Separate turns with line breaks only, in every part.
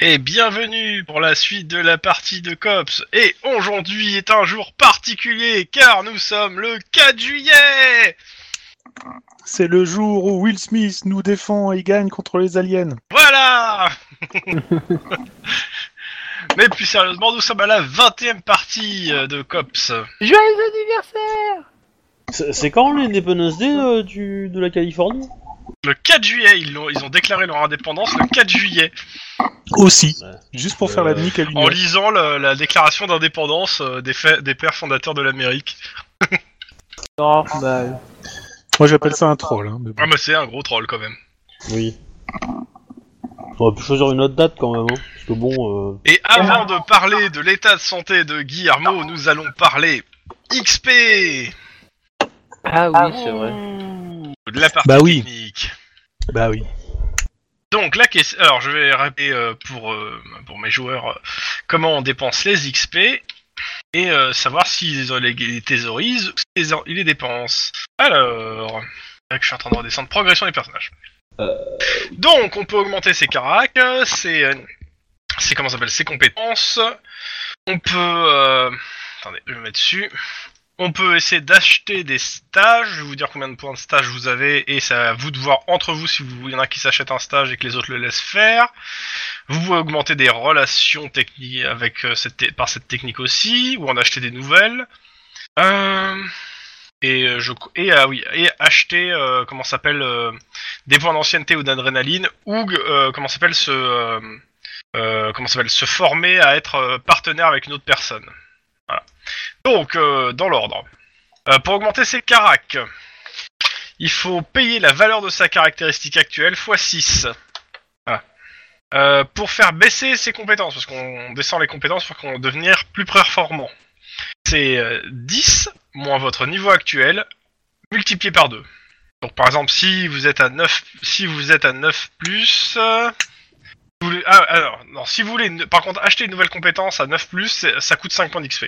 Et bienvenue pour la suite de la partie de Cops. Et aujourd'hui est un jour particulier car nous sommes le 4 juillet
C'est le jour où Will Smith nous défend et gagne contre les aliens.
Voilà Mais plus sérieusement, nous sommes à la 21 e partie euh, de Cops.
Joyeux anniversaire
C'est c'est quand l'indépendance Day euh, du, de la Californie
Le 4 juillet, ils ont, ils ont déclaré leur indépendance le 4 juillet,
Aussi.
Ouais.
Juste pour faire la
Euh,
nique à
en
l'Union.
lisant la, la déclaration d'indépendance euh, des, fa- des pères fondateurs de l'Amérique.
Non, bah...
Moi j'appelle ça un troll. hein, mais bon.
Ah mais c'est un gros troll quand même.
Oui. J'aurais pu choisir une autre date quand même, hein, parce que bon. euh,
Et avant de parler de l'état de santé de Guillermo, nous allons parler XP
Ah oui, c'est vrai.
de la partie
Bah oui.
technique.
Bah oui.
Donc la question, alors je vais rappeler euh, pour euh, pour mes joueurs euh, comment on dépense les XP et euh, savoir s'ils les, les thésaurisent ou s'ils les, ils les dépensent. Alors, je suis en train de redescendre. Progression des personnages.
Euh,
Donc on peut augmenter ses caracs, euh, ses euh, ses comment ça s'appelle ses compétences. On peut euh, attendez, je vais me mettre dessus. On peut essayer d'acheter des stages. Je vais vous dire combien de points de stage vous avez et ça à vous de voir entre vous si vous il y en a qui s'achètent un stage et que les autres le laissent faire. Vous pouvez augmenter des relations techniques avec euh, cette te- par cette technique aussi ou en acheter des nouvelles. Euh, et euh, je et ah oui et acheter euh, comment ça s'appelle euh, des points d'ancienneté ou d'adrénaline ou euh, comment ça s'appelle se euh, euh, comment ça s'appelle se former à être euh, partenaire avec une autre personne. Donc, euh, dans l'ordre. Euh, pour augmenter ses caracs, il faut payer la valeur de sa caractéristique actuelle x 6. Voilà. Euh, pour faire baisser ses compétences, parce qu'on descend les compétences pour qu'on devenir plus performant. C'est euh, 10 moins votre niveau actuel multiplié par 2. Donc par exemple, si vous êtes à 9, si vous êtes à 9 plus, euh, vous voulez- ah, alors, non, si vous voulez, ne- par contre, acheter une nouvelle compétence à 9 plus, c'est- ça coûte 5 points d'XP.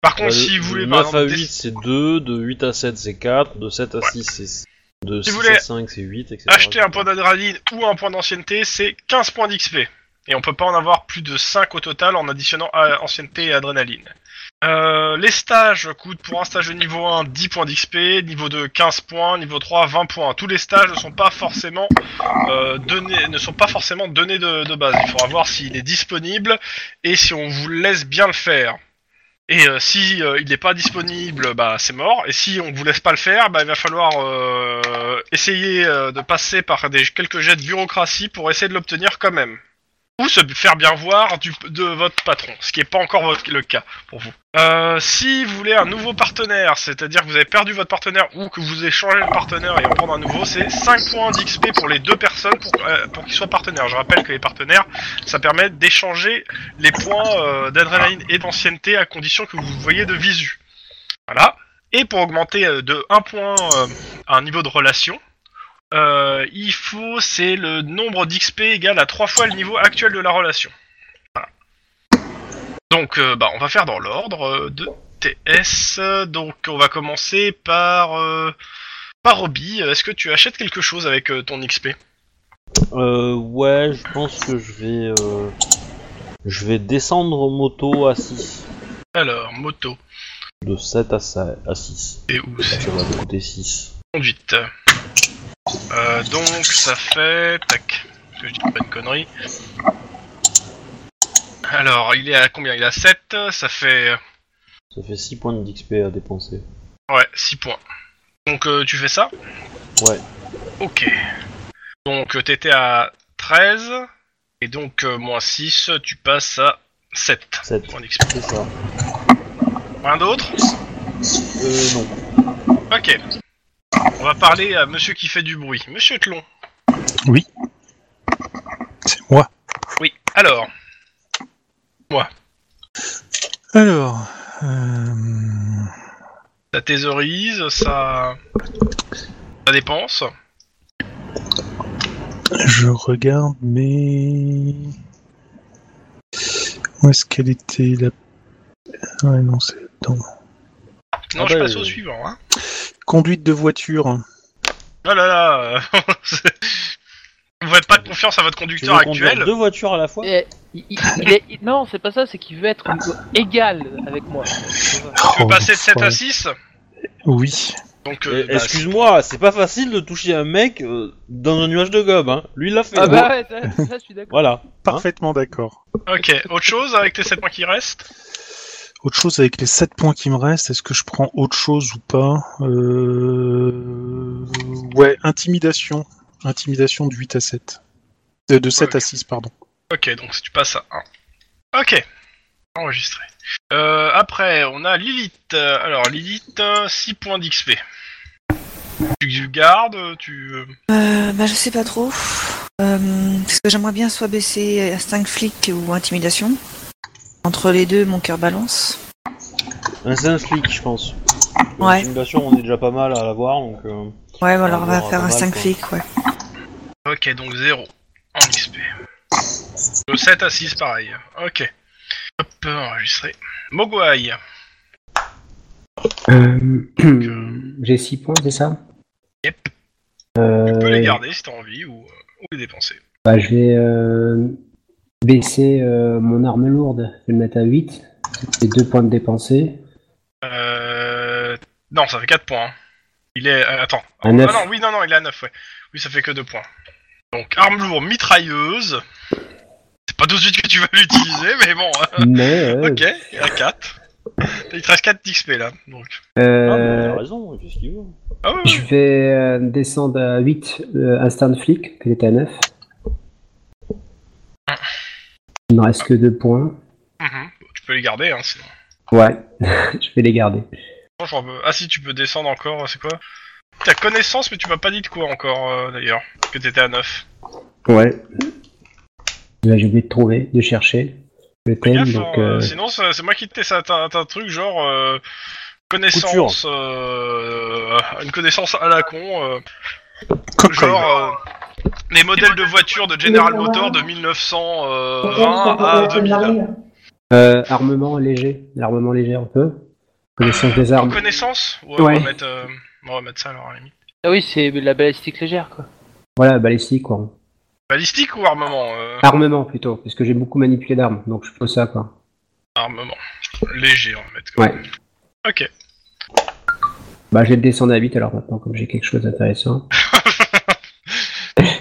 Par contre,
bah,
si
de-
vous
de
voulez, par
9 à
exemple,
8, c'est 2, de 8 à 7, c'est 4, de 7 à 6, c'est. De
Si
6
vous
à
voulez
5, c'est 8, etc.
Acheter un point d'adrénaline ou un point d'ancienneté, c'est 15 points d'XP. Et on peut pas en avoir plus de 5 au total en additionnant à- ancienneté et adrénaline. Euh, les stages coûtent pour un stage de niveau 1 10 points d'XP, niveau 2 15 points, niveau 3 20 points. Tous les stages ne sont pas forcément euh, donnés, ne sont pas forcément donnés de, de base. Il faudra voir s'il est disponible et si on vous laisse bien le faire. Et euh, si euh, il n'est pas disponible, bah c'est mort. Et si on vous laisse pas le faire, bah il va falloir euh, essayer euh, de passer par des quelques jets de bureaucratie pour essayer de l'obtenir quand même. Ou se faire bien voir du, de votre patron, ce qui n'est pas encore votre- le cas pour vous. Euh, si vous voulez un nouveau partenaire, c'est-à-dire que vous avez perdu votre partenaire ou que vous échangez le partenaire et en prendre un nouveau, c'est 5 points d'XP pour les deux personnes pour, euh, pour qu'ils soient partenaires. Je rappelle que les partenaires, ça permet d'échanger les points euh, d'adrénaline et d'ancienneté à condition que vous le voyez de visu. Voilà. Et pour augmenter euh, de 1 point euh, un niveau de relation, euh, il faut, c'est le nombre d'XP égal à 3 fois le niveau actuel de la relation. Voilà. Donc, euh, bah, on va faire dans l'ordre euh, de TS. Donc, on va commencer par, euh, par Roby. Est-ce que tu achètes quelque chose avec euh, ton XP
Euh, ouais, je pense que je vais. euh, Je vais descendre moto à 6.
Alors, moto.
De 7 à, sa- à 6.
Et où c'est
Ça va me coûter 6.
Conduite. Euh, donc ça fait. Tac. Que je dis pas de conneries. Alors, il est à combien Il est à 7, ça fait. euh,
Ça fait 6 points d'XP à dépenser.
Ouais, 6 points. Donc euh, tu fais ça
Ouais.
Ok. Donc euh, t'étais à 13, et donc euh, moins 6, tu passes à 7.
7,
On explique.
c'est ça.
Rien d'autre
Euh, non.
Ok. On va parler à monsieur qui fait du bruit. Monsieur Tlon.
C'est moi.
Oui, alors.
Alors. euh,
Ça thésaurise, ça. Ça dépense.
Je regarde mes. Où est-ce qu'elle était la. Ouais, non, c'est. Attends.
Non,
Ah
je
bah,
passe au
euh,
suivant. Hein.
Conduite de voiture.
Oh là là euh, Vous faites pas de faites confiance à votre
Tu
conducteur
veux conduire
actuel.
deux voitures à la fois
Eh, il- il- il est- il- non, c'est pas ça, c'est qu'il veut être au niveau égal avec moi. C'est ça.
Tu veux
Oh,
passer de 7 à
ouais.
6
Oui.
Donc,
Eh,
euh, bah,
Excuse-moi, c'est pas facile de toucher un mec euh, dans un nuage de gobe, hein. Lui, il l'a fait.
Ah
hein.
bah ouais, ça, ça, je suis d'accord.
Voilà.
Parfaitement d'accord.
ok. Autre chose avec tes 7 points qui restent
Autre chose avec les 7 points qui me restent, est-ce que je prends autre chose ou pas euh... Ouais, intimidation. Intimidation de 8 à 7. De, de 7 à
Ok.
6, pardon.
Ok, donc si tu passes à 1. Ok. Enregistré. Euh, après, on a Lilith. Euh, Alors, Lilith, 6 points d'XP. Tu, tu gardes, tu... euh,
Euh, bah, je sais pas trop. Euh, parce que j'aimerais bien soit baisser instinct flic ou intimidation. Entre les deux, mon cœur balance.
Un c'est un flic, je pense. Euh,
Ouais.
Intimidation, on est déjà pas mal à l'avoir, donc. euh,
Ouais, voilà, on va
bon,
faire
pas mal,
instinct
quoi.
flic, ouais.
Ok, donc 0 en XP. De 7 à 6, pareil. Ok. Hop, enregistré. Mogwai.
Euh, J'ai 6 points, c'est ça
Yep.
Euh,
Tu peux les garder si t'as envie ou, euh, ou les dépenser.
bah, je vais euh, baisser euh, mon arme lourde, je vais le mettre à 8. C'est 2 points de dépensés.
Euh... Non, ça fait 4 points. hein. Il est... euh, attends.
À 9.
Ah non, oui, non, non, il est à 9, ouais. Oui, ça fait que 2 points. Donc, arme lourde, mitrailleuse. C'est pas tout de suite que tu vas l'utiliser, mais bon. hein.
Mais euh,
ok, à 4. Il te reste 4 d'XP là, donc.
Ah, mais il
euh,
a raison, il fait ce qu'il veut.
Ah ouais,
je vais euh, descendre à 8 euh, instinct de flic, qu'elle est à 9. Il me reste que 2 points.
mhm. Tu peux les garder, hein, sinon.
Ouais, je vais les garder.
Non, j'en veux- Ah si, tu peux descendre encore, c'est quoi T'as connaissance, mais tu m'as pas dit de quoi encore, euh, d'ailleurs. Que t'étais à 9.
Ouais. Là, j'ai oublié de trouver, de chercher le
Fais
thème.
gaffe,
donc,
hein,
euh,
Sinon, c'est c'est moi qui t'ai ça. T'as t'as un truc genre... euh, connaissance... euh, une connaissance à la con. euh, genre... euh, les modèles de voitures de General Motors de 1920 euh, à 2000.
euh, armement léger, l'armement léger un peu. Connaissance des armes.
Connaissance ouais,
Ouais.
On, va mettre, euh, on va mettre ça alors à la limite.
Ah oui, c'est de la balistique légère quoi.
Voilà, balistique quoi.
Balistique ou armement euh,
Armement plutôt, parce que j'ai beaucoup manipulé d'armes, donc je pose ça quoi.
Armement. Léger, on va mettre.
Ouais.
Ok.
Bah, je vais le descendre à 8 alors maintenant, comme j'ai quelque chose d'intéressant.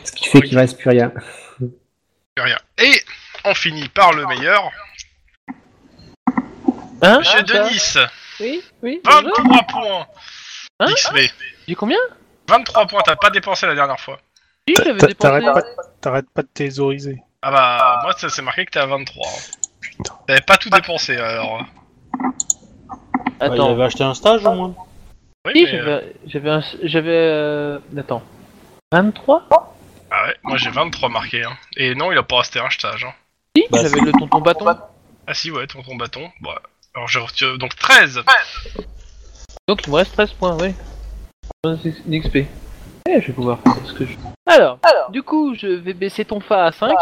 Ce qui fait qu'il reste plus rien.
Plus rien. Et on finit par le meilleur.
Hein
Monsieur
Hein, ça
Denis,
Oui, oui. bonjour.
23 points
Hein
XP.
J'ai combien
23 points, t'as pas dépensé la dernière fois.
Oui, j'avais
T'a- T'arrêtes
dépensé.
pas, t'arrêtes pas de thésauriser.
Ah bah, moi, ça s'est marqué que t'es à 23. hein.
Putain.
T'avais pas
Bah.
tout dépensé, alors. hein.
Ah, il
Attends.
avait acheté un stage au moins.
Oui,
Oui,
mais, euh,
j'avais, j'avais, un- j'avais, euh, attends, 23
Ah ouais, moi j'ai 23 marqué. Hein. Et non, il a pas resté un stage. Hein.
Si,
Bah,
j'avais le tonton bâton.
Ah si, ouais, ton, ton bâton. Bon, alors j'ai retiré... Donc 13
Donc il me reste 13 points, oui. d'XP. Eh, je vais pouvoir faire ce que je... Alors, Ah, du coup, je vais baisser ton fa à 5.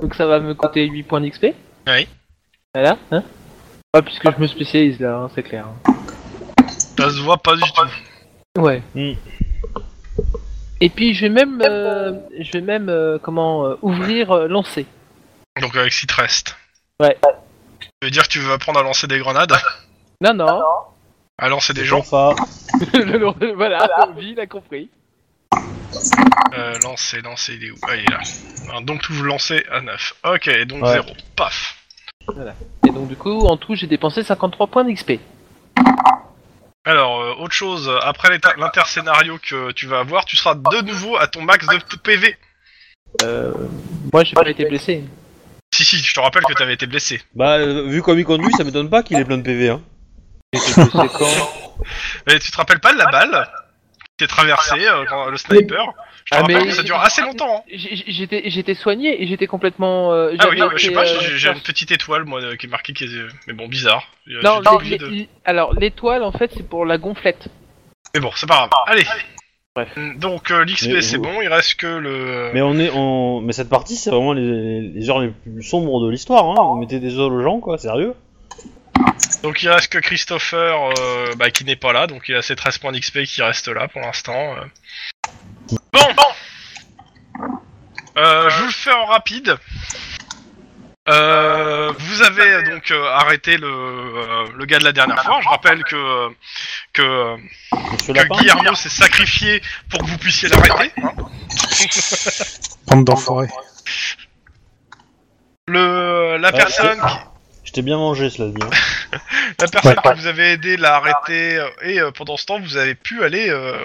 Donc ça va me coûter 8 points d'XP.
Oui.
Voilà, hein Ouais, puisque je me spécialise là, hein, c'est clair.
Ça se voit pas du tout.
Ouais.
Mm.
Et puis je vais même, euh, je vais même, euh, comment, euh, ouvrir, euh, lancer.
Donc avec 6 restes.
Ouais.
Ça veut dire que tu veux apprendre à lancer des grenades
Non, Ah non,
À lancer des gens
Enfin,
Le- euh, voilà, lui, il a compris.
Euh, lancer, lancer, il est où Ah, il est là. Alors, donc tout vous lancez à 9. Ok, donc
Ouais.
0. Paf
Et donc du coup, en tout, j'ai dépensé 53 points d'XP.
Alors, euh, autre chose, euh, après l'éta- l'interscénario que tu vas avoir, tu seras de nouveau à ton max de t- PV.
Euh, moi, j'ai pas été blessé.
Si, si, je te rappelle que t'avais été blessé.
bah, euh, vu comme il conduit, ça m'étonne pas qu'il ait plein de PV, hein.
J'ai été blessé quand
Mais tu te rappelles pas de la balle qui t'est traversée, euh, quand- le sniper Je te
Ah,
rappelle
mais-
que ça dure assez longtemps. hein.
J'ai- j'ai- J'étais, j'étais soigné et j'étais complètement. euh,
Ah oui,
j'avais
euh, je sais
été,
pas,
euh,
j'ai j'ai une petite étoile, moi, euh, qui est marquée, qui est... mais bon, bizarre. Euh,
Non,
j'ai été
les-
obligé de-
les- alors l'étoile, en fait, c'est pour la gonflette.
Mais bon, c'est pas grave. Allez
Bref.
Donc, euh, l'XP,
Mais
c'est
vous-
bon, il reste que le... euh,
Mais on est, on... mais cette partie, c'est vraiment les, les heures les plus sombres de l'histoire, hein. On mettait des heures aux gens, quoi, sérieux.
Donc il reste que Christopher euh, bah, qui n'est pas là, donc il a ses 13 points d'XP qui restent là pour l'instant. euh. Bon, bon Euh, je vous le fais en rapide. Euh, vous avez donc euh, arrêté le, euh, le gars de la dernière fois. Je rappelle que, que, euh,
Monsieur
que
Lapin
Guillermo s'est sacrifié pour que vous puissiez l'arrêter. hein.
Bande d'enfoirés.
Le, la
Ouais,
personne, qui-
Je t'ai bien mangé, cela dit. hein.
la personne
Ouais.
que vous avez aidé l'a arrêté euh, et euh, pendant ce temps vous avez pu aller euh,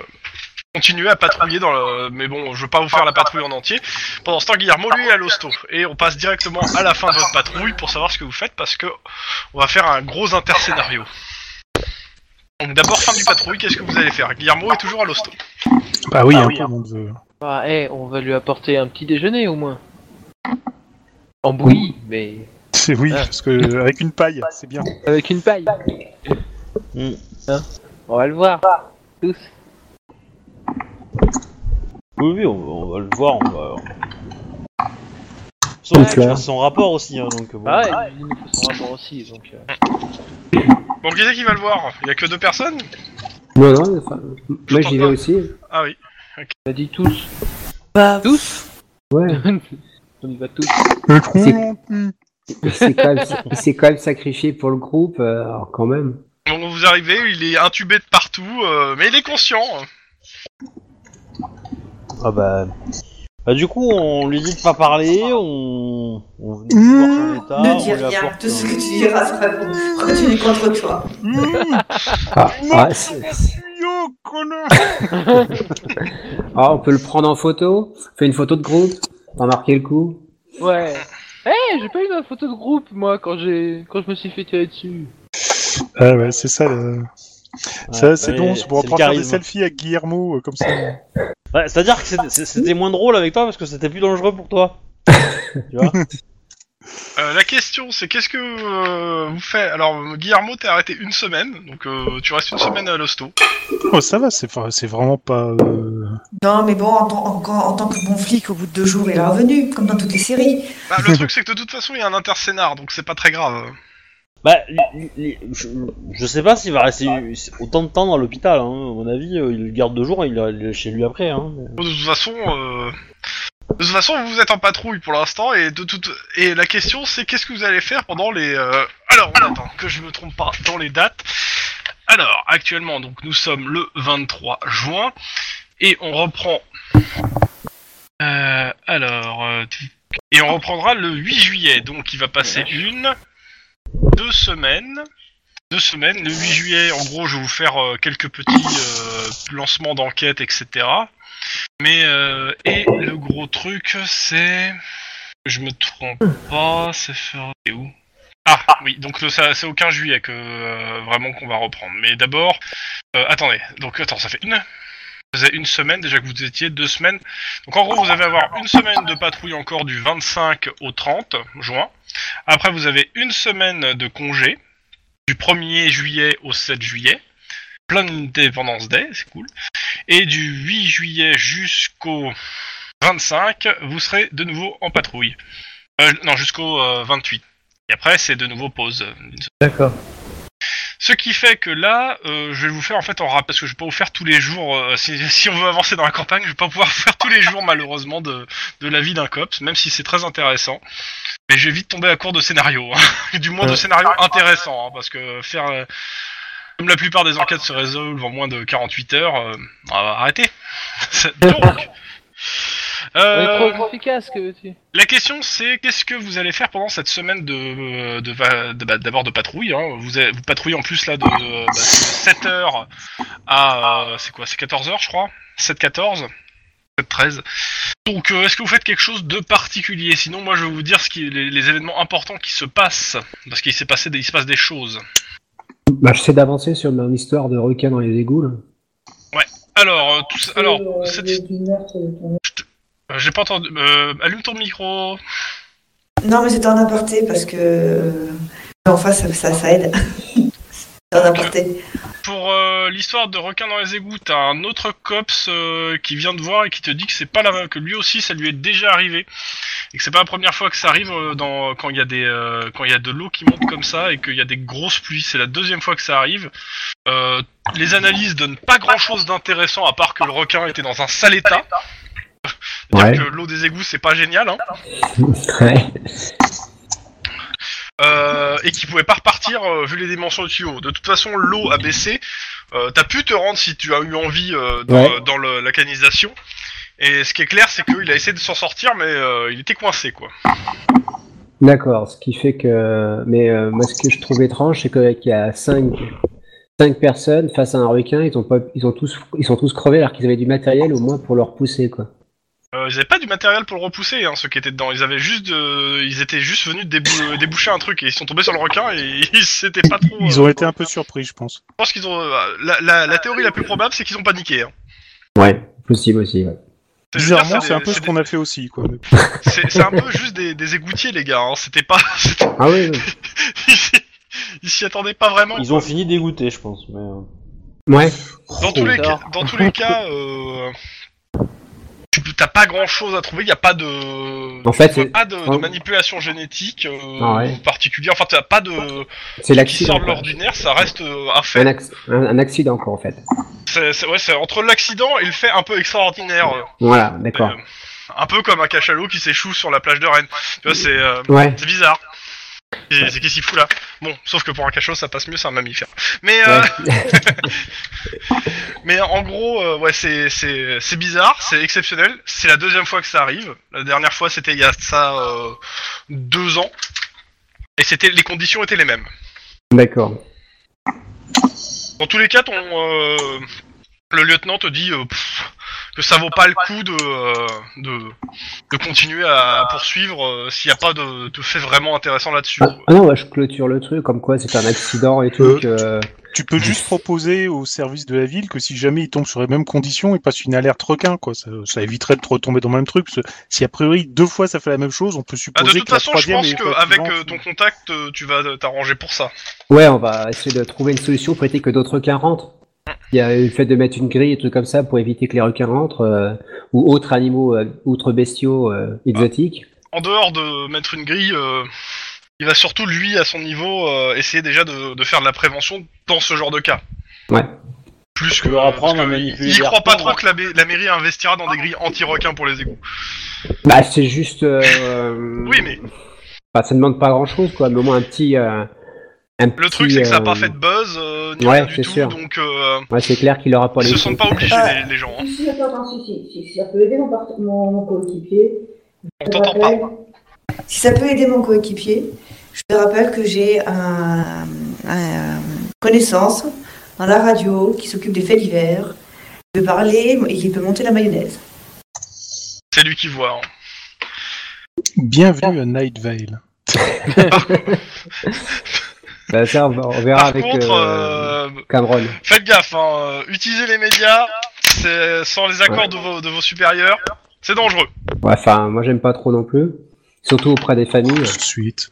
continuer à patrouiller dans le. Mais bon, je vais pas vous faire la patrouille en entier. Pendant ce temps, Guillermo lui est à l'hosto et on passe directement à la fin de votre patrouille pour savoir ce que vous faites parce que on va faire un gros interscénario. Donc d'abord fin du patrouille, qu'est-ce que vous allez faire Guillermo est toujours à l'hosto.
Bah oui, un peu, mon dieu.
Bah, eh, on va lui apporter un petit déjeuner au moins. En bouillie, mais
C'est oui,
Ah.
parce que avec une paille, c'est bien.
avec une paille.
Hmm.
Hein? On va le voir. Tous.
Oui, oui, on, on va le voir, on va... Sauf
Ouais,
que
tu
tu
as-
as son rapport aussi, hein, donc bon.
Ah ouais, il nous faut son rapport aussi, donc. euh.
Bon, qui c'est qui va le voir Il y a que deux personnes
Non, non, enfin, moi j'y vais
pas.
aussi.
Ah oui.
On a dit tous.
Bah,
Tous
Ouais.
On y va tous.
Il s'est quand, même- il s'est quand même sacrifié pour le groupe, euh, alors quand même.
Bon, vous arrivez, il est intubé de partout, euh, mais il est conscient.
Ah bah... Bah du coup, on lui dit de pas parler, on... On venait de
Mmh,
voir son état,
Ne
Ah, on
dis
lui
rien
apporte...
de ce que tu hein, diras sera bon. Retenu contre toi.
Ah, ouais, c'est- ah, on peut le prendre en photo Fais une photo de groupe T'as marqué le coup
Ouais. Eh, j'ai pas eu ma photo de groupe, moi, quand j'ai quand je me suis fait tirer dessus.
Ah ouais, c'est ça. le-
Ouais,
ça, c'est
ouais,
bon, bah c'est pour
le
pouvoir faire des
charisme.
selfies avec Guillermo euh, comme ça.
Ouais, C'est-à-dire que c'était- c'est- c'était moins drôle avec toi, parce que c'était plus dangereux pour toi. tu vois
Euh, la question, c'est qu'est-ce que euh, vous faites Alors, Guillermo, t'es arrêté une semaine, donc euh, tu restes une semaine à l'hosto.
Oh, ça va, c'est enfin, c'est vraiment pas. euh,
Non, mais bon, en, tant- en- en tant que bon flic, au bout de deux jours, il est revenu, comme dans toutes les séries.
Bah, le truc, c'est que de toute façon, il y a un intercénar, donc c'est pas très grave.
Bah, lui- lui- je, je sais pas s'il va rester autant de temps dans l'hôpital, hein. à mon avis, euh, il le garde deux jours et il il est chez lui après. Hein.
Bon, de toute façon, euh, de toute façon, vous êtes en patrouille pour l'instant, et de toute... et la question, c'est qu'est-ce que vous allez faire pendant les. euh, Alors, on attend que je me trompe pas dans les dates. Alors, actuellement, donc nous sommes le 23 juin, et on reprend. Euh, alors, euh, tu- et on reprendra le 8 juillet, donc il va passer une, deux semaines. Deux semaines, le 8 juillet, en gros, je vais vous faire euh, quelques petits euh, lancements d'enquête, etc. Mais euh, et le gros truc, c'est je me trompe pas, c'est faire- c'est où Ah oui, donc le- ça- c'est au 15 juillet que euh, vraiment qu'on va reprendre. Mais d'abord, euh, attendez, donc attends, ça fait une. Ça faisait une semaine déjà que vous étiez deux semaines. Donc en gros, vous allez avoir une semaine de patrouille encore du 25 au 30 juin. Après, vous avez une semaine de congé du 1er juillet au 7 juillet. Plein d'indépendance day, c'est cool. Et du 8 juillet jusqu'au 25, vous serez de nouveau en patrouille. Euh, non, jusqu'au euh, 28. Et après, c'est de nouveau pause. euh, une semaine.
D'accord.
Ce qui fait que là, euh, je vais vous faire en fait en rap, parce que je vais pas vous faire tous les jours, euh, si, si on veut avancer dans la campagne, je vais pas pouvoir faire tous les jours malheureusement de, de la vie d'un copse, même si c'est très intéressant. Mais je vais vite tomber à court de scénario, hein. du moins de
Ouais.
scénario intéressant, hein, parce que faire... euh, comme la plupart des enquêtes se résolvent en moins de 48 heures, euh, on va arrêter. Donc...
On
euh,
est trop efficace, que veux-tu
la question c'est qu'est-ce que vous allez faire pendant cette semaine de de va- de- bah, d'abord de, patrouille. hein. Vous, avez- vous patrouillez en plus là de, 7h à euh, c'est quoi c'est 14h je crois 7-14 7-13. Donc euh, est-ce que vous faites quelque chose de particulier Sinon moi je vais vous dire ce qui les, les événements importants qui se passent parce qu'il s'est passé des- il se passe des choses.
Bah, j'essaie d'avancer sur mon histoire de requin dans les égouts. Là.
Alors euh, tout ça- alors cette-
Non,
euh, j'ai pas entendu euh, allume ton micro.
mais c'était un aparté parce que. euh, En face, ça, ça, ça aide. C'est un aparté.
Pour euh, l'histoire de requin dans les égouts, t'as un autre cops euh, qui vient te voir et qui te dit que c'est pas la que lui aussi ça lui est déjà arrivé et que c'est pas la première fois que ça arrive euh, dans quand il y a des euh, quand il y a de l'eau qui monte comme ça et qu'il y a des grosses pluies. C'est la deuxième fois que ça arrive. Euh, les analyses donnent pas grand chose d'intéressant à part que le requin était dans un sale état. C'est-à-dire
Ouais.
que l'eau des égouts, c'est pas génial, hein,
ouais.
euh, et qu'il pouvait pas repartir euh, vu les dimensions du tuyau. De toute façon, l'eau a baissé. Euh, T'as pu te rendre si tu as eu envie euh, dans,
Ouais.
dans le- la canisation. Et ce qui est clair, c'est qu'il a essayé de s'en sortir, mais euh, il était coincé, quoi.
D'accord, ce qui fait que. Mais euh, moi, ce que je trouve étrange, c'est que- qu'il y a 5 cinq... cinq personnes face à un requin, ils ont, pas... ils ont, tous... Ils sont tous crevés alors qu'ils avaient du matériel au moins pour leur pousser, quoi.
Euh, ils avaient pas du matériel pour le repousser, hein, ceux qui étaient dedans. Ils avaient juste, de- ils étaient juste venus débou- euh, déboucher un truc et ils sont tombés sur le requin et ils s'étaient pas trop.
Ils
euh,
ont été un peu surpris, je pense.
Je pense qu'ils ont. euh, La, la- la théorie la plus probable, c'est qu'ils ont paniqué. Hein.
Ouais. Possible aussi, ouais.
C'est- je veux dire,
Bizarrement, c'est un peu ce
des-
qu'on a fait aussi, quoi.
C'est c'est un peu juste des, des égoutiers, les gars. Hein. C'était pas. c'était-
Ah oui, oui.
Ils s'y attendaient pas vraiment.
Ils ont fini dégoûtés, je pense. Mais... euh,
Ouais.
Dans tous les cas,
D'accord.
dans tous les cas, euh, tu peux- t'as pas grand chose à trouver. Il y a pas de.
En fait,
tu vois
c'est-
pas de, de
en-
manipulation génétique euh,
Ah ouais.
particulière. Enfin, t'as pas de
c'est
qui sort
l'accident.
de
quoi.
l'ordinaire. Ça reste euh, un fait.
Un, acc- un- un accident, quoi, en fait.
C'est c'est- ouais, c'est entre l'accident et le fait un peu extraordinaire. euh,
Voilà, d'accord.
euh, un peu comme un cachalot qui s'échoue sur la plage de Rennes. Tu vois, c'est euh,
Ouais.
c'est bizarre. Et C'est qu'est-ce qu'il fout là Bon, sauf que pour un cachalot, ça passe mieux, c'est un mammifère. Mais euh,
ouais.
mais en gros, euh, ouais, c'est c'est c'est bizarre, c'est exceptionnel. C'est la deuxième fois que ça arrive. La dernière fois, c'était il y a ça euh, deux ans. Et c'était les conditions étaient les mêmes.
D'accord.
Dans tous les cas, ton euh, le lieutenant te dit euh, pff, que ça vaut pas le coup de euh, de, de continuer à poursuivre euh, s'il n'y a pas de, de fait vraiment intéressant là-dessus.
Ah, ah non, bah, je clôture le truc, comme quoi c'est un accident et tout.
Euh,
que-
Tu peux juste proposer au service de la ville que si jamais ils tombent sur les mêmes conditions, ils passent une alerte requin, quoi. Ça, ça éviterait de te retomber dans le même truc. parce que Si a priori deux fois ça fait la même chose, on
Bah,
peut supposer
de toute
que la
façon, je
troisième
pense
est relativement-
qu'avec ton contact, euh, tu vas euh, t'arranger pour ça.
Ouais, on va essayer de trouver une solution pour éviter que d'autres requins rentrent. Il y a le fait de mettre une grille et tout comme ça pour éviter que les requins rentrent, euh, ou autres animaux, euh, autres bestiaux euh, exotiques.
En dehors de mettre une grille, euh, il va surtout, lui, à son niveau, euh, essayer déjà de, de faire de la prévention dans ce genre de cas.
Ouais.
Plus que.
leur apprendre
parce
à
que
manipuler hein.
Il
les
croit pas
arpents,
trop que la, mai- la mairie investira dans des grilles anti-requins pour les égouts.
Bah, c'est juste. euh,
Oui, mais-
Bah, ça demande pas grand chose, quoi, mais au moins un petit. euh, un
Le truc,
petit,
c'est que ça n'a pas
euh,
fait de buzz, euh, ni
Ouais,
rien du
c'est
tout,
sûr.
donc euh,
Ouais, c'est clair qu'il aura pas
ils
les.
se sentent pas obligés,
Ah.
les, les gens. hein.
Si, si, attends, attends, si, si, si, si ça peut aider mon, part- mon, mon coéquipier.
On t'entend pas.
Si ça peut aider mon coéquipier, je te rappelle que j'ai un, un connaissance dans la radio qui s'occupe des faits divers, qui peut parler et qui peut monter la mayonnaise.
C'est lui qui voit. hein.
Bienvenue à Night Vale.
Bah, ça, on, va- on verra
Par
avec
contre,
euh,
euh,
Cameron.
Faites gaffe, hein, euh, utilisez les médias c'est- sans les accords de, vos, de vos supérieurs, c'est dangereux.
Ouais, Enfin, moi, j'aime pas trop non plus. Surtout auprès des familles.
Tout de suite.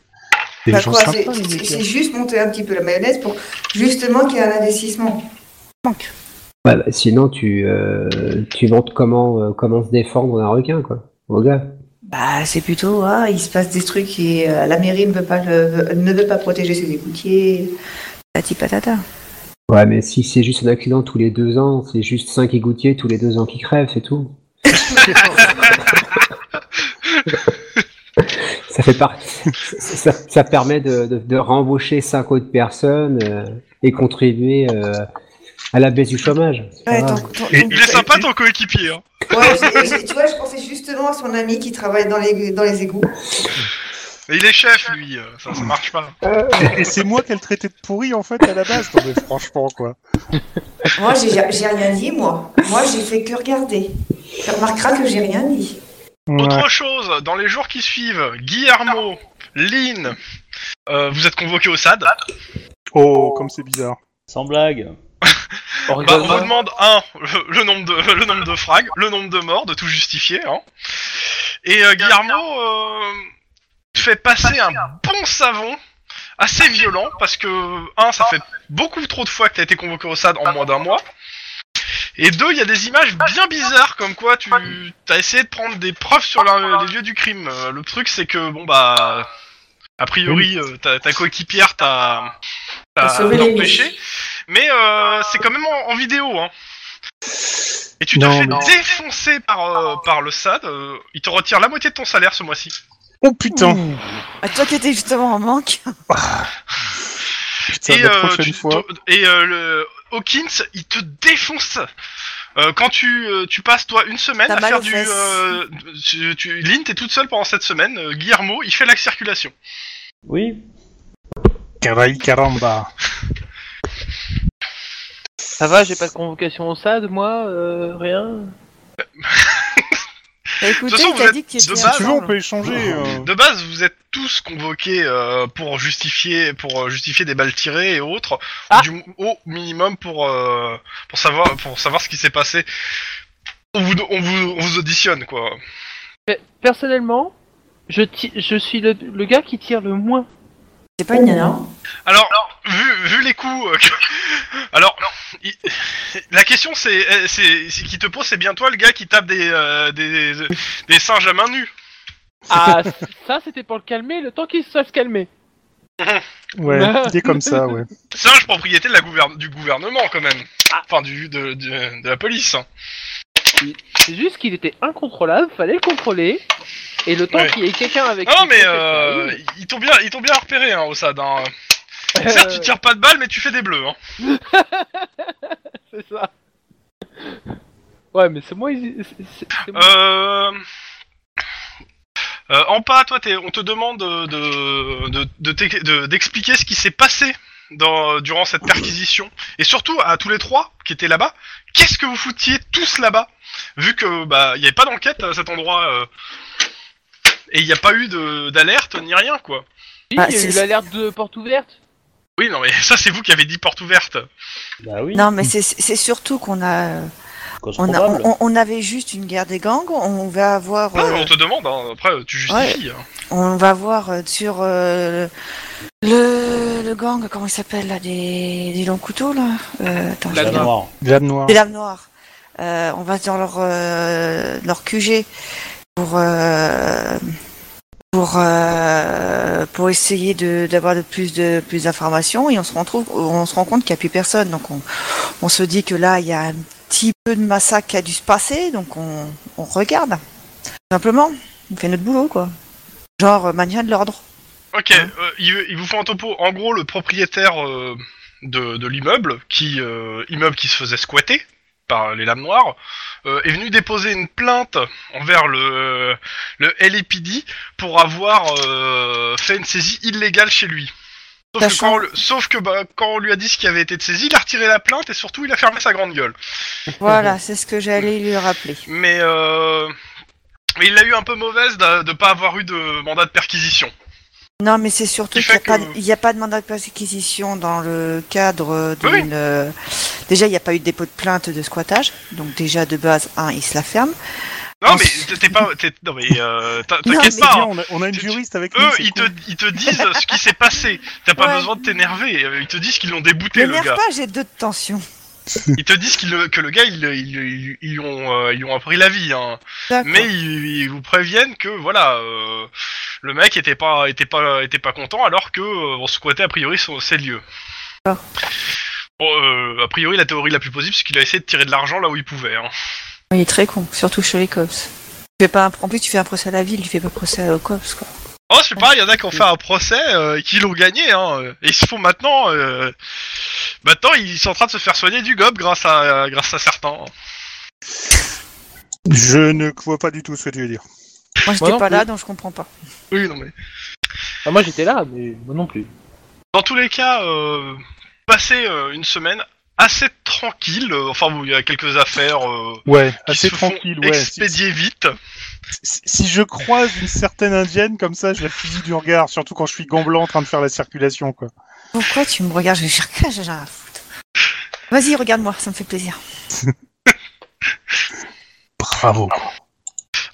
Des
Bah
gens
quoi,
sympas,
c'est-
les
c'est
mecs.
c'est juste monter un petit peu la mayonnaise pour justement qu'il y ait un investissement.
Ouais, bah, sinon, tu, euh, tu montres comment, euh, comment se défendre d'un requin, quoi. Au gars.
Bah, c'est plutôt, ah, il se passe des trucs et euh, la mairie ne veut pas, le- ne veut pas protéger ses égoutiers. Tati patata.
Ouais, mais si c'est juste un accident tous les deux ans, c'est juste cinq égoutiers tous les deux ans qui crèvent, c'est tout. ça fait par... ça, ça permet de, de, de rembaucher cinq autres personnes euh, et contribuer euh, à la baisse du chômage. C'est pas
Ah.
Ouais,
grave.
ton- ton-
Et-
ton-
Il est sympa ton coéquipier. Hein.
Ouais, j'ai- j'ai- tu vois, je pensais justement à son ami qui travaille dans les, dans les égouts.
Mais il est chef, lui, euh, ça, ça marche pas.
Et c'est moi qu'elle traitait de pourri en fait à la base, non, mais franchement quoi.
Moi, j'ai j'ai rien dit, moi. Moi, j'ai fait que regarder. Tu remarqueras que j'ai rien dit.
Autre chose, dans les jours qui suivent, Guillermo, Lynn, euh, vous êtes convoqués au SAD.
Oh, comme c'est bizarre.
Sans blague.
On
Bah,
rigole
on vous
pas.
demande, un, le, le nombre de, le nombre de frags, le nombre de morts, de tout justifier. Hein. Et euh, Guillermo euh, fait passer un bon savon assez violent parce que, un, ça fait beaucoup trop de fois que t'as été convoqué au SAD en moins d'un mois. Et deux, il y a des images bien bizarres comme quoi tu as essayé de prendre des preuves sur la- les lieux du crime. Euh, Le truc, c'est que, bon, bah. A priori, euh, ta, ta coéquipière t'a t'a
T'as sauvé les
empêché, mais euh, c'est quand même en, en vidéo. Hein. Et tu te
Non,
fais
mais-
défoncer par, euh, par le SAD, euh, il te retire la moitié de ton salaire ce mois-ci.
Oh putain,
Ah, toi qui étais justement en manque.
putain
et
la
euh,
prochaine
tu-
fois.
t- et, euh, le Hawkins, il te défonce. Euh, quand tu, euh, tu passes toi une semaine
T'as
à
mal
faire
aux
du
fesses.
euh, tu, tu- Lynn t'es toute seule pendant cette semaine euh, Guillermo il fait la circulation
Oui.
Caray caramba.
Ça va, j'ai pas de convocation au SAD, moi, euh, rien.
Bah, écoutez,
façon,
il
vous
t'a
êtes
dit que
de
tu
base, hein.
Si tu veux, on peut échanger. euh.
de base vous êtes tous convoqués euh, pour justifier pour euh, justifier des balles tirées et autres
Ah.
ou du, m- au minimum pour euh, pour savoir pour savoir ce qui s'est passé on vous, on vous on vous auditionne quoi
Pe- Personnellement, je, ti- je suis le, le gars qui tire le moins.
C'est pas une nana.
Alors, vu, vu les coups. euh, que- Alors, il- la question c'est, euh, c'est, c'est- qui te pose, c'est bien toi le gars qui tape des, euh, des, des- des singes à main nue.
Ah, ça, c'était pour le calmer, le temps qu'il se fasse calmer.
Ouais, il est comme ça, ouais.
Singe propriété de la gouverne- du gouvernement quand même. Enfin, du, de, de- de la police. hein.
C'est juste qu'il était incontrôlable, fallait le contrôler. Et le temps
Ouais.
qu'il y ait quelqu'un avec.
Non,
qui- Ah
mais euh, ils t'ont bien, ils t'ont bien repéré, hein, au SAD. hein.
Euh.
Certes, tu tires pas de balles, mais tu fais des bleus. Hein.
C'est ça. Ouais, mais c'est moi. ils- c'est- c'est- c'est moi.
Euh... Euh, en pas, toi, t'es- on te demande de, de, de- de t'ex- de- d'expliquer ce qui s'est passé dans, durant cette perquisition. Et surtout, à tous les trois qui étaient là-bas, qu'est-ce que vous foutiez tous là-bas Vu que bah il n'y avait pas d'enquête à cet endroit. euh, Et il n'y a pas eu de- d'alerte ni rien, quoi.
Si,
Ah,
il y a eu
c'est-
l'alerte de porte ouverte.
Oui, non, mais ça, c'est vous qui avez dit porte ouverte.
Bah oui.
Non, mais c'est- c'est surtout qu'on a, euh,
cause
on, a
probable.
on, on avait juste une guerre des gangs. On va avoir,
Non, mais
euh,
on te demande, hein, après, tu justifies. hein.
on va voir euh, sur euh, le, le gang, comment il s'appelle là, des, des longs couteaux là. Euh, attends,
La
j'ai-
Chat noir.
L'âme noire.
Des lames noires. Euh, on va dans leur, euh, leur QG pour, euh, pour, euh, pour essayer de- d'avoir de, plus de plus d'informations et on se, retrouve, on se rend compte qu'il n'y a plus personne. Donc on, on se dit que là, il y a un petit peu de massacre qui a dû se passer, donc on, on regarde. Tout simplement, on fait notre boulot, quoi. Genre euh, maintien de l'ordre.
Ok, euh, ils, ils vous font un topo. En gros, le propriétaire euh, de, de l'immeuble, qui euh, immeuble qui se faisait squatter par les lames noires, euh, est venu déposer une plainte envers le, le LAPD pour avoir euh, fait une saisie illégale chez lui. Sauf que,
Sachant-
quand on, le- sauf que bah, quand on lui a dit ce qui avait été de saisie, il a retiré la plainte et surtout il a fermé sa grande gueule.
Voilà, c'est ce que j'allais lui rappeler.
Mais, euh, mais il l'a eu un peu mauvaise de ne pas avoir eu de mandat de perquisition.
Non, mais c'est surtout
Qui
qu'il n'y
fait
a, pas
que-
de- il y a pas de mandat de perquisition dans le cadre d'une.
Oui.
euh, Déjà, il n'y a pas eu de dépôt de plainte de squattage. Donc, déjà, de base, un, il se la ferme.
Non
Oh,
mais t'es- t'es pas... t'es- non mais euh, t'in-
Non,
t'inquiète
mais-
pas, hein.
on, a, on a une
Tu- tu-
juriste avec nous.
Eux,
c'est
ils,
cool.
te, ils te disent ce qui s'est passé. T'as pas
Ouais.
besoin de t'énerver. euh, Ils te disent qu'ils l'ont débouté, le
M'énerve
gars.
pas, j'ai deux de tension.
Ils te disent qu'il le- que le gars, ils, le- ils, le- ils, lui- ils lui ont, euh, ils lui ont appris la vie. Hein.
D'accord.
Mais ils, ils vous préviennent que, voilà, euh, le mec était pas, était, pas, était pas content alors que euh, on squattait a priori son- ses lieux.
Ah.
Bon, euh, a priori, la théorie la plus possible, c'est qu'il a essayé de tirer de l'argent là où il pouvait. Hein.
Il est très con, surtout chez les cops. Tu fais pas un... En plus, tu fais un procès à la ville, tu fais pas procès aux cops, quoi.
Oh, c'est pas, il y en a qui ont fait un procès euh, et qui l'ont gagné, hein. euh, Et ils se font maintenant. euh, Maintenant, ils sont en train de se faire soigner du gob grâce à, grâce à certains.
Je ne vois pas du tout ce que tu veux dire.
Moi, j'étais
non
pas
plus.
là, donc je comprends pas.
Oui, non, mais.
Ah, moi j'étais là, mais moi non plus.
Dans tous les cas, euh, passez euh, une semaine assez tranquille. euh, enfin, bon, il y a quelques affaires euh,
Ouais,
qui
assez
se font
tranquille, ouais. Si,
expédier vite.
si- si je croise une certaine indienne comme ça, je la fusille du regard, surtout quand je suis gant blanc en train de faire la circulation, quoi.
Pourquoi tu me regardes Je cherche j'ai rien à foutre. Vas-y, regarde-moi, ça me fait plaisir.
Bravo.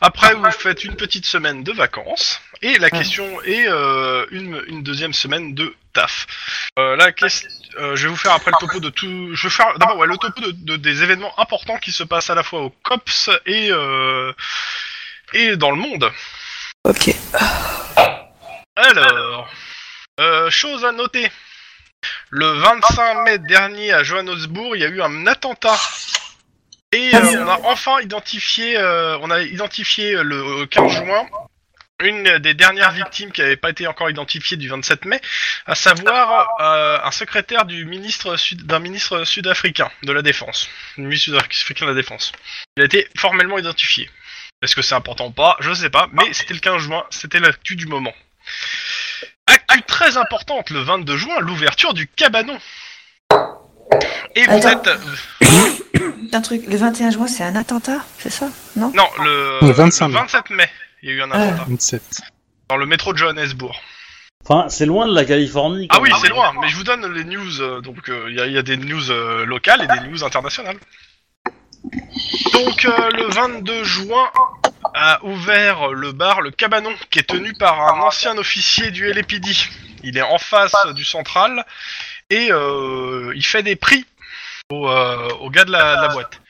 Après, vous faites une petite semaine de vacances. Et la question est euh, une, une deuxième semaine de taf. Euh, la question, je vais vous faire après le topo de tout. Je vais faire d'abord ouais, le topo de, de- des événements importants qui se passent à la fois au COPS et, euh, et dans le monde.
Ok.
Alors, euh, chose à noter. Le 25 mai dernier à Johannesburg, il y a eu un attentat Et euh, on a enfin identifié, euh, on a identifié euh, le 15 juin une des dernières victimes qui n'avait pas été encore identifiée du 27 mai, à savoir euh, un secrétaire du ministre sud- d'un ministre sud-africain de la défense, du ministre sud-africain de la défense. Il a été formellement identifié. Est-ce que c'est important ou pas Je sais pas, mais c'était le 15 juin, c'était l'actu du moment. Actu très importante le 22 juin, l'ouverture du cabanon. Et vous
Attends.
êtes
Un truc, le 21 juin, c'est un attentat, c'est ça
Non, le,
Le 25 mai.
27 mai, il y a eu un
Ah.
attentat
27.
dans le métro de Johannesburg.
Enfin, c'est loin de la Californie.
Ah
quand
oui,
même.
c'est loin, mais je vous donne les news. euh, donc, euh, il y, a- il y a des news euh, locales et des news internationales. Donc, euh, le 22 juin a ouvert le bar Le Cabanon, qui est tenu par un ancien officier du LPD. Il est en face du central et euh, il fait des prix aux gars de la, de la boîte.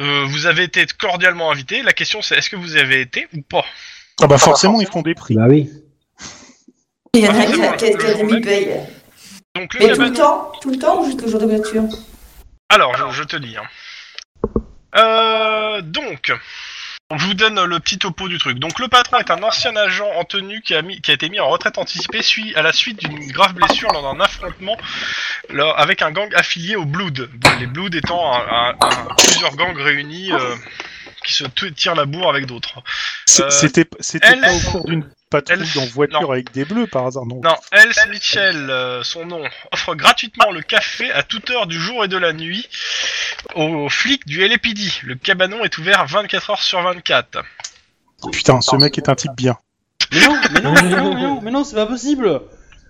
Euh, vous avez été cordialement invité. La question, c'est est-ce que vous y avez été ou pas
Ah bah forcément, ils font des prix.
Bah oui.
Il y en a
Ah,
un qui a
forcément,
peut-être
le
qu'à
jour même.
demi-paye.
Donc, le
Mais tout le
Cabanon-
temps Tout le temps ou juste le jour d'ouverture
Alors, je, je te lis. hein. Euh, donc, je vous donne le petit topo du truc. Donc, le patron est un ancien agent en tenue qui a, mis- qui a été mis en retraite anticipée suite à la suite d'une grave blessure lors d'un affrontement lors- avec un gang affilié aux Blood. Les Blood étant un- un- un- plusieurs gangs réunis euh, qui se t- tirent la bourre avec d'autres.
C'est-
Euh,
C'était c'était
elle-
pas au cours d'une patrouille
elle-
en voiture
non.
avec des bleus par hasard, non.
Non, Else Mitchell, euh, son nom, offre gratuitement le café à toute heure du jour et de la nuit aux flics du LAPD. Le cabanon est ouvert 24 heures sur 24.
Oh, Putain, ce mec est un type bien.
Mais non, mais non, mais non, mais non, mais non, c'est pas possible.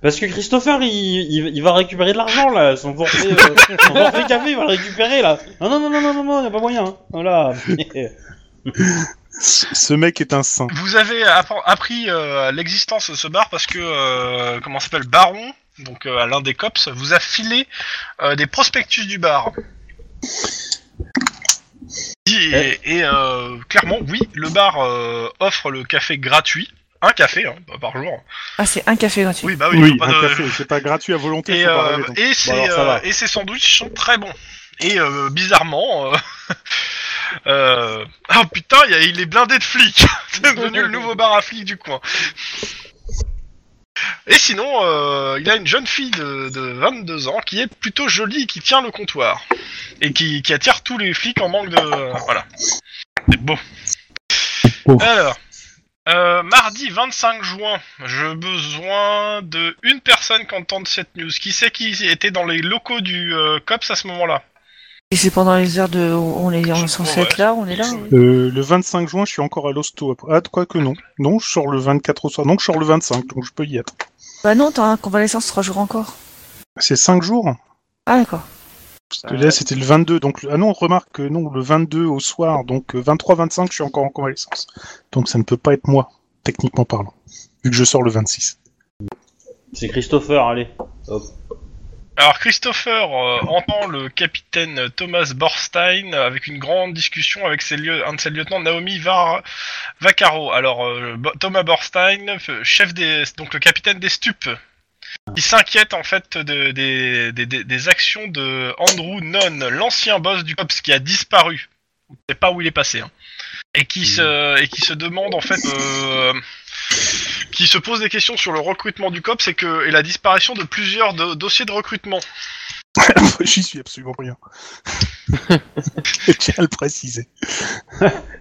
Parce que Christopher, il, il, il va récupérer de l'argent là, son forfait, euh, son forfait café, il va le récupérer là. Non, non, non, non, non, non, non, y a pas moyen. hein. Voilà.
Ce ce mec est un saint.
Vous avez appren- appris euh, l'existence de ce bar parce que, euh, comment s'appelle, Baron, donc euh, à l'un des cops, vous a filé euh, des prospectus du bar. Et, et, euh, clairement, oui, le bar euh, offre le café gratuit. Un café hein, bah, par jour.
Ah, c'est un café gratuit.
Oui, bah oui,
Oui,
faut pas
un
de-
café, c'est pas gratuit à volonté.
Et,
faut pas
euh,
rêver, donc.
et, ses,
alors, ça
euh,
va.
et ses sandwichs sont très bons. Et euh, bizarrement, euh, euh, ah putain, il y a- il est blindé de flics. C'est devenu le nouveau bar à flics du coin. Et sinon, euh, il a une jeune fille de, de 22 ans qui est plutôt jolie, qui tient le comptoir et qui, qui attire tous les flics en manque de voilà. C'est beau.
beau.
Alors. Euh, mardi 25 juin, j'ai besoin de une personne qui entende cette news. Qui c'est qui était dans les locaux du euh, COPS à ce moment-là
Et c'est pendant les heures de. On est, on est censé
Ouais.
être là, on est là.
Euh, le 25 juin, je suis encore à l'hosto. après. Ah, de quoi que non. Non, je sors le 24 au soir. Donc, je sors le 25, donc je peux y être.
Bah non, t'as un convalescence trois jours encore.
C'est 5 jours
Ah, d'accord.
Parce que là, c'était le 22. Donc, le- ah non, remarque que non, le 22 au soir. Donc, 23-25, je suis encore en convalescence. Donc, ça ne peut pas être moi, techniquement parlant. Vu que je sors le 26.
C'est Christopher, allez.
Alors Christopher euh, entend le capitaine Thomas Borstein avec une grande discussion avec ses lieu- un de ses lieutenants Naomi Var- Vaccaro. Alors euh, Bo- Thomas Borstein, f- chef des donc le capitaine des stupes, il s'inquiète en fait de- des, des- des- des actions de Andrew Nunn, l'ancien boss du COPS qui a disparu. On ne sait pas où il est passé. hein. Et qui se et qui se demande en fait euh, qui se pose des questions sur le recrutement du COPS et que et la disparition de plusieurs do- dossiers de recrutement.
J'y suis absolument rien. je tiens à le préciser.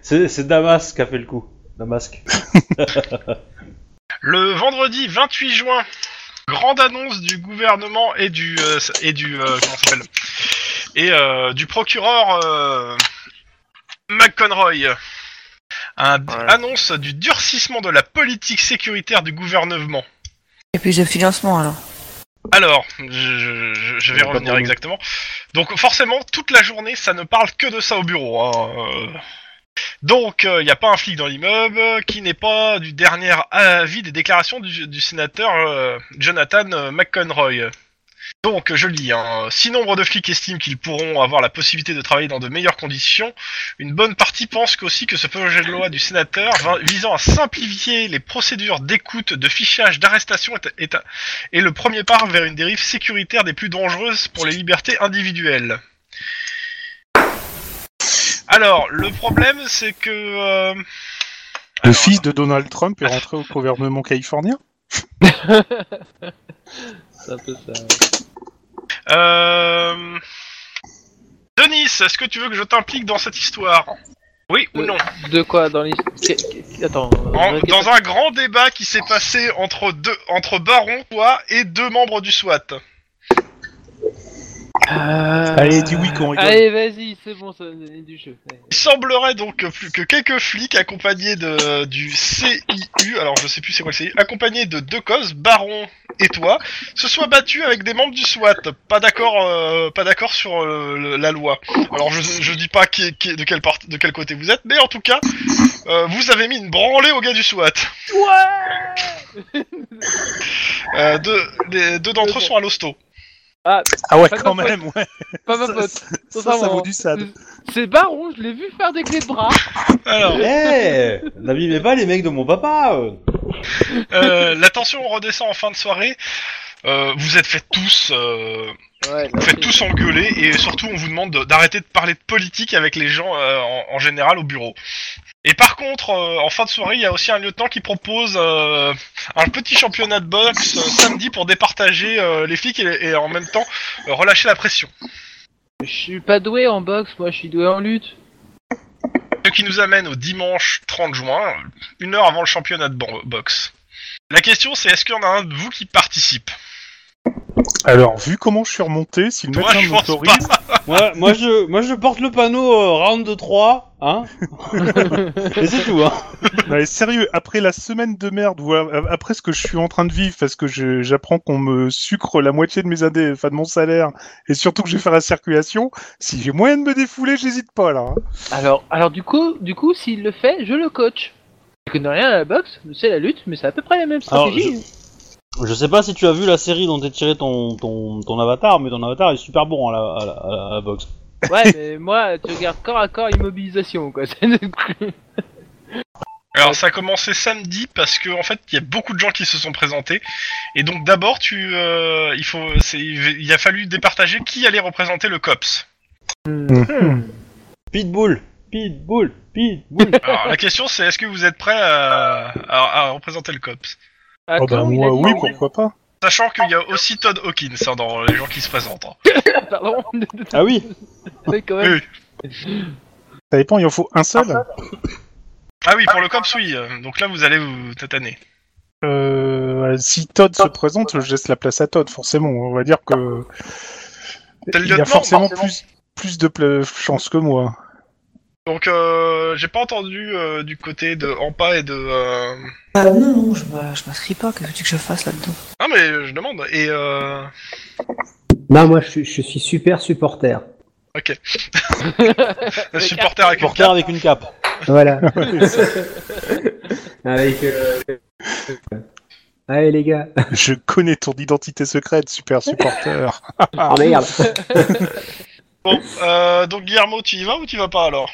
C'est c'est Damas qui a fait le coup. Damasque.
Le vendredi 28 juin, grande annonce du gouvernement et du euh, et du euh, comment ça s'appelle et euh, du procureur euh, McConroy. Un,
Voilà.
Annonce du durcissement de la politique sécuritaire du gouvernement.
Et puis de financement alors.
Alors, je, je- je vais
Pas pour
revenir
nous.
exactement. Donc forcément, toute la journée, ça ne parle que de ça au bureau. hein, euh. Donc, il n'y a pas un flic dans l'immeuble euh, qui n'est pas du dernier avis des déclarations du, du sénateur euh, Jonathan euh, McConroy. Donc, je lis, hein, si nombre de flics estiment qu'ils pourront avoir la possibilité de travailler dans de meilleures conditions, une bonne partie pense qu'aussi que ce projet de loi du sénateur va- visant à simplifier les procédures d'écoute, de fichage, d'arrestation est- est, et le premier pas vers une dérive sécuritaire des plus dangereuses pour les libertés individuelles. Alors, le problème, c'est que... euh,
Le
alors,
fils de Donald Trump est rentré au gouvernement californien
C'est un peu ça.
Euh... Denis, est-ce que tu veux que je t'implique dans cette histoire Oui ou
Euh,
non
De quoi dans l'histoire Attends.
En-
euh,
Dans un grand débat qui s'est passé entre deux, entre Baron, toi et deux membres du SWAT.
Euh,
Allez, dis Ah, oui qu'on rigole.
Allez, vas-y, c'est bon, ça va donner du jeu. Allez.
Il semblerait donc que, plus- que quelques flics accompagnés de, du CIU, alors je sais plus c'est quoi le CIU, accompagnés de deux causes, Baron et toi, se soient battus avec des membres du SWAT. Pas d'accord, euh, pas d'accord sur euh, le- la loi. Alors je, je dis pas qui, qui- de, quelle part, de quel côté vous êtes, mais en tout cas, euh, vous avez mis une branlée aux gars du SWAT. Euh, deux, les- deux d'entre eux sont à l'hosto.
Ah ouais,
Pas de
quand
faute.
même, ouais.
Pas ma
Ça-
pote.
ça- Ça, ça vaut du sad.
C'est Baron, je l'ai vu faire des clés de bras.
Alors,
Eh N'abîmez pas les mecs de mon papa euh.
euh, la tension redescend en fin de soirée. Euh, vous êtes fait tous... euh,
Ouais,
Vous faites tous engueuler et surtout on vous demande de- d'arrêter de parler de politique avec les gens euh, en, en général au bureau. Et par contre, euh, en fin de soirée, il y a aussi un lieutenant qui propose euh, un petit championnat de boxe euh, samedi pour départager euh, les flics et, et en même temps euh, relâcher la pression.
Je suis pas doué en boxe, moi je suis doué en lutte.
Ce qui nous amène au dimanche 30 juin, une heure avant le championnat de bo- boxe. La question c'est est-ce qu'il y en a un de vous qui participe
Alors, vu comment je suis remonté, si le
Moi,
médecin
je pense
m'autorise,
moi, moi, je, moi je porte le panneau euh, round de 3, hein Et c'est tout, hein
Non, mais sérieux, après la semaine de merde, ou a- après ce que je suis en train de vivre, parce que je- j'apprends qu'on me sucre la moitié de mes indé- enfin de mon salaire, et surtout que je vais faire la circulation, si j'ai moyen de me défouler, j'hésite pas là. hein.
Alors, alors du coup, du coup, s'il le fait, je le coach. Je connais rien à la boxe, c'est la lutte, mais c'est à peu près la même
Alors,
stratégie.
Je sais pas si tu as vu la série dont t'es tiré ton, ton, ton avatar, mais ton avatar est super bon à la, à la, à la- à la boxe.
Ouais, mais moi, tu regardes corps à corps immobilisation, quoi. C'est-
Alors ça a commencé samedi parce que en fait il y a beaucoup de gens qui se sont présentés et donc d'abord tu euh, il faut c'est il a fallu départager qui allait représenter le cops.
Pitbull Pitbull Pitbull
Alors la question c'est est-ce que vous êtes prêts à, à- à représenter le cops
Attends,
Oh, bah,
il
moi,
a dit-
oui, pourquoi pas.
Sachant qu'il y a aussi Todd Hawkins hein, dans les gens qui se présentent. hein.
Pardon,
Ah oui
quand même.
Ça dépend, il en faut un seul.
Ah oui pour le cops oui euh, donc là vous allez vous tataner.
Euh, si Todd se présente, je laisse la place à Todd, forcément. On va dire que
T'es le
il a
lieutenant,
forcément
forcément.
plus plus de pla- chance que moi.
Donc euh, j'ai pas entendu euh, du côté de Ampa et de euh,
Ah non, non, je...
Bah, je m'inscris pas, qu'est-ce que tu veux que je fasse là-dedans
non mais je demande et euh,
Non, moi, je, suis- je suis super supporter.
le supporter avec
Porter avec une cape.
Voilà. Avec. euh, Allez, les gars.
Je connais ton identité secrète, super supporter.
Oh merde.
Bon euh, donc Guillermo tu y vas ou tu y vas pas alors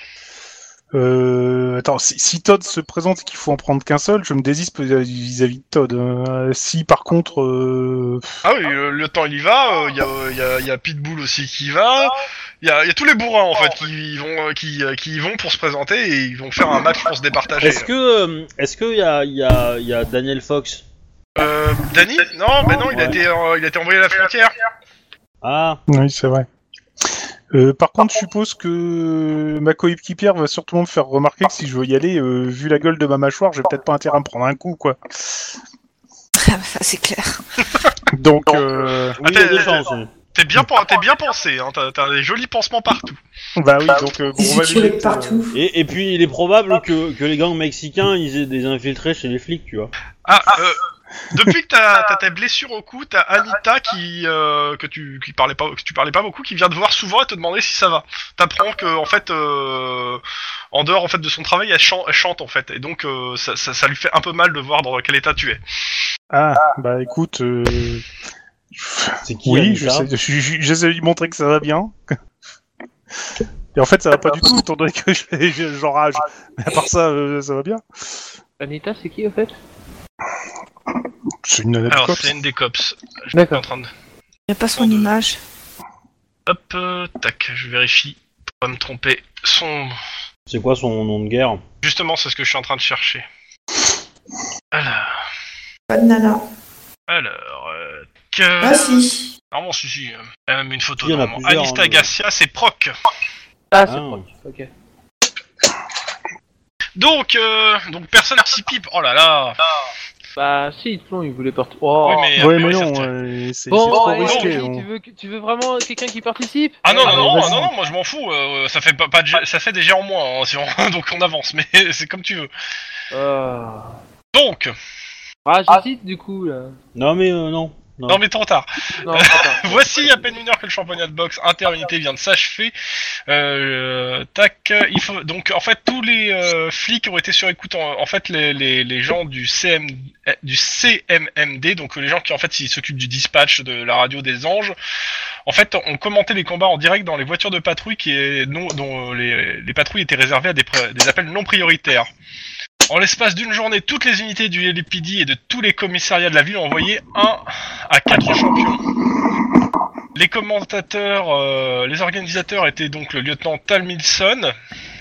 Euh, attends, si, si Todd se présente et qu'il faut en prendre qu'un seul, je me désiste vis-à-vis de Todd. Euh, si par contre, euh,
Ah oui, le, le temps il y va, il y, a, y a Pitbull aussi qui y va, il y a, y a tous les bourrins en fait qui y vont, euh, qui, euh, qui y vont pour se présenter et ils vont faire un match pour se départager.
Est-ce que euh, est-ce que y a, y, a, y a Daniel Fox
Euh, Danny Non, mais non, il, a
Ouais.
été, euh, il a été envoyé à la frontière.
Ah
oui, c'est vrai. Euh, par contre, je suppose que ma coéquipière va surtout me faire remarquer que si je veux y aller, euh, vu la gueule de ma mâchoire, j'ai peut-être pas intérêt à me prendre un coup, quoi.
Ah, Ça c'est clair.
Donc, euh,
Oui, il y a des chances. hein. oui.
T'es bien, pen- t'es bien pensé, hein, t'as t'as des jolis pansements partout.
bah oui, donc euh, bon,
Des
on va
sutures
lui-
partout.
Et, et puis il est probable que, que les gangs mexicains ils aient des infiltrés chez les flics, tu vois.
Ah, euh, depuis que t'as t'as tes blessures au cou, t'as Anita qui, euh, que, tu, qui parlais pas, que tu parlais pas beaucoup, qui vient te voir souvent et te demander si ça va. T'apprends que en fait, euh, en dehors en fait de son travail, elle, chan- elle chante en fait, et donc euh, ça, ça, ça lui fait un peu mal de voir dans quel état tu es.
Ah, bah écoute, euh,
C'est qui
oui,
Anita
je sais- je- je- j'essaie de lui montrer que ça va bien. Et en fait, ça va pas du tout, étant donné que je- je- j'enrage. Mais à part ça, euh, ça va bien.
Anita, c'est qui au fait
C'est une nana de
Alors
cops.
c'est une des cops. Je suis
D'accord.
en train de.
Il a pas son
Bon, de-
image.
Hop, euh, tac, je vérifie pour pas me tromper son...
C'est quoi son nom de guerre
Justement, c'est ce que je suis en train de chercher. Alors,
Pas de nana.
alors... euh, que...
Ah si.
Ah bon, si, si. euh, Il y a même une photo.
Il y en a
normalement.
plusieurs,
Alice
hein,
Tagasia, c'est Proc.
Ah, c'est
Ah.
proche, ok.
Donc, euh, donc personne s'y pipe. Oh là là.
Bah, si, Tlon, il voulait partir. Oh.
Oui, mais, mais
ouais, mais
ouais,
non,
ça-
euh, c'est c'est
Bon,
trop
allez,
risqué.
Jean-Guy,
on-
Euh,
tu, veux, que- tu veux vraiment quelqu'un qui participe
Ah non, non, non,
vas-y.
non, non, moi je m'en fous. euh, ça fait pas, pas de jet- ça fait des jets en moins. hein, si on- donc on avance, mais c'est comme tu veux.
Euh,
Donc,
Ah, j'hésite du coup là.
Non mais euh, non. Non.
non mais trop tard.
Non, attends.
Voici à peine une heure que le championnat de boxe interunité vient de s'achever. Euh, tac, euh, il faut donc en fait tous les euh, flics ont été sur écoute. En, en fait, les, les, les gens du CM euh, du CMMD, donc euh, les gens qui en fait ils s'occupent du dispatch de la radio des anges, en fait ont commenté les combats en direct dans les voitures de patrouille qui est non dont euh, les, les patrouilles étaient réservées à des, pré- des appels non prioritaires. En l'espace d'une journée, toutes les unités du LPD et de tous les commissariats de la ville ont envoyé un à quatre champions. Les commentateurs, euh, les organisateurs étaient donc le lieutenant Talmilson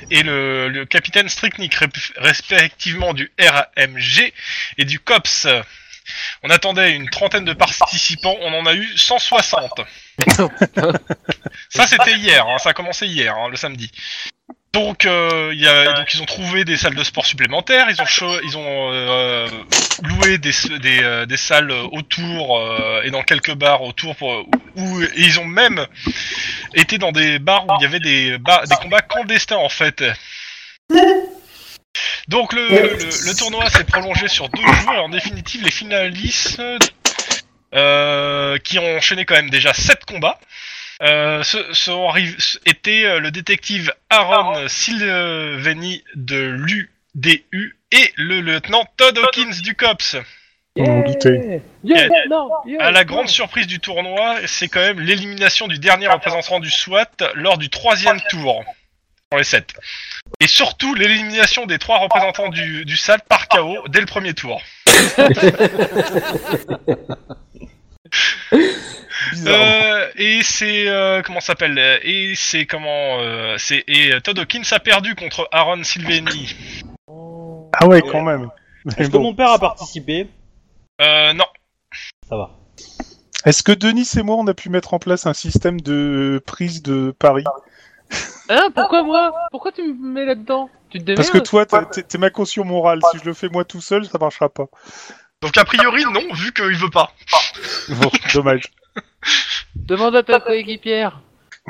et le, le capitaine Stricknick, rep- respectivement du RMG et du COPS. On attendait une trentaine de participants, on en a eu 160. ça c'était hier, hein, ça a commencé hier, hein, le samedi. Donc, euh, il y a, donc ils ont trouvé des salles de sport supplémentaires, ils ont, cho- ils ont euh, loué des, des, euh, des salles autour euh, et dans quelques bars autour pour, où et ils ont même été dans des bars où il y avait des, bars- des combats clandestins en fait. Donc le, le- le tournoi s'est prolongé sur deux jours et en définitive les finalistes euh, qui ont enchaîné quand même déjà sept combats euh, se- sont arri- étaient euh, le détective Aaron Silveni de l'UDU et le lieutenant Todd Hawkins du COPS.
On en doutait.
Yeah.
Yeah, non, yeah,
À Ah, la
yeah.
grande surprise du tournoi, c'est quand même l'élimination du dernier représentant du SWAT lors du troisième tour. Pour les sept. Et surtout l'élimination des trois représentants du, du SAD par KO dès le premier tour.
Bizarre.
Euh, et c'est euh, comment ça s'appelle euh, Et c'est comment euh, C'est et euh, Todd Hawkins a perdu contre Aaron Silveni.
Ah ouais, quand même. Mais
Est-ce que
bon.
mon père a participé
Euh, non.
Ça va.
Est-ce que Denis et moi, on a pu mettre en place un système de prise de paris
Ah,
Hein, pourquoi moi Pourquoi tu me mets là-dedans Tu te démerdes
Parce que toi, t'as- t'es t'es ma caution morale. Si je le fais moi tout seul, ça marchera pas.
Donc a priori non, vu qu'il veut pas.
Bon, dommage.
Demande à ta coéquipière.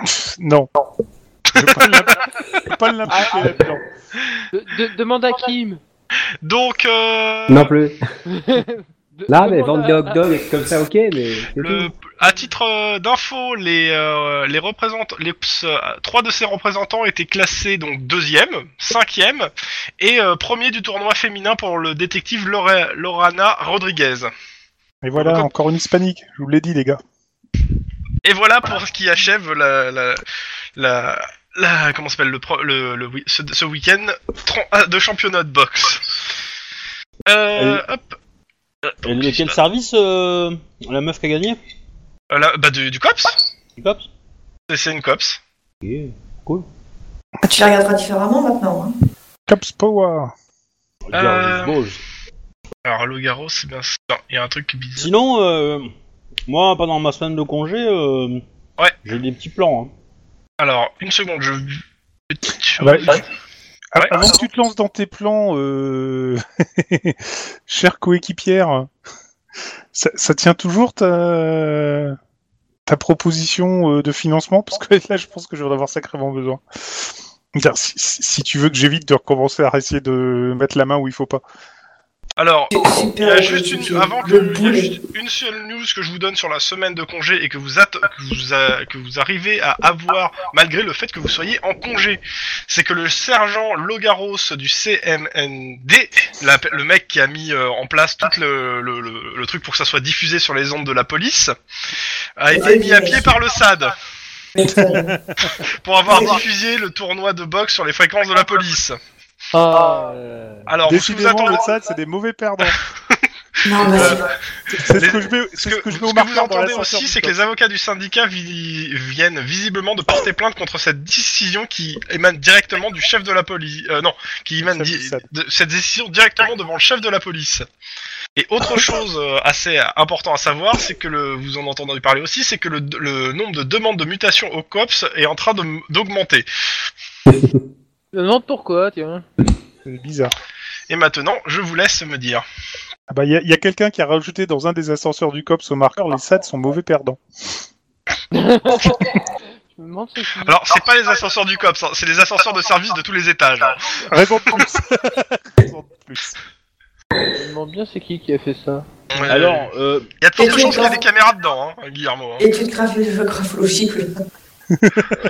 Pff, Non. Je vais pas l'im- je vais pas
Ah,
l'impliquer là-dedans.
De- de- demande à Kim.
Donc euh,
Non plus.
De-
Là, mais
demande
vendre
à-
des hot dogs comme ça, ok, mais c'est
Le-
tout.
à titre euh, d'info, les, euh, les représentants, les ps- euh, trois de ces représentants étaient classés donc deuxième, cinquième et euh, premier du tournoi féminin pour le détective Lore- Lorana Rodriguez.
Et voilà, encore une hispanique. Je vous l'ai dit, les gars.
Et voilà pour ce qui achève la, la, la, la- comment s'appelle le, pro- le, le wi- ce, ce week-end tron- ah, de championnat de boxe. Euh, hop. Euh,
Et le- quel service euh, la meuf qui a gagné
euh, là, bah, du, du COPS
Du cops
C'est- C'est une COPS.
Ok.
Ah, tu la regarderas différemment maintenant. hein.
Cops Power.
Euh.
Bon, je-
Alors, Logaro, c'est bien. non, Il y a un truc bizarre.
Sinon, euh, moi, pendant ma semaine de congé, euh,
Ouais.
j'ai des petits plans. hein.
Alors, une seconde, je. Petite chose.
Ouais, bah, A-
Ouais,
Avant que tu te lances dans tes plans, euh... chère coéquipière, ça, ça tient toujours ta, ta proposition euh, de financement Parce que là, je pense que je vais en avoir sacrément besoin. C'est-à-dire, Si, si- si tu veux que j'évite de recommencer à essayer de mettre la main où il faut pas.
Alors,
C'est
il y
super.
a juste une. Avant que.
euh, le
il y a
boulet.
juste une seule news que je vous donne sur la semaine de congé et que vous, atte- que vous, a- que vous arrivez à avoir malgré le fait que vous soyez en congé. C'est que le sergent Logaros du CMND, la- le mec qui a mis euh, en place tout le, le- le- le truc pour que ça soit diffusé sur les ondes de la police, a été mis à pied par le SAD
M'étonne.
pour avoir diffusé le tournoi de boxe sur les fréquences de la police.
Ah, euh,
Alors, vous- vous
Ah,
Décidément,
attendez-
le SAD, c'est des mauvais perdants. Euh,
Non, mais c'est
C'est ce
Les-
que je mets,
Ce
c'est
que,
ce que je
ce
mets
que vous
au marqueur dans
entendez
l'ascenseur.
aussi,
du
c'est que
coffre.
les avocats du syndicat vi- viennent visiblement de porter plainte contre cette décision qui émane directement du chef de la police. euh, non, qui émane
Chef
di-
du SAD.
de- cette décision directement devant le chef de la police. Et autre chose euh, assez important à savoir, c'est que le, vous en entendez parler aussi, c'est que le, le nombre de demandes de mutation au COPS est en train de- d'augmenter.
Je me demande pourquoi, tiens.
C'est bizarre.
Et maintenant, je vous laisse me dire.
Ah bah, il y a, il y a quelqu'un qui a rajouté dans un des ascenseurs du COPS au marqueur les SAD sont mauvais perdants.
Je me demande ce qui.
Alors, c'est pas les ascenseurs du COPS, hein, c'est les ascenseurs de service de tous les étages. hein.
Raison de plus. Raison de plus.
Je me demande bien c'est qui qui a fait ça.
Ouais,
Alors, euh,
il y a de fortes
Et
chances qu'il y ait des
Guillermo.
caméras dedans, hein, Guillermo. hein.
étude graphologique. oui.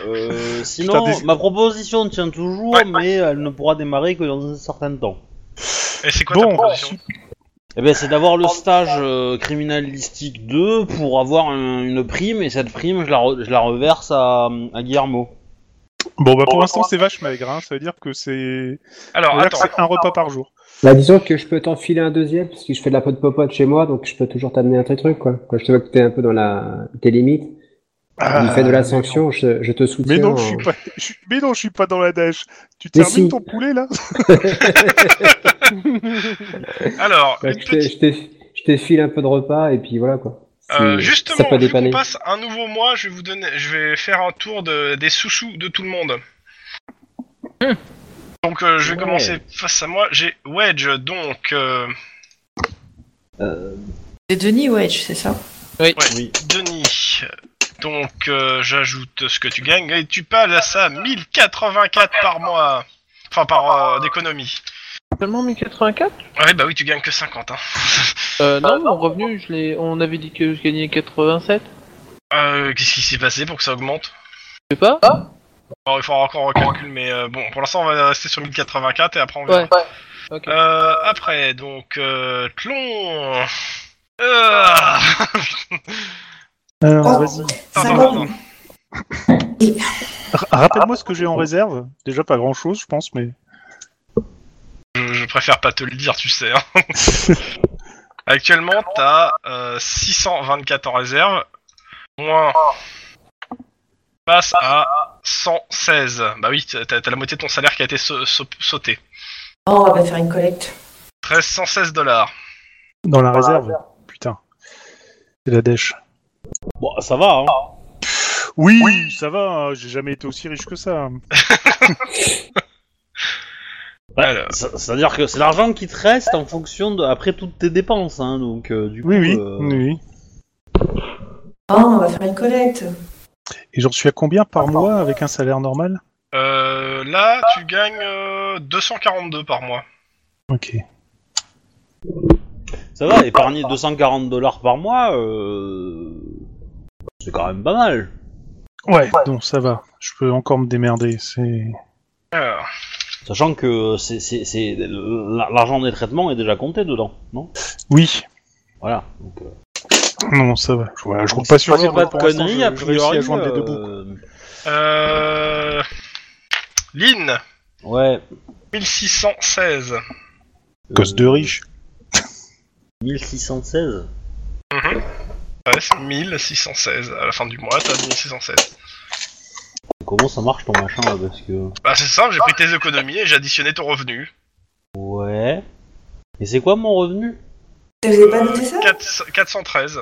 euh, sinon,
Putain, des-
ma proposition tient toujours,
Ouais.
mais elle ne pourra démarrer que dans un certain temps.
Et c'est quoi ta
Bon,
proposition
Eh ben, c'est d'avoir le stage euh, criminalistique 2 pour avoir un- une prime, et cette prime, je la, re- je la reverse à, à Guillermo.
bon bah, pour l'instant c'est vache maigre, hein. ça veut dire que c'est ça
Alors,
veut dire que
attends.
c'est un repas par jour.
Bah, disons que je peux t'enfiler un deuxième, parce que je fais de la pote popote chez moi, donc je peux toujours t'amener un petit truc, quoi. Quand je te vois que t'es un peu dans la... tes limites,
Ah,
du fait de la sanction, je, je te soutiens.
Mais non,
en-
je suis pas. je suis- Mais non, je suis pas dans la dash. Tu
Mais
termines
si.
ton poulet là
Alors,
Bah,
une
je, te,
petite-
je, te, je te file un peu de repas, et puis voilà, quoi.
euh,
C'est-
justement,
ça peut
vu qu'on
dépanner.
passe un nouveau mois, je vais vous donner, je vais faire un tour de, des sous-sous de tout le monde. Donc, euh, je vais
Ouais.
commencer face à moi. J'ai Wedge, donc euh,
Euh,
C'est Denis Wedge, c'est ça
oui.
Denis. Donc, euh, j'ajoute ce que tu gagnes. Et tu parles à ça 1084 par mois. Enfin, par euh, d'économie.
Seulement 1084
Ouais, bah oui, tu gagnes que 50. Hein.
Euh, non, mon revenu, je l'ai. On avait dit que je gagnais 87.
Euh, Qu'est-ce qui s'est passé pour que ça augmente
Je sais pas.
Ah. Alors, Il faudra encore un calcul, mais euh, bon, pour l'instant, on va rester sur 1084 et après, on verra.
Ouais. Ok.
Euh, après, donc, euh, Tlon. Euh...
Alors,
Oh,
vas-y.
Pardon,
Ça
pardon.
R- Ah. Rappelle-moi ce que j'ai en réserve. Déjà pas grand chose, je pense, mais.
Je, je préfère pas te le dire, tu sais. hein. Actuellement, t'as euh, 624 en réserve, moins. Passe à 116. Bah oui, t'as t'as la moitié de ton salaire qui a été sa- sa- sauté.
Oh, on va faire une collecte.
1316 dollars.
Dans la réserve. Putain. C'est la dèche.
Bon, ça va, hein.
Oui, ça va, hein, j'ai jamais été aussi riche que ça.
Alors,
Ça- C'est-à-dire que c'est l'argent qui te reste en fonction de après toutes tes dépenses, hein, donc euh, du coup.
Oui, oui.
euh,
oui.
Ah.
Oh, on va faire une collecte.
Et j'en suis à combien par mois avec un salaire normal
euh, là, tu gagnes euh, 242 par mois.
Ok.
Ça va, épargner 240 dollars par mois, euh, c'est quand même pas mal.
Ouais, donc ça va. Je peux encore me démerder. C'est.
Alors,
Sachant que c'est c'est- c'est- l'argent des traitements est déjà compté dedans, non
Oui.
Voilà. Donc, euh,
Non, ça va. Je, voilà, je roule pas sur
si c'est
l'or,
pas
mais
de
pour l'instant,
conneries,
je-
a
je réussis
priori.
à joindre les deux bouts.
euh,
euh... Lynn,
Ouais. euh,
1616.
Gosse de riche.
1616.
Ouais, c'est 1616. À la fin du mois, t'as 1616.
Comment ça marche ton machin là Parce que.
Bah, c'est simple, j'ai pris tes économies et j'ai additionné ton revenu.
Ouais. Et c'est quoi mon revenu
Vous avez pas noté ça
4 413.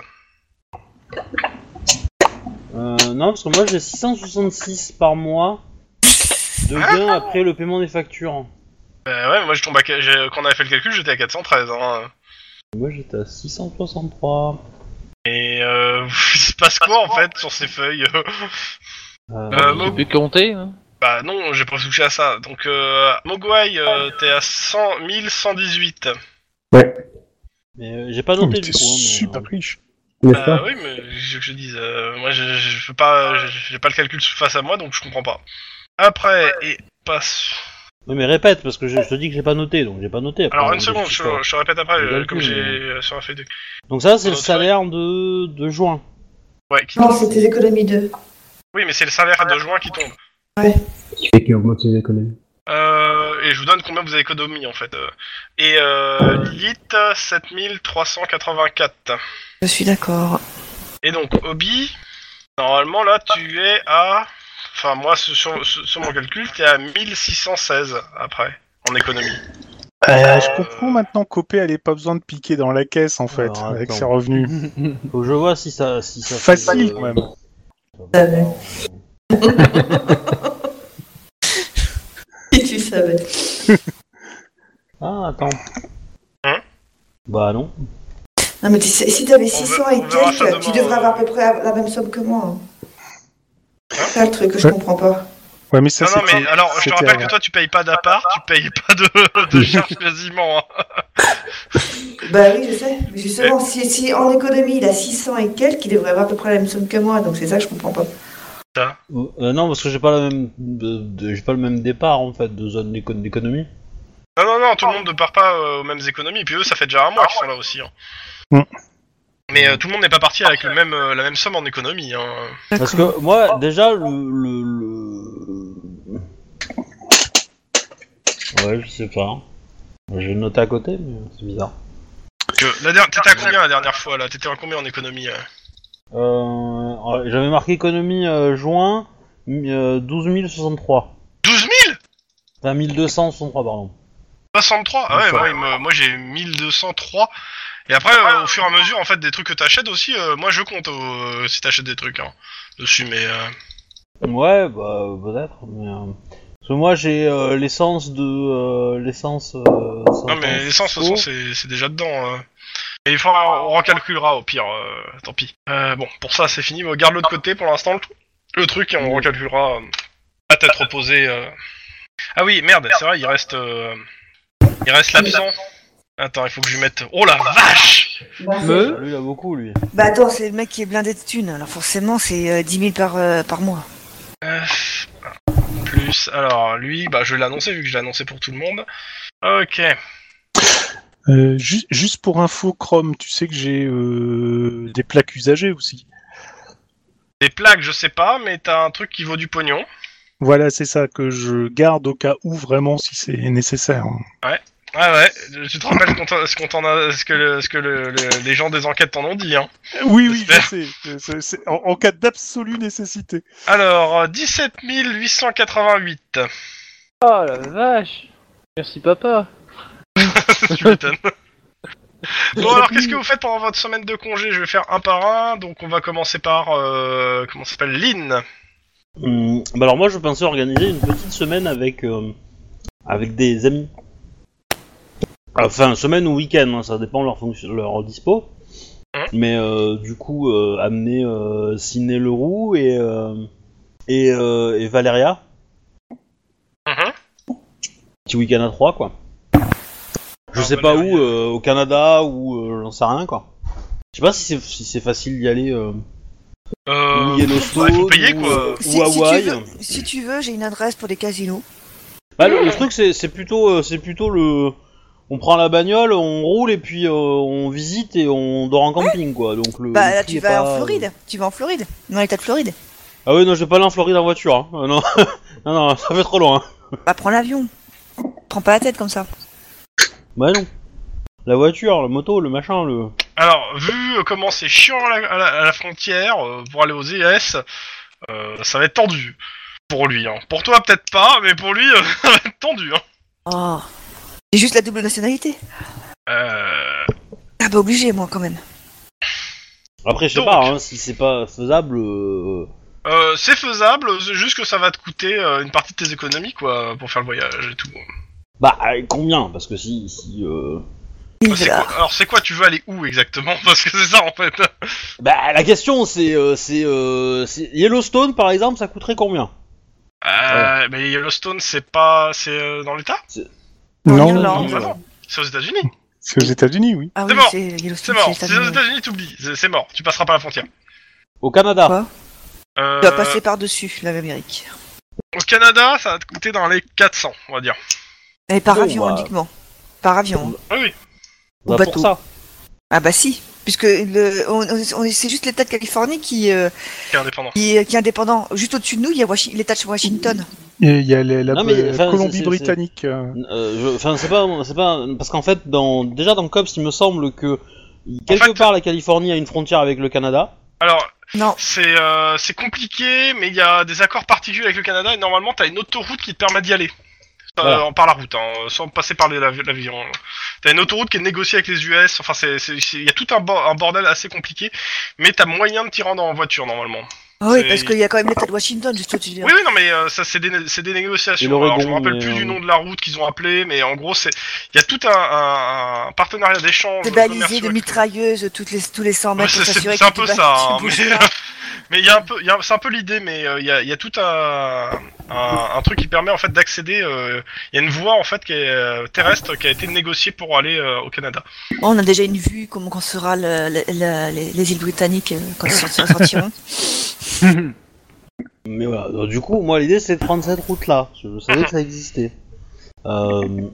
Euh, non, parce que moi j'ai 666 par mois de gains après le paiement des factures.
Euh, ouais, mais moi, je tombe à... ca- j'ai- quand on avait fait le calcul, j'étais à 413. Hein.
Moi j'étais à 663.
Et euh, il se passe quoi en fait sur ces feuilles
Euh,
Euh,
J'ai pu compter. Hein.
Bah, non, j'ai pas touché à ça. Donc, euh, Mogwai, euh, t'es à 100 118.
mais euh, j'ai pas noté
Mais
du
t'es
coup. hein, mais,
super
euh,
riche.
N'est-ce
Bah,
pas
oui, mais je, je dis, euh, moi, je, je- je peux pas, je- j'ai pas le calcul face à moi, donc je comprends pas. Après, et passe.
ouais, mais répète parce que je, je te dis que j'ai pas noté donc j'ai pas noté. après,
Alors, une
donc,
seconde, je,
je-
je te répète après,
Le
euh,
calcul,
comme j'ai
mais-
euh, sur la feuille de
Donc ça c'est le
Euh, tu
salaire de, de juin.
Ouais, qui-
Non, c'est tes économies 2.
oui, mais c'est le salaire de juin qui tombe.
Qui fait qu'il augmente ses économies
Euh, et je vous donne combien vous avez économisé en fait. Euh, Et euh, Lilith, 7384.
Je suis d'accord.
Et donc, Obi, normalement là, tu es à. Enfin, moi, sur, sur- sur mon calcul, t'es à 1616 après, en économie.
Euh, je comprends maintenant qu'OP elle n'ait pas besoin de piquer dans la caisse en fait,
Alors,
avec
Ah, attends.
ses revenus.
Mm-hmm. Faut que je vois si ça. Si ça fait,
Facile,
euh,
quand même.
Ça va. Et tu savais.
Ah, attends.
Hein
Bah non.
Non, mais tu sais, si t'avais
On
600
ver-
et
on verra ça
quelques,
demain,
tu
Hein
devrais
euh.
avoir à peu près la même somme que moi. hein.
Hein
C'est ça le truc que je
Ouais.
comprends pas.
Ouais, mais ça
non, non,
c'était-
mais alors, je te
c'était
rappelle
avant.
que toi, tu payes pas d'appart, tu payes pas de, de charges quasiment. hein.
Bah oui, je sais. Mais justement, si, si en économie il a 600 et quelques, il devrait avoir à peu près la même somme que moi. Donc c'est ça que je comprends pas.
Euh, non, parce que j'ai pas la même. de- de- J'ai pas le même départ en fait de zone d'éco- d'économie.
Ah Non, non, non, tout le monde ne part pas euh, aux mêmes économies. Puis eux, ça fait déjà un mois qu'ils sont là aussi. hein.
Mm.
Mais euh, tout le monde n'est pas parti avec le même, euh, la même somme en économie. Hein.
Parce que moi, déjà, le. le, le- Ouais, je sais pas. Je vais noter à côté, mais c'est bizarre.
Que, la dernière- T'étais à combien la dernière fois là T'étais à combien en économie euh
Euh, euh, J'avais marqué économie euh, juin euh, 12 063.
12
Enfin, 1263, pardon.
063 Ah ouais,
D'accord.
bah, il me- moi j'ai 1203. Et après, euh, au fur et à mesure, en fait, des trucs que t'achètes aussi, euh, moi je compte au- euh, si t'achètes des trucs hein, dessus, mais. euh,
Ouais, bah peut-être. Mais, euh, Parce que moi j'ai euh, l'essence de euh, l'essence. euh,
Non, mais l'essence, de toute façon, c'est- c'est déjà dedans. euh. Et il faudra, on recalculera au pire, euh, tant pis. Euh, bon, pour ça, c'est fini. mais Garde l'autre côté pour l'instant, le, tru- le truc, et on recalculera euh, à tête reposée. euh. Ah oui, merde, c'est vrai, il reste. euh, Il reste l'absent. Attends, il faut que je lui mette. Oh la vache
Me
Lui il a beaucoup lui.
Bah attends, c'est le mec qui est blindé de thunes, alors forcément c'est euh, 10 000 par, euh, par mois.
Euh, Plus. Alors, lui, bah, je vais l'annoncer vu que je l'ai annoncé pour tout le monde. Ok.
Euh, ju- juste pour info, Chrome, tu sais que j'ai euh, des plaques usagées aussi.
Des plaques, je sais pas, mais t'as un truc qui vaut du pognon.
Voilà, c'est ça que je garde au cas où vraiment si c'est nécessaire.
Ouais, ouais, tu te rappelles ce qu'on t'en- ce qu'on t'en a, ce que, le- ce que le- le- les gens des enquêtes t'en ont dit, hein.
Oui, oui, je
J'espère.
sais. Euh, c'est- c'est- en, en cas d'absolue nécessité.
Alors, euh, 17 888.
Oh la vache Merci papa
tu m'étonnes. Bon, alors, qu'est-ce que vous faites pendant votre semaine de congé Je vais faire un par un, donc on va commencer par, euh, comment ça s'appelle, Lynn.
Hum, bah alors moi je pensais organiser une petite semaine avec euh, avec des amis. Enfin semaine ou week-end, hein, ça dépend leur fonction, leur dispo.
Hein
Mais euh, du coup euh, amener euh, Ciné Leroux et euh, et, euh, et Valeria.
Mhm.
Petit week-end à trois quoi. Je
Alors,
sais pas
Valeria.
où, euh, au Canada ou euh, j'en sais rien quoi. Je sais pas si c'est si c'est facile d'y aller. Euh,
Euh,
ou Yellowstone,
ouais, faut payer,
ou,
quoi.
euh,
Si,
ou
si tu
Hawaï.
veux- si tu veux, j'ai une adresse pour des casinos.
Bah, le, le truc, c'est c'est plutôt, euh, c'est plutôt le. On prend la bagnole, on roule et puis euh, on visite et on dort en camping quoi. Donc le.
Bah
le
là
prix
tu
est
vas
Euh, pas-
en Floride, tu vas en Floride, dans l'état de Floride.
Ah ouais non, je vais pas aller en Floride en voiture. Hein. Euh, non. non, non, ça fait trop loin. hein.
Bah prends l'avion. Prends pas la tête comme ça.
Bah non. La voiture, la moto, le machin, le.
alors, vu euh, comment c'est chiant à la, à la- à la frontière euh, pour aller aux US, euh, ça va être tendu. Pour lui, hein. Pour toi, peut-être pas, mais pour lui, euh, ça va être tendu, hein.
Oh.
Ah.
J'ai juste la double nationalité.
Euh...
Ah bah obligé moi quand même.
Après, je sais
Donc.
pas hein, si c'est pas faisable. euh,
Euh, c'est faisable, c'est juste que ça va te coûter euh, une partie de tes économies, quoi, pour faire le voyage et tout.
Bah euh, combien Parce que si si. euh,
1000
Ah, C'est
dollars.
quoi- alors, c'est quoi Tu veux aller où exactement Parce que c'est ça, en fait.
Bah la question c'est euh, c'est euh, c'est- Yellowstone par exemple, ça coûterait combien
Euh, Mais Yellowstone, c'est pas... C'est euh, dans l'État
En
non,
Irlande.
Non, bah non. C'est aux États-Unis.
c'est aux États-Unis, oui.
Ah
C'est
oui,
mort.
c'est Yellowstone,
C'est mort.
c'est
C'est aux
États-Unis.
États-Unis, t'oublies. C'est c'est mort. Tu passeras pas la frontière.
Au Canada.
Quoi
Euh,
Tu vas passer par-dessus l'Amérique.
Au Canada, ça va te coûter dans les 400, on va dire.
Et Eh, par
Bon,
avion
bah.
uniquement. Par avion.
Oui, oui.
Au
Bah, pour
bateau.
ça.
Ah bah si. puisque le, on, on- c'est juste l'État de Californie qui, euh,
qui est indépendant.
qui, qui est indépendant. Juste au-dessus de nous, il y a Washi- l'État de Washington.
Et il y a les- la,
Non, mais,
la
enfin,
Colombie-Britannique. euh,
Euh, je- Enfin, c'est pas, c'est pas, parce qu'en fait, dans, déjà dans Cops, il me semble que quelque
fait-
part la Californie a une frontière avec le Canada.
Alors,
Non.
c'est euh, c'est compliqué, mais il y a des accords particuliers avec le Canada et normalement t'as une autoroute qui te permet d'y aller. Euh,
Voilà.
Par la route, hein, sans passer par les- l'avi- l'avion. T'as une autoroute qui est négociée avec les US, enfin c'est c'est- c'est- il y a tout un, bo- un bordel assez compliqué, mais t'as moyen de t'y rendre en voiture normalement.
Ah oui,
C'est-
parce qu'il y a quand même l'État de Washington juste au-dessus de nous.
Oui, oui, non, mais euh, ça, c'est des, né- c'est des
Et
négociations.
l'Oregon,
Alors, je me rappelle
mais,
plus
euh,
du nom de la route qu'ils ont appelée, mais en gros, c'est il y a tout un, un- un partenariat d'échange.
C'est balisé
commerciaux
de
avec-
mitrailleuses toutes les, tous les 100
Ouais,
mètres
c'est
pour
c'est-
s'assurer
c'est un
que tu
peu
bats-
ça.
tu
hein,
bouges
mais
pas.
mais il y a un peu, il y a- c'est un peu l'idée, mais euh, il y, a, il y a tout un, un, un truc qui permet en fait d'accéder. euh, Il y a une voie en fait qui est euh, terrestre qui a été négociée pour aller euh, au Canada.
On a déjà une vue comment qu'on sera le- le- le- les, les îles britanniques euh, quand elles sortiront- sortiront.
Mais voilà, donc, du coup, moi l'idée c'est de prendre cette route là. Je savais que ça existait. Euh,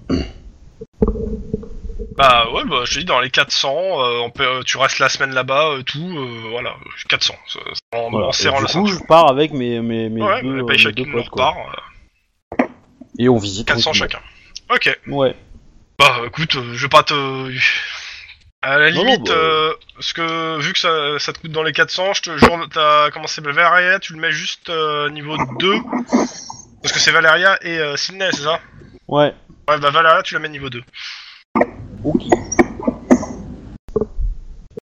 Bah ouais, bah, je te dis dans les 400, euh, on peut, euh, tu restes la semaine là-bas, euh, tout, euh, voilà, 400. ça- ça- en
voilà.
en
Et
serrant
du
la
coup,
ceinture.
je pars avec mes, mes, mes
Ouais,
deux,
bah,
euh,
paye
mes deux
chacune
potes
leur
quoi.
part, euh,
Et on visite.
400
tranquillement.
chacun. Ok.
Ouais.
Bah écoute, euh, je vais pas te. À la
Non, non,
limite,
bah,
euh, ce que vu que ça, ça te coûte dans les 400, je te jure, t'as commencé Valeria, tu le mets juste euh, niveau 2. Parce que c'est Valeria et euh, Sydney, c'est ça
Ouais.
Ouais, bah Valeria, tu la mets niveau 2.
Ok.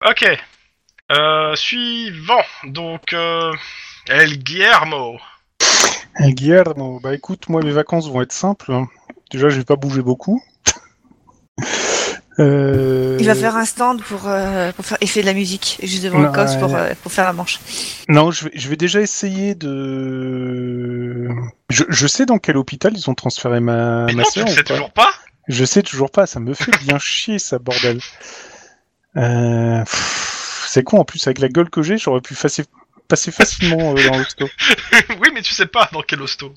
Ok. Euh, suivant. Donc, euh, El Guillermo.
Guillermo, bah écoute, moi mes vacances vont être simples. hein. Déjà, je vais pas bouger beaucoup. Euh,
Il va faire un stand pour, euh, pour faire effet de la musique, juste devant le
Ouais.
COPS pour, euh, pour faire la manche.
Non, je vais, je vais déjà essayer de. Je, je sais dans quel hôpital ils ont transféré ma,
Mais
ma
non, tu
sœur.
le
ou
sais
pas
toujours pas
Je sais toujours pas, ça me fait bien chier, ça, bordel. Euh, pff, C'est con, en plus, avec la gueule que j'ai, j'aurais pu faci- passer facilement euh, dans l'hosto.
Oui, mais tu sais pas dans quel hosto.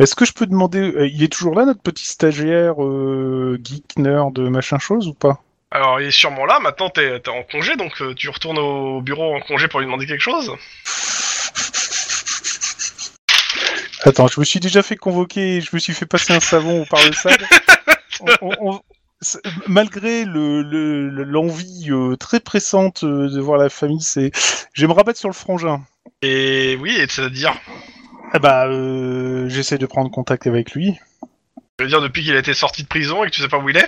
Est-ce que je peux demander, euh, il est toujours là notre petit stagiaire euh, geek nerd machin chose ou pas
Alors, il est sûrement là, maintenant t'es t'es en congé, donc euh, tu retournes au bureau en congé pour lui demander quelque chose
Attends, je me suis déjà fait convoquer, je me suis fait passer un savon par le sable. On- on- on- c'est- Malgré le- le- le- l'envie euh, très pressante euh, de voir la famille, c'est je vais me rabattre sur le frangin.
Et oui, et c'est-à-dire
Ah bah, euh, j'essaie de prendre contact avec lui.
Je veux dire, depuis qu'il a été sorti de prison et que tu sais pas où il est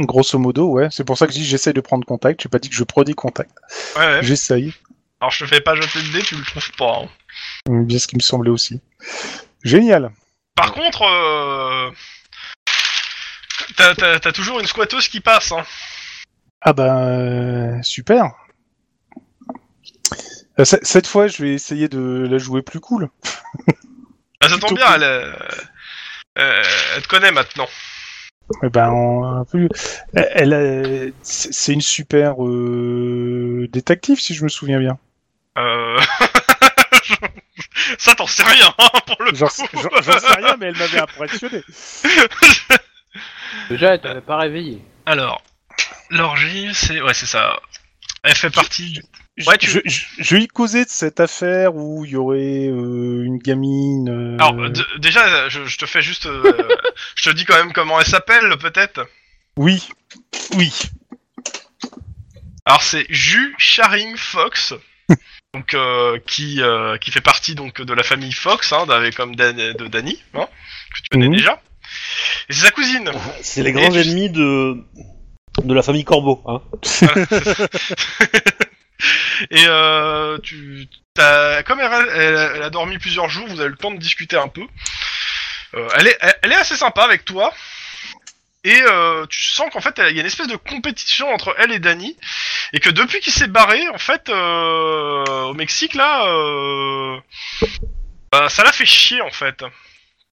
Grosso modo, ouais. C'est pour ça que je dis j'essaie de prendre contact. J'ai pas dit que je prenais contact.
Ouais, ouais.
J'essaye.
Alors je te fais pas jeter le dé, tu le trouves pas. hein.
Mm, Bien ce qui me semblait aussi. Génial.
Par contre, euh... t'as- t'as t'as toujours une squatteuse qui passe. Hein.
Ah bah, euh, super. Euh, c- Cette fois, je vais essayer de la jouer plus cool.
Ah, ça tombe
Plutôt
bien, elle, euh, euh, elle te connaît maintenant.
Eh ben, on- un peu- Elle, elle a- c'est c'est une super euh, détective, si je me souviens bien.
Euh... ça t'en sais rien hein, pour le
J'en
coup.
j'en- j'en sais rien, mais elle m'avait impressionné.
Déjà, elle t'avait pas réveillé.
Alors, l'orgie, c'est ouais, c'est ça. Elle fait partie du
Je-
Ouais, tu-
je, je- je lui causais de cette affaire où il y aurait euh, une gamine. euh,
Alors, d- déjà, je, je te fais juste. euh, je te dis quand même comment elle s'appelle, peut-être.
Oui, oui.
Alors, c'est Ju Charing Fox. Donc, euh, qui, euh, qui fait partie donc de la famille Fox, hein, d'avec comme Dan- de Danny, hein, que tu connais
Mhm.
déjà. Et c'est sa cousine.
C'est les grands
Et tu-
ennemis de de la famille Corbeau. Hein.
Mhm.
Et euh, tu, t'as- comme elle, a- elle a- elle a dormi plusieurs jours, vous avez le temps de discuter un peu. Euh, elle, est, elle, elle est assez sympa avec toi. Et euh, tu sens qu'en fait, il y a une espèce de compétition entre elle et Dani. Et que depuis qu'il s'est barré, en fait, euh, au Mexique, là, euh, bah, ça l'a fait chier, en fait.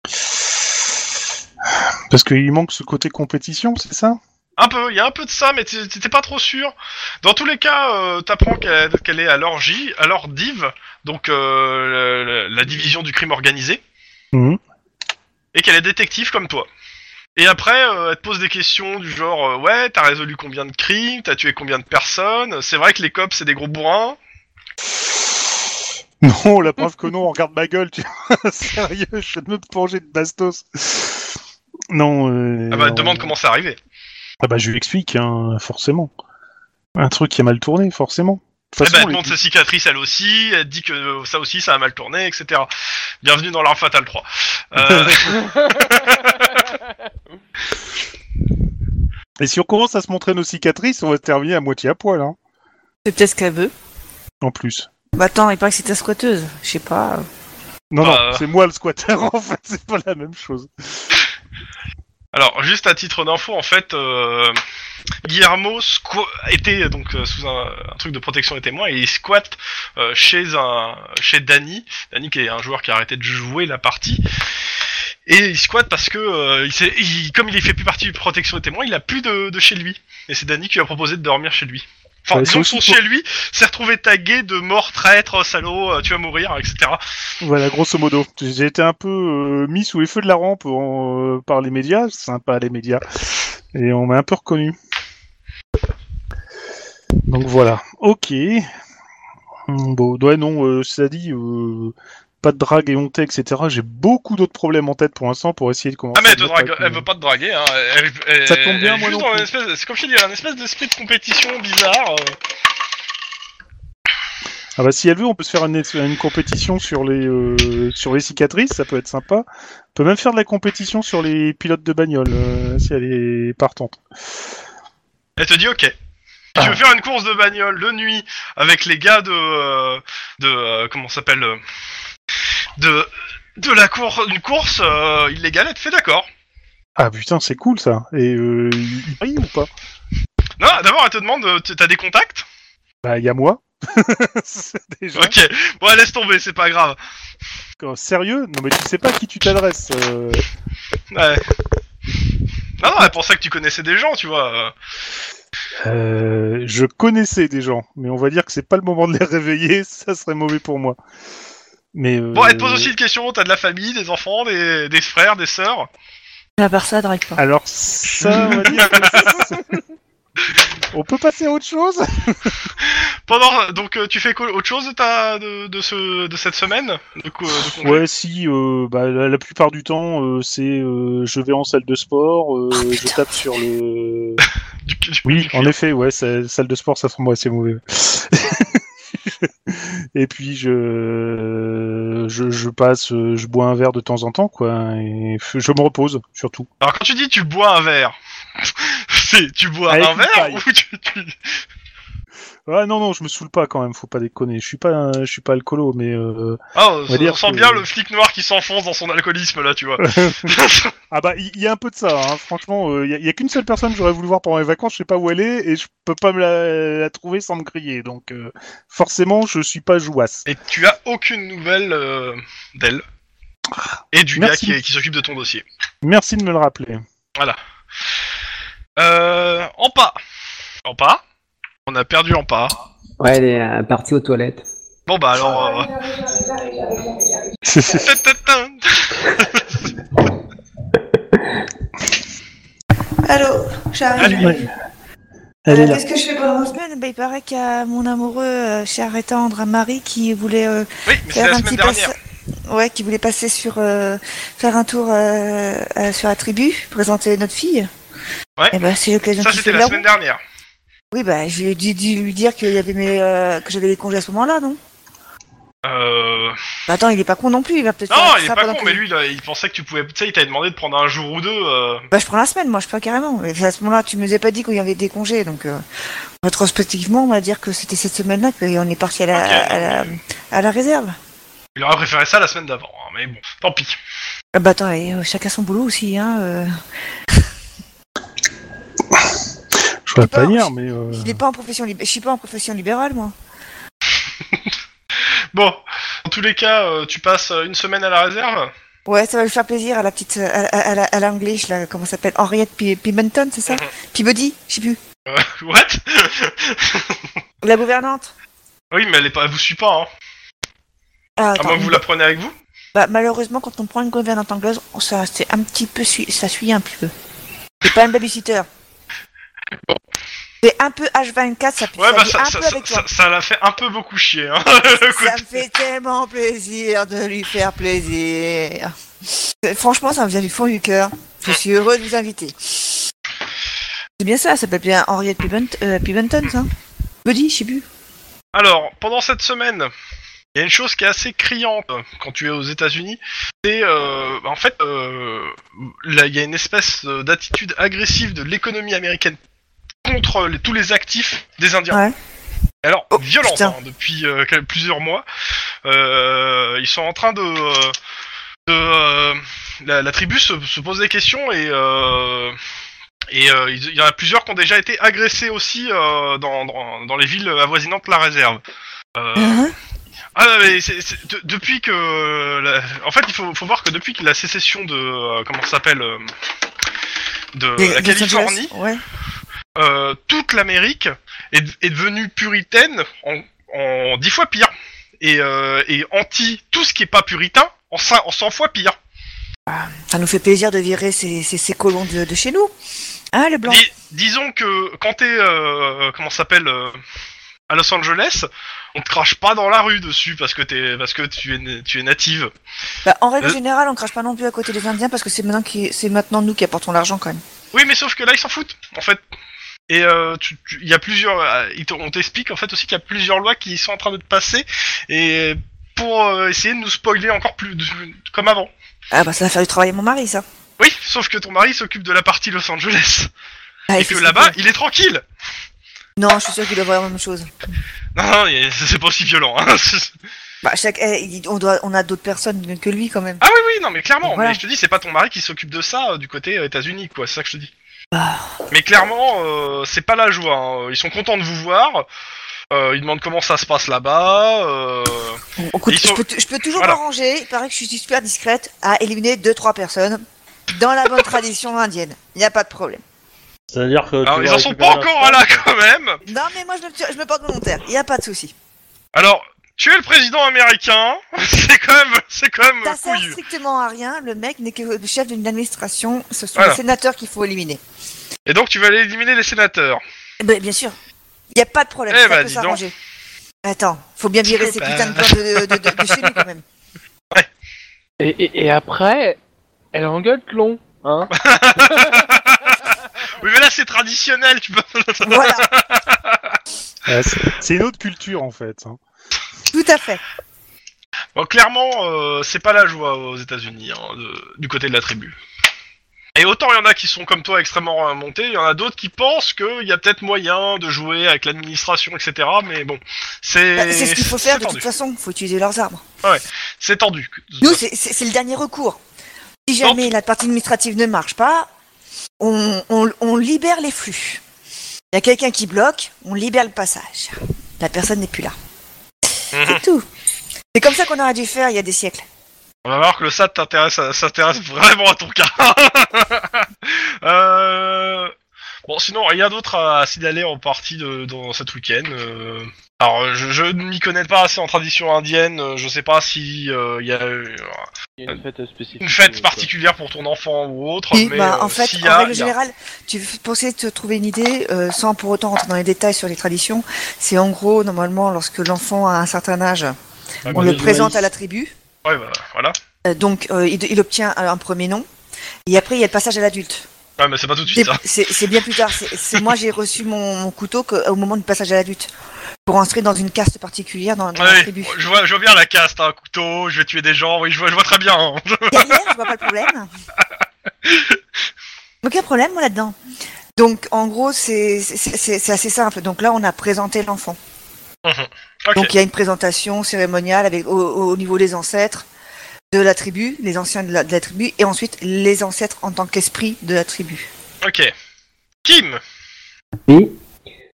Parce qu'il manque ce côté compétition, c'est ça
Un peu, il y a un peu de ça, mais t'es t'es pas trop sûr. Dans tous les cas, euh, t'apprends qu'elle qu'elle est à l'orgie, à l'ordive, donc euh, le- le- la division du crime organisé,
Mhm.
et qu'elle est détective comme toi. Et après, euh, elle te pose des questions du genre euh, Ouais, t'as résolu combien de crimes T'as tué combien de personnes C'est vrai que les cops, c'est des gros bourrins.
Non, la preuve que non, regarde ma gueule, tu vois. Sérieux, je viens de me plonger de bastos. Non. euh,
Ah bah, elle
non.
te demande comment c'est arrivé.
Ah bah, je lui explique, hein, forcément. Un truc qui a mal tourné, forcément. De
Eh
toute
ben,
façon,
elle te montre
les-
ses cicatrices, elle aussi. Elle te dit que euh, ça aussi, ça a mal tourné, etc. Bienvenue dans l'Arme Fatale 3. Euh,
Et si on commence à se montrer nos cicatrices, on va se terminer à moitié à poil, hein,
C'est peut-être ce qu'elle veut.
en plus.
Bah attends, il paraît que c'est ta squatteuse. Je sais pas. euh.
Non,
Euh.
non, c'est moi le squatter, en fait, c'est pas la même chose.
Alors, juste à titre d'info, en fait, euh, Guillermo squa- était donc euh, sous un, un truc de protection des témoins et il squatte euh, chez un chez Danny, Danny qui est un joueur qui a arrêté de jouer la partie. Et il squatte parce que euh, il s'est- il- comme il est fait plus partie de protection des témoins, il a plus de, de chez lui. Et c'est Danny qui lui a proposé de dormir chez lui. Enfin,
Ouais,
disons que
c'est
son
aussi
chez lui s'est retrouvé tagué de mort, traître, salaud, euh, tu vas mourir, etc.
Voilà, grosso modo. J'ai été un peu euh, mis sous les feux de la rampe en, euh, par les médias, sympa les médias. Et on m'a un peu reconnu. Donc voilà. Ok. Hum, Bon, ouais, non, euh, ça dit, euh, pas de drague et honte, etc. J'ai beaucoup d'autres problèmes en tête pour l'instant pour essayer de commencer.
Ah mais
à
elle, te
mettre
drague-
avec,
elle
euh,
veut pas te draguer, hein. Elle, elle-
Ça tombe bien,
elle est
moi
juste
non
dans
plus.
une espèce- C'est comme je te dis, un espèce d'esprit de compétition bizarre. euh.
Ah bah si elle veut, on peut se faire une, une compétition sur les euh, sur les cicatrices, ça peut être sympa. On peut même faire de la compétition sur les pilotes de bagnole euh, si elle est partante.
Elle te dit ok.
Ah.
Tu veux faire une course de bagnole de nuit avec les gars de euh, de euh, comment ça s'appelle euh, de de la cour une course euh, illégale. Elle te fait d'accord.
Ah putain, c'est cool ça. Et euh, il paye ou pas
Non, d'abord elle te demande euh, t'as des contacts.
Bah il y a moi. C'est Déjà.
Ok. Bon, elle laisse tomber, c'est pas grave.
Oh, Sérieux Non mais tu sais pas à qui tu t'adresses. euh.
Ouais. Non, non, elle pensait que tu connaissais des gens, tu vois. euh.
Euh, je connaissais des gens, mais on va dire que c'est pas le moment de les réveiller, ça serait mauvais pour moi. Mais euh,
Bon, elle te pose aussi une question. T'as de la famille, des enfants, des, des frères, des sœurs.
Mais à part ça, elle drague pas.
Alors ça, on va dire que- On peut passer à autre chose
Pendant donc euh, tu fais quoi- autre chose de ta de, de ce de cette semaine de, co- de congé
Ouais, si, euh, bah, la, la plupart du temps, euh, c'est euh, je vais en salle de sport, euh, je
putain.
tape sur le.
Du- du-
Oui,
du-
en effet, ouais, sa- salle de sport, ça sent moi assez mauvais. et puis je, je je passe, euh, je bois un verre de temps en temps, quoi, hein, et f- je me repose surtout.
Alors quand tu dis tu bois un verre, c'est tu bois
Avec
un
une
verre
paille.
ou tu, tu-
Ah non non, je me saoule pas quand même, faut pas déconner. Je suis pas un- je suis pas alcoolo, mais euh,
Ah, on,
va dire
sent
que-
bien le flic noir qui s'enfonce dans son alcoolisme là, tu vois.
Ah bah il y, y a un peu de ça, hein. franchement, il y a, y a qu'une seule personne que j'aurais voulu voir pendant les vacances, je sais pas où elle est, et je peux pas me la, la trouver sans me crier, donc euh, forcément je suis pas jouasse.
Et tu as aucune nouvelle euh, d'elle et du
Merci.
gars qui, qui s'occupe de ton dossier.
Merci de me le rappeler.
Euh, en pas, en pas, on a perdu en pas.
Ouais, elle est euh, partie aux toilettes.
Bon bah alors. euh,
Euh,
tin-tin-tin.
Allô, j'arrive.
Ouais. Elle
Euh,
est là.
Qu'est-ce que je fais pendant la semaine
Bah, il paraît qu'il y a mon amoureux euh, chez Arrétendre, un mari qui voulait euh,
Oui, mais c'est
faire
la
un
semaine
petit
dernière.
passa- Ouais, qui voulait passer sur euh, faire un tour euh, euh, sur la tribu, présenter notre fille.
Ouais.
Et bah, c'est l'occasion
Ça
qui fait
c'était la
l'arbre.
semaine dernière.
Oui, bah, j'ai dû, dû lui dire qu'il y avait mes, euh, que j'avais les congés à ce moment-là, non
Euh...
bah, Attends, il est pas con non plus, il va peut-être.
Non,
faire
il est
ça
pas
pendant
con,
que-
mais lui, il, a- il pensait que tu pouvais. Tu sais, il t'avait demandé de prendre un jour ou deux. euh,
Bah, je prends la semaine, moi, je peux carrément. Mais à ce moment-là, tu me les as pas dit qu'il y avait des congés, donc euh, rétrospectivement, on va dire que c'était cette semaine-là qu'on est parti à la,
Ok.
à la, à la réserve.
Il aurait préféré ça la semaine d'avant, hein, mais bon, tant pis.
Ah Bah, attends, et, euh, chacun son boulot aussi, hein. euh.
Je pourrais
pas-
pas dire, mais euh,
Je n'ai pas en profession lib- je suis pas en profession libérale, moi.
Bon, en tous les cas, euh, tu passes euh, une semaine à la réserve.
Ouais, ça va lui faire plaisir à la petite, à, à, à, la- à l'English, là, comment ça s'appelle Henriette Pi- Pimenton, c'est ça
Mhm.
Peabody, je sais plus.
Euh, what
La gouvernante.
Oui, mais elle, est pas, elle vous suit pas, hein.
Ah,
À
attends,
moins que vous la preniez avec vous.
Bah, malheureusement, quand on prend une gouvernante anglaise, on- ça, c'est un petit peu, sui- ça suit un petit peu. C'est pas un babysitter. C'est un peu H24, ça, pue-
Ouais,
ça
bah
vit
ça,
un
ça,
peu
ça,
avec toi.
ça- ça l'a fait un peu beaucoup chier. Hein, le coup.
Ça me fait tellement plaisir de lui faire plaisir. Euh, Franchement, ça me vient du fond du cœur. Je suis heureux de vous inviter. C'est bien ça, ça s'appelle bien Henriette Pibent euh, Pibenton, ça Buddy, je sais plus.
Alors, pendant cette semaine, il y a une chose qui est assez criante euh, quand tu es aux États-Unis. C'est euh, en fait, euh, là, il y a une espèce euh, d'attitude agressive de l'économie américaine contre les- tous les actifs des Indiens.
Ouais.
Et Alors,
Oh,
violente
putain.
hein, depuis euh, quel- plusieurs mois. Euh, ils sont en train de. euh, de, euh, la, la tribu se, se pose des questions et. euh, et euh, ils- il y en a plusieurs qui ont déjà été agressés aussi euh, dans, dans, dans les villes avoisinantes de la réserve. Euh,
Hein
ah non, mais c'est- c'est- de- depuis que euh, la- en fait il faut, faut voir que depuis que la sécession de euh, comment ça s'appelle euh, de
Des-
euh, la
des
Californie
Angeles Ouais.
euh, toute l'Amérique est, est devenue puritaine en, en 10 fois pire. Et, euh, et anti tout ce qui est pas puritain en, cin- en 100 fois pire.
Ça nous fait plaisir de virer ces, ces, ces colons de, de chez nous. Hein, les blancs
Dis- disons que quand t'es, euh, comment ça s'appelle, euh, à Los Angeles, on te crache pas dans la rue dessus parce que, t'es, parce que tu, es, na- tu es native.
Bah, En règle
Euh.
générale, on crache pas non plus à côté des Indiens parce que c'est maintenant, qui, c'est maintenant nous qui apportons l'argent quand même.
Oui, mais sauf que là, ils s'en foutent, en fait. Et euh, tu- tu- il y a plusieurs. euh, ils te- on t'explique en fait aussi qu'il y a plusieurs lois qui sont en train de passer et pour euh, essayer de nous spoiler encore plus, du- comme avant.
Ah bah ça va faire du travail à mon mari, ça.
Oui, sauf que ton mari s'occupe de la partie Los Angeles.
Ah,
et
il
que
fait ce
là-bas,
qu'il
il est tranquille.
peut. Non, je suis sûr qu'il doit avoir la même chose.
Non, non, et c'est pas aussi violent. hein.
Bah, chaque... eh, il- on, doit... on a d'autres personnes que lui quand même.
ah oui, oui, non, mais clairement.
Voilà.
Mais je te dis, c'est pas ton mari qui s'occupe de ça euh, du côté euh, États-Unis, quoi. C'est ça que je te dis.
Ah.
Mais clairement, euh, c'est pas la joie. hein. Ils sont contents de vous voir. Euh, ils demandent comment ça se passe là-bas. euh,
Bon, écoute,
Ils
je,
sont-
peux, t- je peux toujours
Voilà.
m'arranger. Il paraît que je suis super discrète à éliminer deux trois personnes dans la bonne tradition indienne. Il n'y a pas de problème.
C'est-à-dire que. tu
Alors,
vas
ils en sont
récupérer
pas
la
encore
femme.
là, quand même.
Non, mais moi je me, je me porte volontaire. Il n'y a pas de souci.
Alors, tu es le président américain. c'est quand même, c'est quand même
Ça sert
Bah, couillu.
strictement à rien. Le mec n'est que le chef d'une administration. Ce sont
Voilà.
les sénateurs qu'il faut éliminer.
Et donc, tu vas aller éliminer les sénateurs.
Eh ben, bien sûr. Il n'y a pas de problème.
Eh
ça
bah,
peut
dis donc.
s'arranger. Attends, faut bien virer ces
Bah.
putains de plans de, de, de- de chez nous quand même.
Et, et, et après, elle engueule Clon, hein
Oui, mais là, c'est traditionnel. Tu peux.
Voilà,
Ouais, c'est- c'est une autre culture en fait. hein.
tout à fait.
Bon, clairement, euh, c'est pas la joie aux États-Unis, hein, de- du côté de la tribu. Et autant il y en a qui sont comme toi extrêmement remontés, il y en a d'autres qui pensent qu'il y a peut-être moyen de jouer avec l'administration, etc. Mais bon,
Bah,
c'est
C'est ce qu'il faut faire
c'est
de
tendu.
toute façon. faut utiliser leurs armes.
C'est tendu.
Nous, c'est- c'est c'est le dernier recours. Si
Non.
jamais la partie administrative ne marche pas, on, on- on libère les flux. Il y a quelqu'un qui bloque, on libère le passage. La personne n'est plus là.
Mhm.
C'est tout. C'est comme ça qu'on aurait dû faire il y a des siècles.
On va voir que le SAT t'intéresse, à- s'intéresse vraiment à ton cas. Euh, Bon, sinon, rien d'autre à à signaler en partie de, dans cet week-end. euh. Alors, euh, je, je ne m'y connais pas assez en tradition indienne. euh, Je sais pas si euh, il y a euh,
Il y a une fête spécifique.
une fête
euh,
particulière pour ton enfant ou autre.
Oui,
mais
bah,
euh,
en fait,
s'il y
en
a,
règle
il y a.
générale, tu pensais te trouver une idée euh, sans pour autant rentrer dans les détails sur les traditions. C'est en gros, normalement, lorsque l'enfant a un certain âge,
Ah,
on
mais-
le
Joyce.
présente à la tribu.
Ouais, bah, voilà.
Euh, donc, euh, il, il obtient un premier nom. Et après, il y a le passage à l'adulte.
Ouais, mais c'est pas tout de
C'est-
suite. hein.
C'est c'est bien plus tard. C'est- C'est moi j'ai reçu mon, mon couteau que- au moment du passage à l'adulte pour entrer dans une caste particulière dans, dans la
Ouais,
tribu.
je vois, je vois bien la caste, hein, couteau, je vais tuer des gens, oui, je vois, je vois très bien. hein.
Derrière, je vois pas le problème. Aucun problème moi là-dedans. Donc en gros c'est c'est- c'est- c'est assez simple. Donc là on a présenté l'enfant.
Ok.
Donc il y a une présentation cérémoniale avec au, au niveau des ancêtres de la tribu, les anciens de la, de la tribu et ensuite les ancêtres en tant qu'esprit de la tribu.
ok. Kim,
Oui.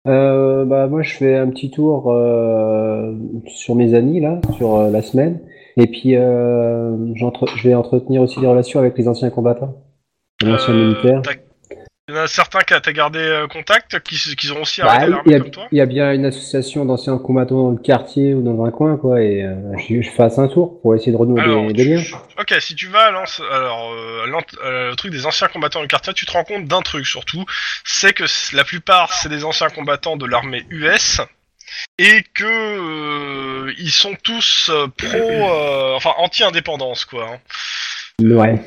Euh, bah, moi, je fais un petit tour euh, sur mes amis, là, sur euh, la semaine. Et puis, euh, j'entre- je vais entretenir aussi des relations avec les anciens combattants, les anciens
euh,
militaires.
t'as- Il y en a certains qui t'as gardé euh, contact, qui, s- qui ont aussi
Bah,
arrêté
il, y
l'armée
a,
comme toi.
il y a bien une association d'anciens combattants dans le quartier ou dans un coin, quoi, et euh, je, je fasse un tour pour essayer de renouer
Alors, tu-
des, des liens.
Ok, si tu vas à l'anc- alors, euh, l'ant- euh, le truc des anciens combattants du quartier, tu te rends compte d'un truc surtout, c'est que c- la plupart c'est des anciens combattants de l'armée US et que euh, ils sont tous euh, pro, euh, enfin anti-indépendance quoi. hein.
Ouais.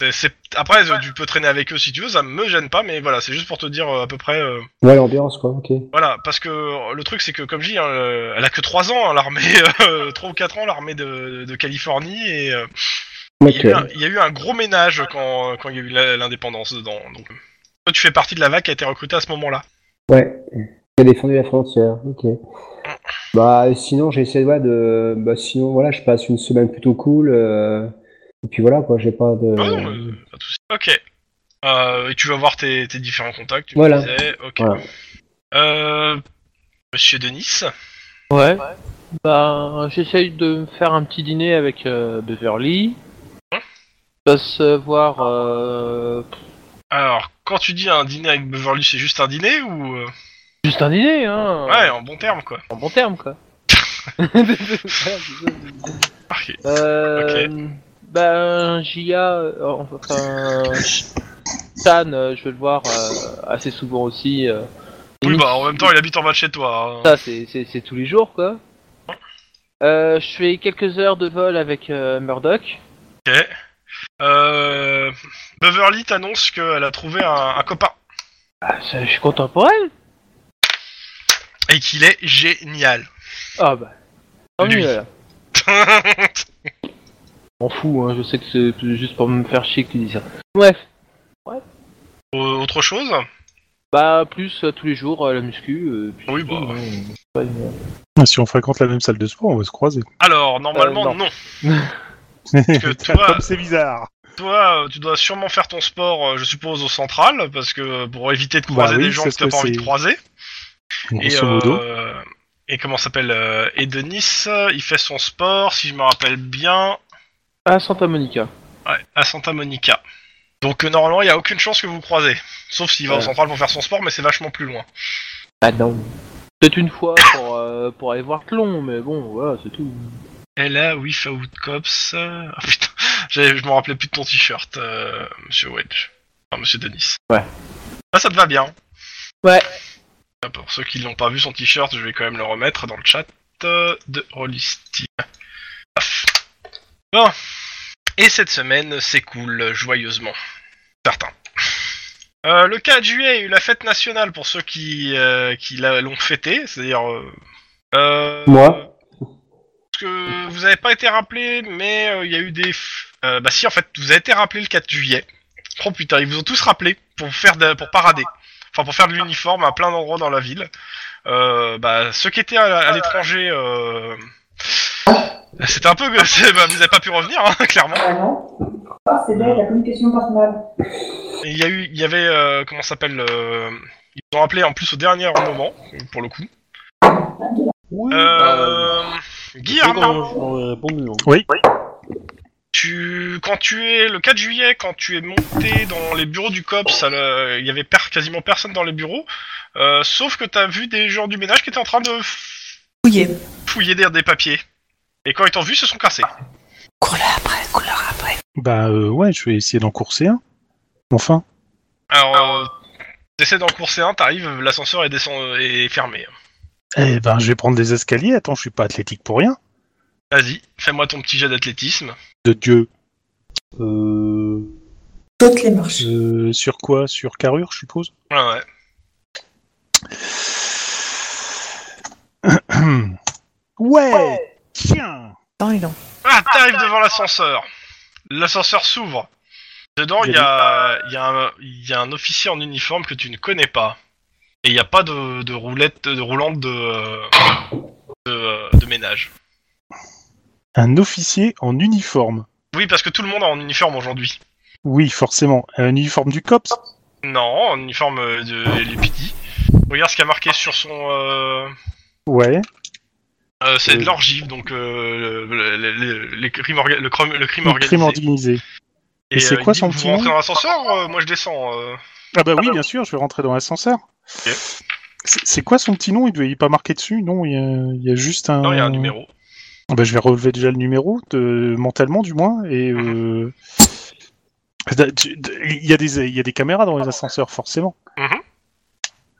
C'est- c'est- Après, euh, tu peux traîner avec eux si tu veux, ça me gêne pas, mais voilà, c'est juste pour te dire euh, à peu près. euh,
Ouais, l'ambiance, quoi, ok.
Voilà, parce que euh, le truc c'est que comme je dis, hein, euh, elle a que 3 ans, hein, l'armée, euh, 3 ou 4 ans l'armée de, de Californie, et euh, il,
Ok.
y a eu un, il y a eu un gros ménage quand, quand il y a eu la- l'indépendance dedans. Donc, toi tu fais partie de la vague qui a été recrutée à ce moment-là.
Ouais, qui a défendu la frontière, ok. Bah sinon j'essaie ouais, de bah sinon voilà je passe une semaine plutôt cool euh, et puis voilà quoi j'ai pas de
Ah non, mais, euh, pas de soucis. Ok. Euh, et tu vas voir tes, tes différents contacts, tu me
Voilà.
disais, ok.
Voilà.
Euh, Monsieur Denis,
Ouais. Ben, j'essaye de me faire un petit dîner avec euh, Beverly.
Hein
Je passe euh, voir. euh,
alors quand tu dis un dîner avec Beverly, c'est juste un dîner ou... euh,
Juste un dîner, hein.
Ouais, en bon terme quoi.
En bon terme, quoi.
Ok.
Euh, Ben, Gia, euh, enfin, Stan, euh, je vais le voir euh, assez souvent aussi. euh.
Oui bah en même temps il habite en bas de chez toi. hein.
Ça, c'est- c'est c'est tous les jours, quoi. Euh, je fais quelques heures de vol avec euh, Murdoch.
Ok. Euh, Beverly t'annonce qu'elle a trouvé un, un copain
Ah, ça, je suis content pour elle.
et qu'il est génial.
Ah bah, tant
Lui.
mieux, alors. M'en fous, hein, je sais que c'est juste pour me faire chier que tu dis ça. Bref,
Euh, Autre chose
bah plus euh, tous les jours euh, la muscu. euh, puis
Oui,
c'est
bah.
tout, hein. Pas une-
Ah, Si on fréquente la même salle de sport, on va se croiser.
Alors normalement
Euh,
non. que toi-
Comme c'est bizarre.
Toi euh, tu dois sûrement faire ton sport, euh, je suppose, au central parce que euh, pour éviter de
Bah
croiser
oui,
des gens
ça
que
se
t'as
peut,
pas envie de
c'est-
croiser. Et,
Grosso modo.
euh, et comment s'appelle euh, Et Denis, euh, il fait son sport, si je me rappelle bien,
Ah, Santa Monica.
ouais, à Santa Monica. Donc euh, normalement il y a aucune chance que vous vous croisez, sauf s'il va au
Ouais.
central pour faire son sport, mais c'est vachement plus loin.
Ah non. Peut-être une fois pour, euh, pour aller voir Clon, mais bon, voilà, c'est tout.
LA with out cops. euh, Ah putain, j'avais- je me rappelais plus de ton t-shirt, euh, monsieur Wedge. Enfin, monsieur Denis.
Ouais.
Là, ça te va bien.
Ouais.
Ah, Pour ceux qui l'ont pas vu, son t-shirt, je vais quand même le remettre dans le chat euh, de Rollisteam. Paf. Bon. Et cette semaine s'écoule joyeusement. Certains. Euh, le 4 juillet, il y a eu la fête nationale pour ceux qui, euh, qui la- l'ont fêté, c'est-à-dire. euh, euh,
Moi.
parce que vous n'avez pas été rappelé, mais euh, il y a eu des. f- euh, bah si, en fait, vous avez été rappelé le 4 juillet. Oh putain, ils vous ont tous rappelé pour faire de, pour parader, enfin pour faire de l'uniforme à plein d'endroits dans la ville. Euh, bah ceux qui étaient à, à l'étranger, euh... c'était un peu, c'est- bah, vous n'avez pas pu revenir hein, clairement.
Ah non Ah, c'est bête, la communication personnelle.
Et Il y a eu, il y avait euh, comment ça s'appelle, euh... ils vous ont rappelé en plus au dernier moment pour le coup.
Oui.
Euh... Guillermo.
répondu. hein.
Tu, quand tu es le 4 juillet, quand tu es monté dans les bureaux du COPS, à la- il y avait per- quasiment personne dans les bureaux, euh, sauf que t'as vu des gens du ménage qui étaient en train de f-
Fouillé.
fouiller des, des papiers. Et quand ils t'ont vu, ils se sont cassés.
Cours là après, cours là après.
Bah euh, ouais, je vais essayer d'en courser un. Enfin.
Alors, euh, t'essaies d'en courser un, t'arrives, l'ascenseur est, descend- est fermé.
Eh ben, je vais prendre des escaliers. Attends, je suis pas athlétique pour rien.
Vas-y, fais-moi ton petit jet d'athlétisme.
De Dieu.
Euh...
Saute les marches.
Euh, sur quoi Sur carrure, je suppose
Ouais, ouais.
ouais, Tiens
Non, il est long.
Ah, t'arrives devant l'ascenseur. L'ascenseur s'ouvre. Dedans, il y a, il y, a un- il y a un officier en uniforme que tu ne connais pas. Et il n'y a pas de, de roulette, de roulante de, euh, de, euh, de ménage.
Un officier en uniforme.
Oui, parce que tout le monde est en uniforme aujourd'hui.
Oui, forcément. Un uniforme du COPS
Non, en uniforme euh, de l'épidie. Regarde ce qu'il y a marqué sur son... euh,
Ouais.
euh, c'est de
Oui.
l'orgive, donc euh, le, le- le- les crimes orga- le crime, le crime
Le
organisé.
crime organisé. Et c'est
il
quoi
dit,
son
Vous
petit nom
rentrez dans l'ascenseur euh, Moi je descends. euh.
Ah bah oui, bien sûr, je vais rentrer dans l'ascenseur. C'est c'est quoi son petit nom Il n'est pas marqué dessus Non, il y a, il y a juste un...
Non, il y a un numéro.
Ah bah, je vais relever déjà le numéro, de- mentalement du moins, et... euh, da- tu- da- Il y, a des, il y a des caméras dans les ascenseurs, forcément.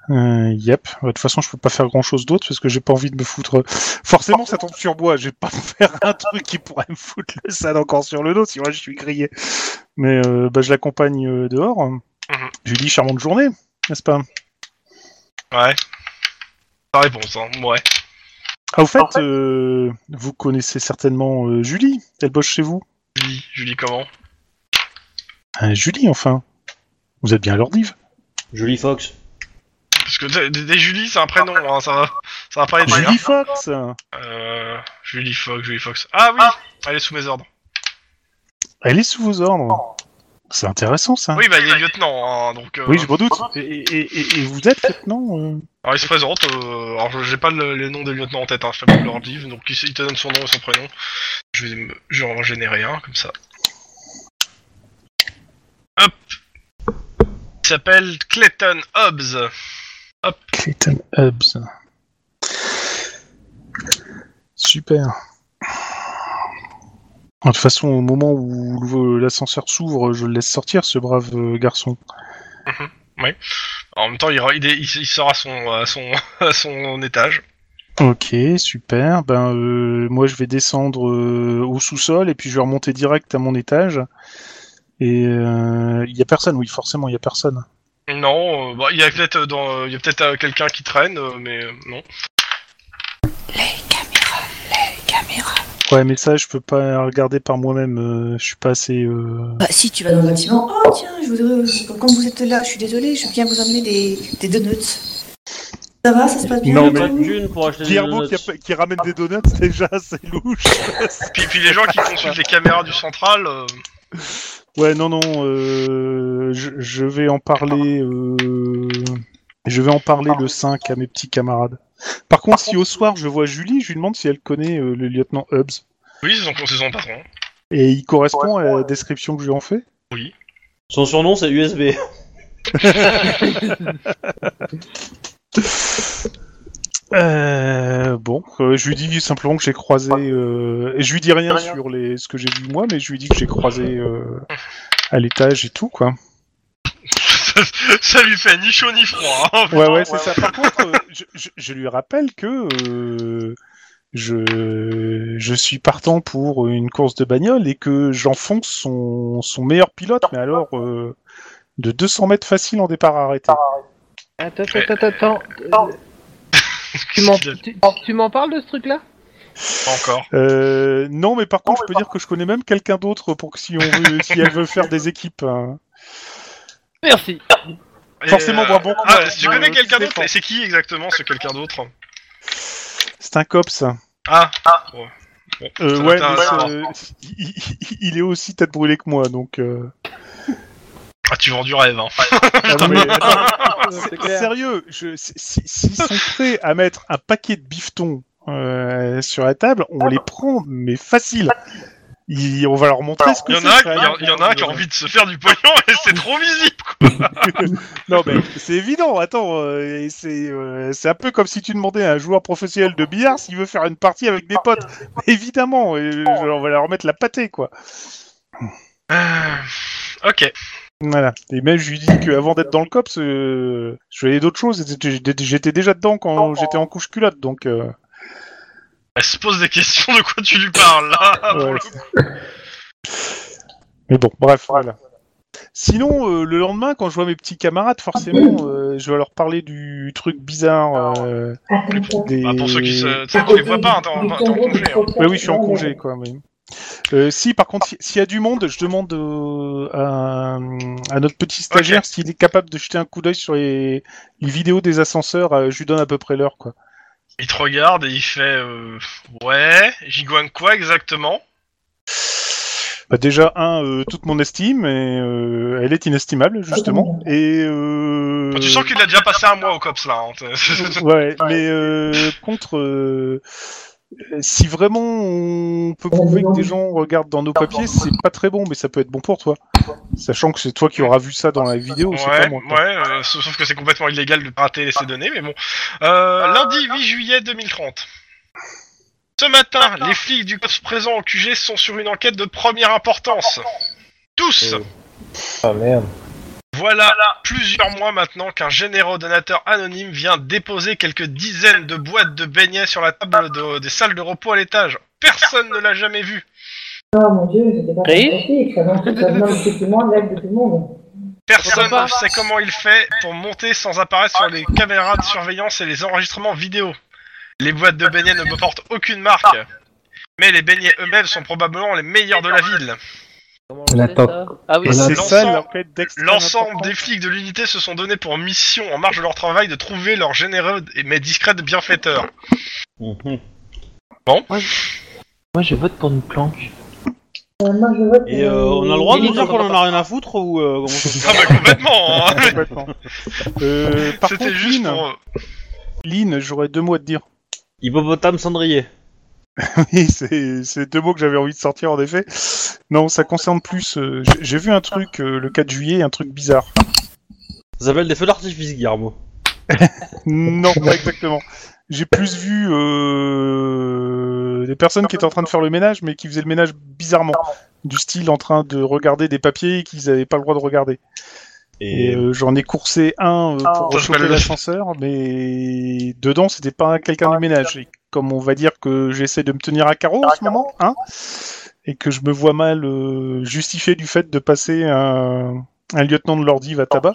Euh, yep. Bah, De toute façon, je peux pas faire grand chose d'autre parce que j'ai pas envie de me foutre. Forcément, ça tombe sur moi. J'ai pas faire un truc qui pourrait me foutre le sale encore sur le dos, sinon je suis grillé. Mais euh, bah, je l'accompagne euh, dehors. Je lui dis charmante journée, n'est-ce pas
Ouais. Ta réponse, hein. Ouais.
Ah, au fait, euh, vous connaissez certainement euh, Julie. Elle bosse chez vous.
Julie, Julie comment
Euh, Julie, enfin. Vous êtes bien à l'ordive.
Jolie Fox.
Parce que des- des Julie, c'est un prénom, hein, ça va, ça va pas être
Julie
grave.
Fox
Euh, Julie Fox, Julie Fox. Ah oui, elle est sous mes ordres.
Elle est sous vos ordres. C'est intéressant, ça.
Oui, bah il est lieutenant, hein, donc. euh,
Oui, je m'en doute. Et, et- et- et vous êtes maintenant euh,
Alors ah, il se présente, euh, alors je- j'ai pas le, les noms des lieutenants en tête, hein, je fais pas leur livre, donc il, s- il te donne son nom et son prénom. Je vais, me- je vais en générer un, comme ça. Hop Il s'appelle Clayton Hobbs.
Clayton Hubs. Super. De toute façon, au moment où le- l'ascenseur s'ouvre, je le laisse sortir, ce brave euh, garçon.
Alors, en même temps, il, ra- il, dé- il, s- il sort à son, à son, à son étage.
Ok, super. Ben, euh, moi, je vais descendre euh, au sous-sol et puis je vais remonter direct à mon étage. Et euh, il y a personne, oui, forcément, il y a personne.
Non, euh, bah, il y a peut-être euh, dans, euh, il y a peut-être euh, quelqu'un qui traîne, euh, mais euh, non.
Les caméras, les caméras.
Ouais, mais ça, je peux pas regarder par moi-même. euh, je suis pas assez. euh,
Bah, si tu vas dans le bâtiment. Oh, tiens, je voudrais. euh, Quand vous êtes là, je suis désolée, je viens vous emmener des, des donuts. Ça va, ça se passe bien
Non,
J'ai
mais-
pas de thune pour acheter des
Guillermo
donuts.
qui, a- qui ramène des donuts, déjà, c'est louche.
Puis, puis les gens qui consultent les caméras du central, euh,
ouais, non, non, euh, je, je vais en parler. euh, je vais en parler le 5 à mes petits camarades. Par contre, si au soir je vois Julie, je lui demande si elle connaît euh, le lieutenant Hubbs.
oui, c'est son, c'est son patron.
Et il correspond à la description que je lui en fais
Son surnom c'est USB.
Euh, bon, euh, je lui dis simplement que j'ai croisé. Euh, et je lui dis rien, sur les, ce que j'ai vu moi, mais je lui dis que j'ai croisé euh, à l'étage et tout, quoi.
ça, ça lui fait ni chaud ni froid. hein.
Ouais, ouais, c'est ça. Par contre, euh, je, je- je lui rappelle que euh, je, je suis partant pour une course de bagnole et que j'enfonce son, son meilleur pilote, mais alors euh, de 200 mètres facile en départ arrêté.
Attends, attends, attends, attends. euh, tu m'en- tu- Tu m'en parles de ce truc-là
Pas encore.
Euh, non, mais par contre, je peux dire que je connais même quelqu'un d'autre pour que si, on veut, si elle veut faire des équipes. hein.
Merci.
Et,
Forcément,
euh,
bois bon coup,
Ah,
ouais,
tu connais
euh,
quelqu'un
tu
d'autre
défends.
Et c'est qui exactement ce quelqu'un d'autre
C'est un cop, ça.
Ah,
Euh,
Ça
ouais,
m'intéresse
mais, euh, il, il- il est aussi tête brûlée que moi, donc. euh,
ah, tu vends du rêve, hein.
ah non, mais attends,
C'est
sérieux, je- si- si- s'ils sont prêts à mettre un paquet de bifetons euh, sur la table, on les prend, mais facile. Il- on va leur montrer ce que
Il y en
c'est.
a, un-
quand
il y
même.
en- il y en a un qui a envie de se faire du pognon et c'est trop visible. quoi.
Non, mais c'est évident, attends, euh, et c'est euh, c'est un peu comme si tu demandais à un joueur professionnel de billard s'il veut faire une partie avec des potes. Évidemment, euh, on va leur mettre la pâtée, quoi.
Euh, ok.
Voilà. Et même, je lui dis qu'avant d'être dans le COPS, euh, je voyais d'autres choses. J'étais j'étais déjà dedans quand j'étais en couche culotte, donc... euh,
Elle se pose des questions de quoi tu lui parles là. pour
Ouais.
le coup.
Mais bon, bref, voilà. Sinon, euh, le lendemain, quand je vois mes petits camarades, forcément, euh, je vais leur parler du truc bizarre euh, des...
Bah, pour ceux qui se, tu sais, tu les vois pas, hein, t'es en t'es en congé. hein.
Ouais, oui, je suis en congé, quoi. mais- Euh, si, par contre, si- s'il y a du monde, je demande euh, à, à notre petit stagiaire s'il est capable de jeter un coup d'œil sur les, les vidéos des ascenseurs. euh, je lui donne à peu près l'heure, quoi.
Il te regarde et il fait euh, ouais, j'y gagne quoi exactement
Bah déjà, un, euh, toute mon estime, et, euh, elle est inestimable, justement. Et. Euh...
Tu sens qu'il a déjà passé un mois au cops là. hein, t'es-
Ouais, mais euh, contre. euh, euh, si vraiment on peut prouver que des gens regardent dans nos papiers, c'est pas très bon, mais ça peut être bon pour toi. Sachant que c'est toi qui auras vu ça dans la vidéo, c'est
ouais,
pas moi. quoi.
ouais, euh, sauf sauf que c'est complètement illégal de rater ces données, mais bon. Euh, lundi 8 juillet 2030. Ce matin, les flics du COPS présents au QG sont sur une enquête de première importance. Tous
Euh.
Ah merde.
Voilà plusieurs mois maintenant qu'un généreux donateur anonyme vient déposer quelques dizaines de boîtes de beignets sur la table de- des salles de repos à l'étage. Personne ne l'a jamais vu.
Oh mon dieu, c'était pas
Oui.
fantastique, ça vient tout ça vient effectivement de l'acte de tout le monde.
Personne
Pourquoi
ne
pas
sait comment il fait pour monter sans apparaître sur les caméras de surveillance et les enregistrements vidéo. Les boîtes de beignets ne portent aucune marque. Mais les beignets eux-mêmes sont probablement les meilleurs de la ville.
Comment on
On
sait
attend.
ça Ah oui,
Et c'est
Voilà.
ça
L'ensemble-
l'enquête d'extrême
L'ensemble
importance.
des flics de l'unité se sont donnés pour mission, en marge de leur travail, de trouver leur généreux et- mais discret bienfaiteur.
Mhm.
moi je vote pour une planque.
Euh, moi, je vote
Et
que-
euh, on a le droit de
Et
nous dire
nous,
qu'on en a rien à foutre ou euh, comment ça se
Ah
passe
bah complètement hein.
Complètement. Euh, par
C'était
contre,
juste
Lynn,
pour... euh,
Lynn, j'aurais deux mots à te dire.
Hippopotame cendrier.
Oui, c'est c'est deux mots que j'avais envie de sortir en effet. Non, ça concerne plus. euh, j'ai- J'ai vu un truc euh, le 4 juillet, un truc bizarre.
Ça s'appelle des feux d'artifice, Guillermo.
Non, pas exactement. J'ai plus vu euh, des personnes qui étaient en train de faire le ménage, mais qui faisaient le ménage bizarrement. Du style en train de regarder des papiers qu'ils n'avaient pas le droit de regarder. Et euh, j'en ai coursé un euh, pour
Ça
rechoper
s'appelle-
l'ascenseur, mais dedans c'était pas quelqu'un du ménage. Et comme on va dire que j'essaie de me tenir à carreau en ce moment, hein, et que je me vois mal euh, justifié du fait de passer un, un lieutenant de l'ordi va tabac.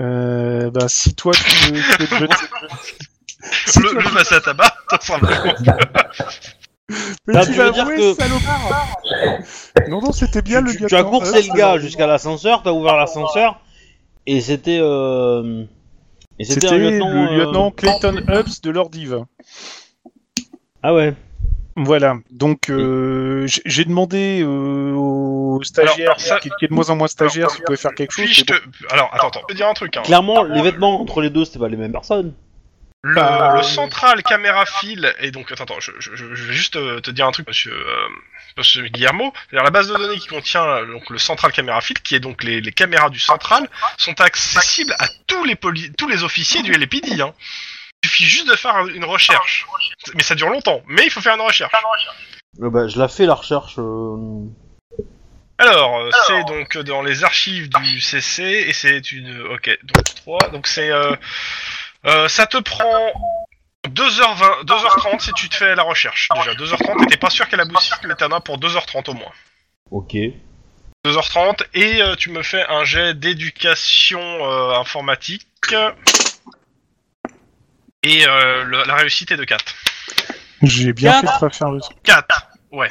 Euh, bah, si toi tu veux, tu veux te jeter- Si
le,
toi,
le masse à tabac, tout simplement.
mais
Bah,
tu
tu
vas
veux dire
avouer,
que-
salopard Non, non, c'était bien le
Tu,
lieutenant.
tu as coursé le
Euh,
gars jusqu'à l'ascenseur, t'as ouvert l'ascenseur, et c'était. Euh, et
C'était
c'était un lieutenant.
le
euh,
lieutenant Clayton Hubs de l'ordive.
Ah ouais.
Voilà, donc euh, j- j'ai demandé euh, au stagiaire,
Alors, ça-
qui, qui est de moins en moins stagiaire, s'il pouvait faire quelque chose.
Puis-je
mais bon.
te- Alors, attends, attends, je peux dire un truc. Hein.
Clairement, les vêtements entre les deux, c'était pas les mêmes personnes.
Le,
Bah,
le
euh,
central caméra fil et donc attends, attends je, je, je vais juste euh, te dire un truc monsieur, euh, monsieur Guillermo c'est-à-dire la base de données qui contient euh, donc le central caméra fil qui est donc les, les caméras du central sont accessibles à tous les poli- tous les officiers du LPD hein. il suffit juste de faire une recherche mais ça dure longtemps mais il faut faire une recherche
Euh, bah, je l'ai fait la recherche. euh,
alors euh, c'est donc euh, dans les archives du CC et c'est une ok donc 3 donc c'est euh, euh, ça te prend 2h20, 2h30 si tu te fais la recherche. Déjà, 2h30, et t'es pas sûr qu'elle aboutisse, mais t'en as pour 2h30 au moins.
Ok.
2h30, et euh, tu me fais un jet d'éducation euh, informatique. Et euh, le- la réussite est de 4.
J'ai bien
Quatre.
fait de pas faire le truc.
4 Ouais.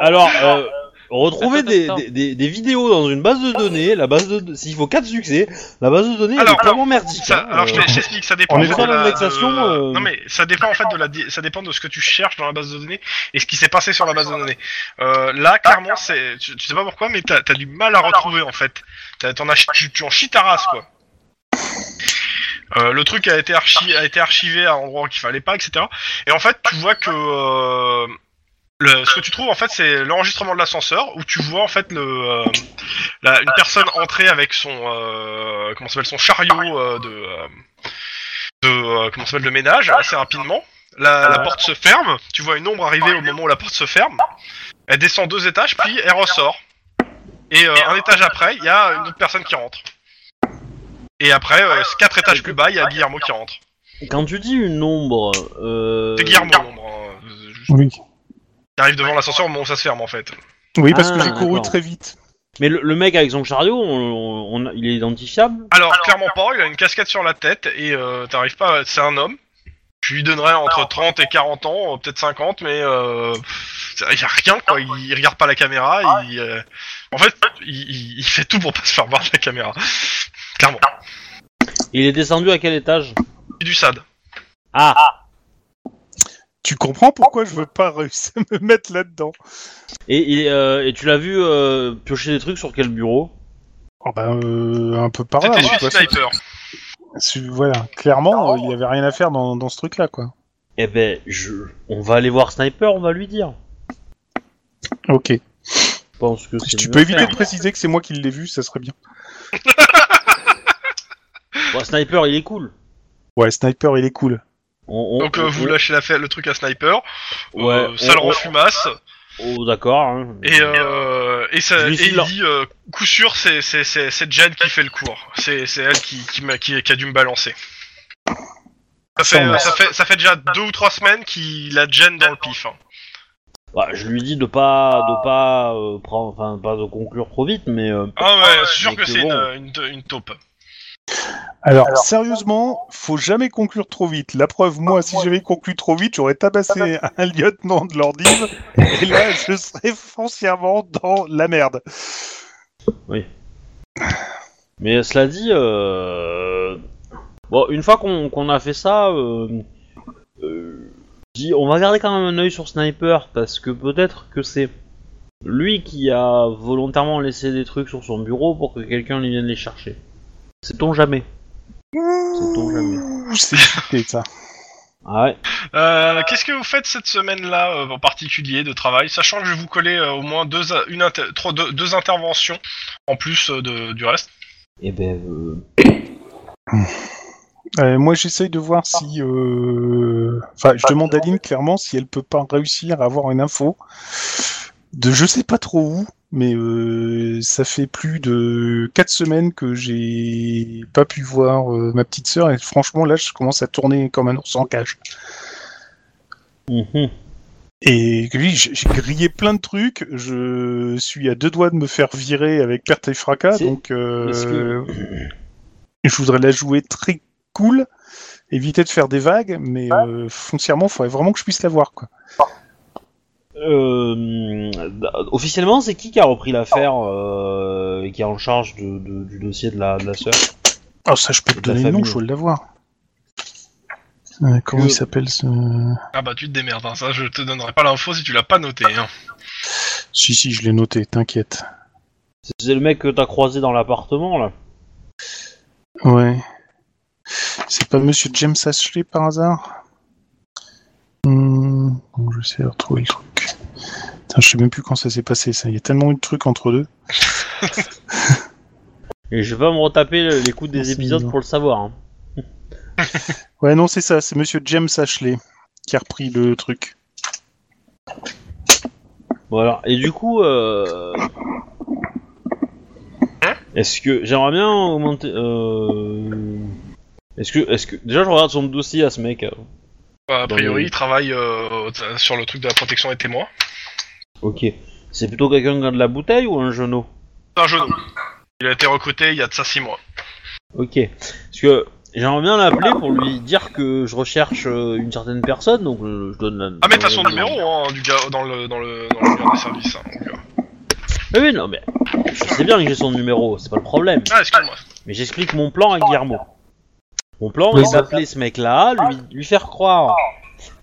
Alors,
Oh.
euh, retrouver
Attends,
des,
attends.
des, des- des vidéos dans une base de données, la base de s'il faut 4 succès, la base de données
Alors,
elle est clairement merdique.
Ça,
hein,
alors je
euh.
te- je t'explique, ça dépend
on
en
est
fait,
pas
de
dans
la-
l'indexation,
de-
euh.
Non mais ça dépend en fait de la di- ça dépend de ce que tu cherches dans la base de données et ce qui s'est passé sur la base de données. Euh, là clairement c'est tu, tu sais pas pourquoi mais t'as as du mal à retrouver en fait. T'as- t'en as chi- tu, tu en chies ta race quoi. Euh, le truc a été, archi a été archivé à un endroit qu'il fallait pas, etc. Et en fait, tu vois que euh, le, ce que tu trouves en fait, c'est l'enregistrement de l'ascenseur où tu vois en fait le, euh, la- une personne entrer avec son euh, comment ça s'appelle son chariot euh, de euh, de euh, comment ça s'appelle de ménage assez rapidement. La, la porte se ferme, tu vois une ombre arriver au moment où la porte se ferme. Elle descend deux étages, puis elle ressort. Et euh, un étage après, il y a une autre personne qui rentre. Et après, euh, quatre étages plus bas, il y a Guillermo qui rentre.
Quand tu dis une ombre, euh...
C'est Guillermo l'ombre. hein. Juste,
Oui,
Il arrive devant l'ascenseur au moment où ça se ferme en fait.
oui parce que
Ah,
j'ai couru
d'accord.
très vite.
Mais le, le mec avec son chariot, on- on- on- il est identifiable
Alors, clairement pas, il a une casquette sur la tête et euh, t'arrives pas, à- c'est un homme. Je lui donnerais entre 30 et 40 ans, euh, peut-être 50, mais euh, ça- il y a rien quoi, il, il regarde pas la caméra, il, euh, en fait, il, il- il fait tout pour pas se faire voir de la caméra. Clairement.
Il est descendu à quel étage
C'est du sad.
Ah
Tu comprends pourquoi je veux pas réussir à me mettre là-dedans
Et, et, euh, et tu l'as vu euh, piocher des trucs sur quel bureau
oh, ben, euh, Un peu par là.
Ah,
C'était
hein,
sur
de toute façon.
Sniper.
C'est- Voilà, clairement, euh, il n'y avait rien à faire dans, dans ce truc-là, quoi.
Eh ben, je... on va aller voir Sniper, on va lui dire.
Ok.
Je pense que
Si
c'est
tu
mieux
peux
à
éviter
faire.
de préciser que c'est moi qui l'ai vu, ça serait bien.
Bon, Sniper, il est cool.
Ouais, Sniper, il est cool.
On- on-
Donc euh,
on-
vous lâchez la fa- le truc à sniper,
Ouais,
euh, ça
on-
le
on-
rend fumasse,
Oh, d'accord. hein.
et, euh, et, ça,
Je
et
lui file
il
leur-
dit euh, coup sûr, c'est- c'est c'est- c'est Jade qui fait le cours. C'est c'est elle qui, qui, m'a- qui, qui a dû me balancer. Ça
Ça,
fait,
on-
euh, ça, fait, ça fait déjà deux ou trois semaines qu'il a Jane dans le pif. hein.
Bah, je lui dis de pas, de pas euh, prendre, enfin, pas de conclure trop vite, mais euh,
Ah ouais, c'est sûr
mais
que
que
c'est
bon.
une, une, une taupe.
Alors, sérieusement, faut jamais conclure trop vite. La preuve, Ah, moi, Ah, bah. si j'avais conclu trop vite, j'aurais tabassé un lieutenant de l'ordive, et là, je serais foncièrement dans la merde.
Mais cela dit, euh... bon, une fois qu'on qu'on a fait ça, euh... euh, je dis, on va garder quand même un œil sur Sniper parce que peut-être que c'est lui qui a volontairement laissé des trucs sur son bureau pour que quelqu'un lui vienne les chercher. Sait-on jamais Sait-on jamais
Ouh, C'est cheaté, ça.
Ah ouais.
Euh, Qu'est-ce que vous faites cette semaine-là euh, en particulier de travail, sachant que je vais vous coller euh, au moins deux, a- une inter- trois- deux, deux interventions en plus euh, de, du reste.
Et ben, euh,
Euh, moi, j'essaye de voir si. euh, Enfin, je demande à Lynn clairement si elle peut pas réussir à avoir une info de je sais pas trop où, mais euh, ça fait plus de quatre semaines que j'ai pas pu voir euh, ma petite sœur et franchement, là, je commence à tourner comme un ours en cage.
mhm.
Et que oui, j'ai j'ai grillé plein de trucs. Je suis à deux doigts de me faire virer avec perte et fracas,
C'est-
donc euh,
est-ce que-
je voudrais la jouer très cool, éviter de faire des vagues, mais euh, foncièrement, il faudrait vraiment que je puisse la voir. Quoi.
Euh, officiellement, c'est qui qui a repris l'affaire euh, et qui est en charge de- de- du dossier de la, de la sœur
Ah, ça, je peux te
De la
donner le nom,
famille.
je veux la voir. Euh, comment
Que-
il s'appelle ce...
Ah bah tu te démerdes, hein, ça je te donnerai pas l'info si tu l'as pas noté. Hein.
Si, si, je l'ai noté, t'inquiète.
C'est- C'est le mec que t'as croisé dans l'appartement là.
Ouais. C'est pas Monsieur James Ashley par hasard Hmm, bon, Je sais retrouver le truc. Putain, je sais même plus quand ça s'est passé, ça. Il y a tellement eu de trucs entre deux.
Et je vais pas me retaper le- les coups des
C'est
épisodes
bizarre.
pour le savoir. hein.
Ouais, non, c'est ça, c'est Monsieur James Ashley qui a repris le truc.
Voilà. Et du coup, euh... est-ce que j'aimerais bien augmenter. euh, Est-ce que, est-ce que déjà je regarde son dossier à ce mec. euh.
Bah, a
Dans
priori,
les-
il travaille euh, au- sur le truc de la protection des témoins.
Ok. C'est plutôt quelqu'un qui a de la bouteille ou un genou
C'est un genou. Il a été recruté il y a de ça six mois.
Ok. Parce que j'aimerais bien l'appeler pour lui dire que je recherche euh, une certaine personne, donc euh, je donne. La...
Ah mais t'as son numéro hein, du gars dans le dans le dans le gars des services. hein, donc, euh.
Ah Oui, oui, non mais je sais bien que j'ai son numéro, c'est pas le problème.
Ah excuse-moi.
Mais j'explique mon plan à Guillermo. Mon plan
Oui,
est
ça-
d'appeler ce mec-là, lui, lui faire croire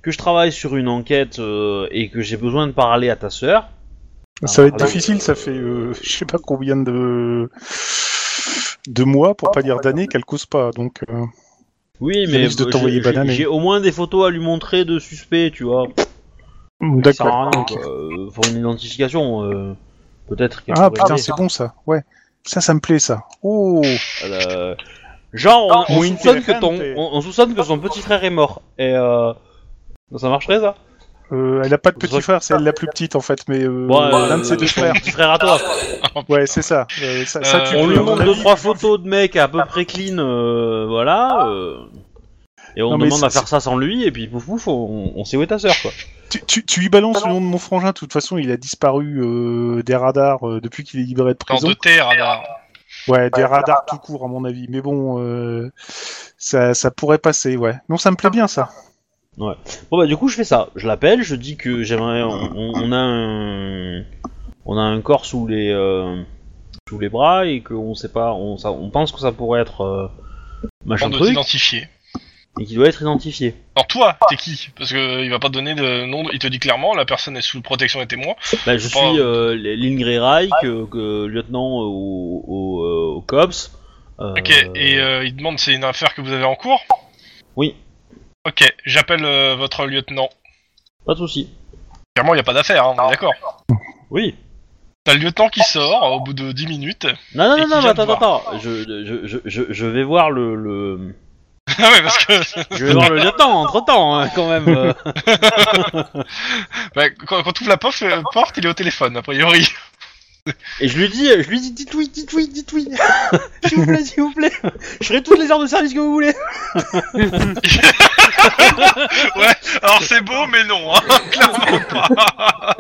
que je travaille sur une enquête euh, et que j'ai besoin de parler à ta sœur.
Ça va être
Ah,
difficile, ça fait euh, je sais pas combien de, de mois,
Oh,
pour pas dire d'années, qu'elle cause pas. Donc, euh,
Oui,
Je
mais
risque de
euh,
t'envoyer
j'ai- j'ai
bananer.
j'ai au moins des photos à lui montrer de suspects, tu vois. Ça sert
d'accord.
à rien,
ok.
quoi. Euh, Pour une identification, euh, peut-être qu'elle
Ah
pourrait
putain,
aider.
c'est bon ça, ouais. Ça, ça me plaît ça. Oh
Euh, Genre, on, on
Oui,
soupçonne que
téléphone,
ton,
t'es-
on, on soupçonne que son petit frère est mort. Et euh... ça marcherait ça
Euh, elle a pas de petit
Vous-
frère, c'est elle la plus petite en fait, mais euh,
Bon, euh,
l'un de ses deux
son
frères.
petit frère à toi.
Ouais, c'est ça. Euh, ça, ça,
Euh,
tu
On
peux,
lui
à mon
montre deux
avis.
trois photos de mecs à peu près clean, euh, voilà. euh, et on
Non, mais
demande
c'est-
à faire ça sans lui, et puis pouf pouf, on, on sait où est ta sœur quoi.
Tu, tu, tu lui balances le nom de mon frangin, de toute façon, il a disparu euh, des radars euh, depuis qu'il est libéré de
Dans
prison.
de terre, radar.
Ouais, des radars tout court, à mon avis. Mais bon, euh, ça, ça pourrait passer, ouais. Non, ça me plaît bien, ça.
Bon bah du coup je fais ça, je l'appelle, je dis que j'aimerais, on, on- on a un, on a un corps sous les, euh, sous les bras et qu'on sait pas, on, ça- on pense que ça pourrait être euh, machin
Avant de
truc
t'identifier.
et qui doit être identifié.
Alors toi, t'es qui Parce que il va pas te donner de nom. Il te dit clairement, la personne est sous protection des témoins.
Bah je
Bon.
suis euh, Lynn Grey Reich, euh, que- lieutenant au, au, euh, au cops. Euh,
Ok, et euh, il demande c'est une affaire que vous avez en cours
Oui,
Ok, j'appelle euh, votre lieutenant.
pas de souci.
Clairement, il n'y a pas d'affaire, hein, on est d'accord.
Oui.
T'as le lieutenant qui sort euh, au bout de 10 minutes.
Non, non,
Et
non,
qui
non,
vient
attends,
de
attends, attends. Je, je, je, je, je vais voir le, le...
ah ouais, parce que
Je vais voir le lieutenant entre temps, quand même. euh.
bah, quand, quand ouvre la porte, euh, porte, il est au téléphone, a priori.
Et je lui dis, je lui dis, dites oui, dites oui, dites oui. s'il vous plaît, s'il vous plaît. Je ferai toutes les heures de service que vous voulez.
ouais, alors c'est beau, mais non, hein, clairement pas.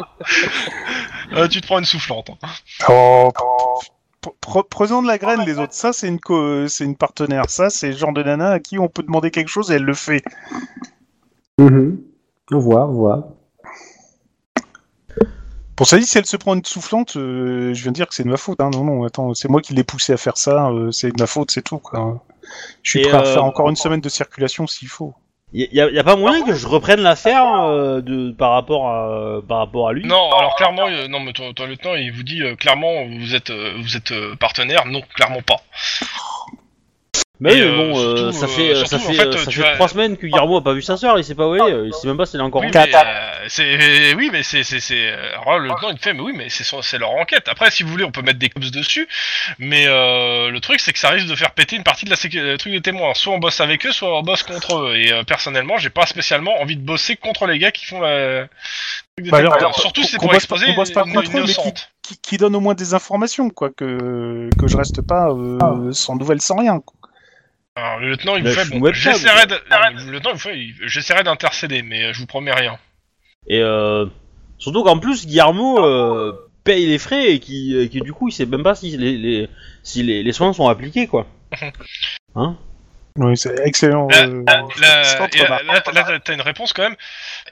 Euh, tu te prends une soufflante. hein.
Oh, pre- pre- Prenons de la graine les autres. Ça, c'est une, co- c'est une partenaire. Ça, c'est le genre de nana à qui on peut demander quelque chose et elle le fait.
Mhm. Au revoir, au revoir.
Pour ça, dit, si elle se prend une soufflante, euh, je viens de dire que c'est de ma faute. Hein. Non, non, attends, c'est moi qui l'ai poussée à faire ça. euh, c'est de ma faute, c'est tout. Quoi. Je suis
Et,
prêt à
euh,
faire encore une semaine de circulation s'il faut.
Y, y a, y a pas moyen que je reprenne l'affaire euh, de par rapport à par rapport à lui.
Non, alors clairement, euh, non, mais ton, ton lieutenant, il vous dit euh, clairement, vous êtes, euh, vous êtes euh, partenaire, non, clairement pas.
Mais
Et,
oui,
euh,
bon, euh,
surtout,
ça
euh,
fait euh, ça
surtout, en
fait
fait,
euh,
tu
ça
vas-
fait trois semaines que Guillermo a pas vu sa sœur. Il sait pas où elle est. euh, Il sait même pas si elle est encore
Oui,
en
mais, euh, c'est oui, mais c'est c'est c'est euh, alors là, le lieutenant il fait mais oui mais c'est son- c'est leur enquête. Après si vous voulez on peut mettre des cops dessus, mais euh, le truc c'est que ça risque de faire péter une partie de la sécu- le truc des témoins. Soit on bosse avec eux, soit on bosse contre eux. Et euh, personnellement j'ai pas spécialement envie de bosser contre les gars qui font la. truc des
Bah alors,
témoins.
alors,
Surtout
qu'on-
c'est
qu'on
pour
bosse pas-
exposer
qu'on bosse pas
une,
contre
une
eux, mais qui-
innocente.
Qui, qui donne au moins des informations, quoi, que, que je reste pas euh, sans nouvelles, sans rien. quoi.
Alors, le lieutenant il
Bah,
vous fait
je suis
bon,
webcam,
j'essaierai
quoi.
de non, le lieutenant il vous fait il- j'essaierai d'intercéder mais euh, je vous promets rien.
Et euh, surtout qu'en plus Guillermo euh, paye les frais et qui et qui du coup il sait même pas si les, les si les, les soins sont appliqués quoi.
Oui, c'est excellent.
Euh,
euh,
Là,
excellente
et, euh,
remarque.
là, t- là, t'as- t'as une réponse quand même.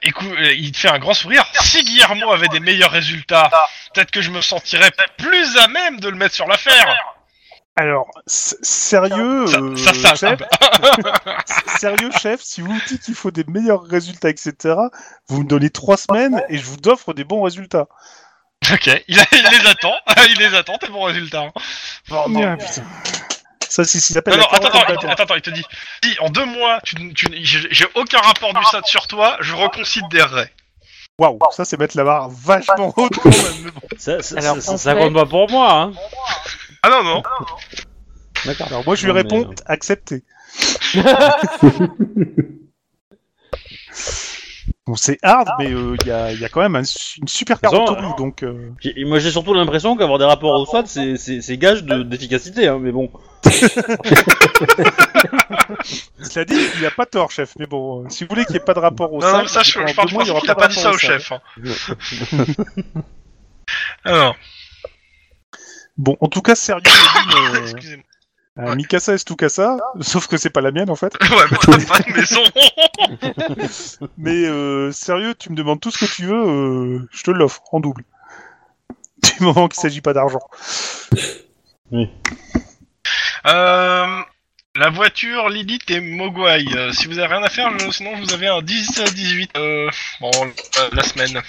Écoute, euh, il te fait un grand sourire. Si Guillermo avait des meilleurs résultats, peut-être que je me sentirais plus à même de le mettre sur l'affaire.
Alors, s- sérieux,
Ça,
euh,
ça, ça, ça-
chef, s- sérieux chef, si vous me dites qu'il faut des meilleurs résultats, etc., vous me donnez trois semaines et je vous offre des bons résultats.
Ok, il, a- il les attend. il les attend, tes bons résultats. hein. Bon, bon.
Ah, putain. Ça, c'est ce qui s'appelle
Non,
la
non, attends,
carotte
attends,
au bâton.
attends, attends, il te dit. Si en deux mois, tu, tu- j'ai j'ai aucun rapport du SAT sur toi, je reconsidérerai.
Waouh, ça, c'est mettre la barre vachement haute quand même.
Ça ça,
Alors,
ça-
on
ça- ça
fait-
compte pas pour moi. Hein.
Ah non, non.
D'accord.
Alors, moi, je lui
Non, mais,
réponds,
euh,
accepté. Bon, c'est hard, mais euh, il y, a, y a quand même un su- une super
Ils ont-
carotte au bout, donc... euh,
j'ai- Moi j'ai surtout l'impression qu'avoir des rapports au SWAT c'est c'est c'est gage de- d'efficacité hein, mais bon.
Cela dit, il a pas tort, chef. Mais bon, euh, si vous voulez qu'il n'y ait pas de rapport au
Non, non,
SAD,
mais ça, je,
Ah, en
je pars
deux
du
mois, il y
principe
aura
qu'il a
de
pas dit ça au
rapport SAD.
chef. Ah hein. Alors,
Bon, en tout cas, sérieux, Nadine, euh,
excusez-moi.
euh, Mikasa est Stukasa, sauf que c'est pas la mienne en fait.
Ouais, mais t'as pas de maison.
Mais euh, sérieux, tu me demandes tout ce que tu veux, euh, je te l'offre en double. Du moment qu'il s'agit pas d'argent.
Euh, la voiture, Lilith et Mogwai. Euh, si vous avez rien à faire, je- sinon vous avez un 10-18 euh, bon, euh, la semaine.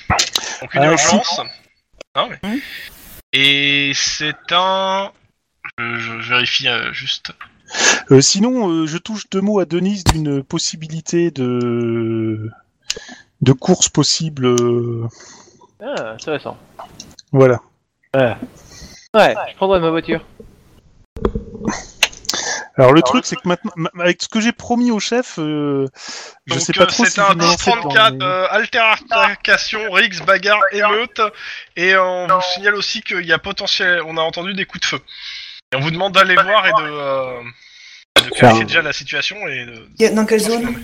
Donc une
Ah,
urgence. Non, mais-
Hein
Hmm.
Et c'est un... Je, je- je vérifie euh, juste.
Euh, sinon, euh, je touche deux mots à Denise d'une possibilité de de course possible. euh,
Ah, intéressant.
Voilà.
Ouais, je prendrai ma voiture.
Alors le truc, c'est que maintenant, ma- avec ce que j'ai promis au chef, euh, je
Donc
sais pas
euh,
trop
c'est
si je
un
vais me lancer dedans,
10-34,
mais-
euh, altercation, rix, bagarre, émeute. Et on vous signale aussi qu'il y a potentiel... On a entendu des coups de feu. Et on vous demande d'aller voir et de... euh, de clarifier déjà la situation et de...
Il y a- Dans quelle zone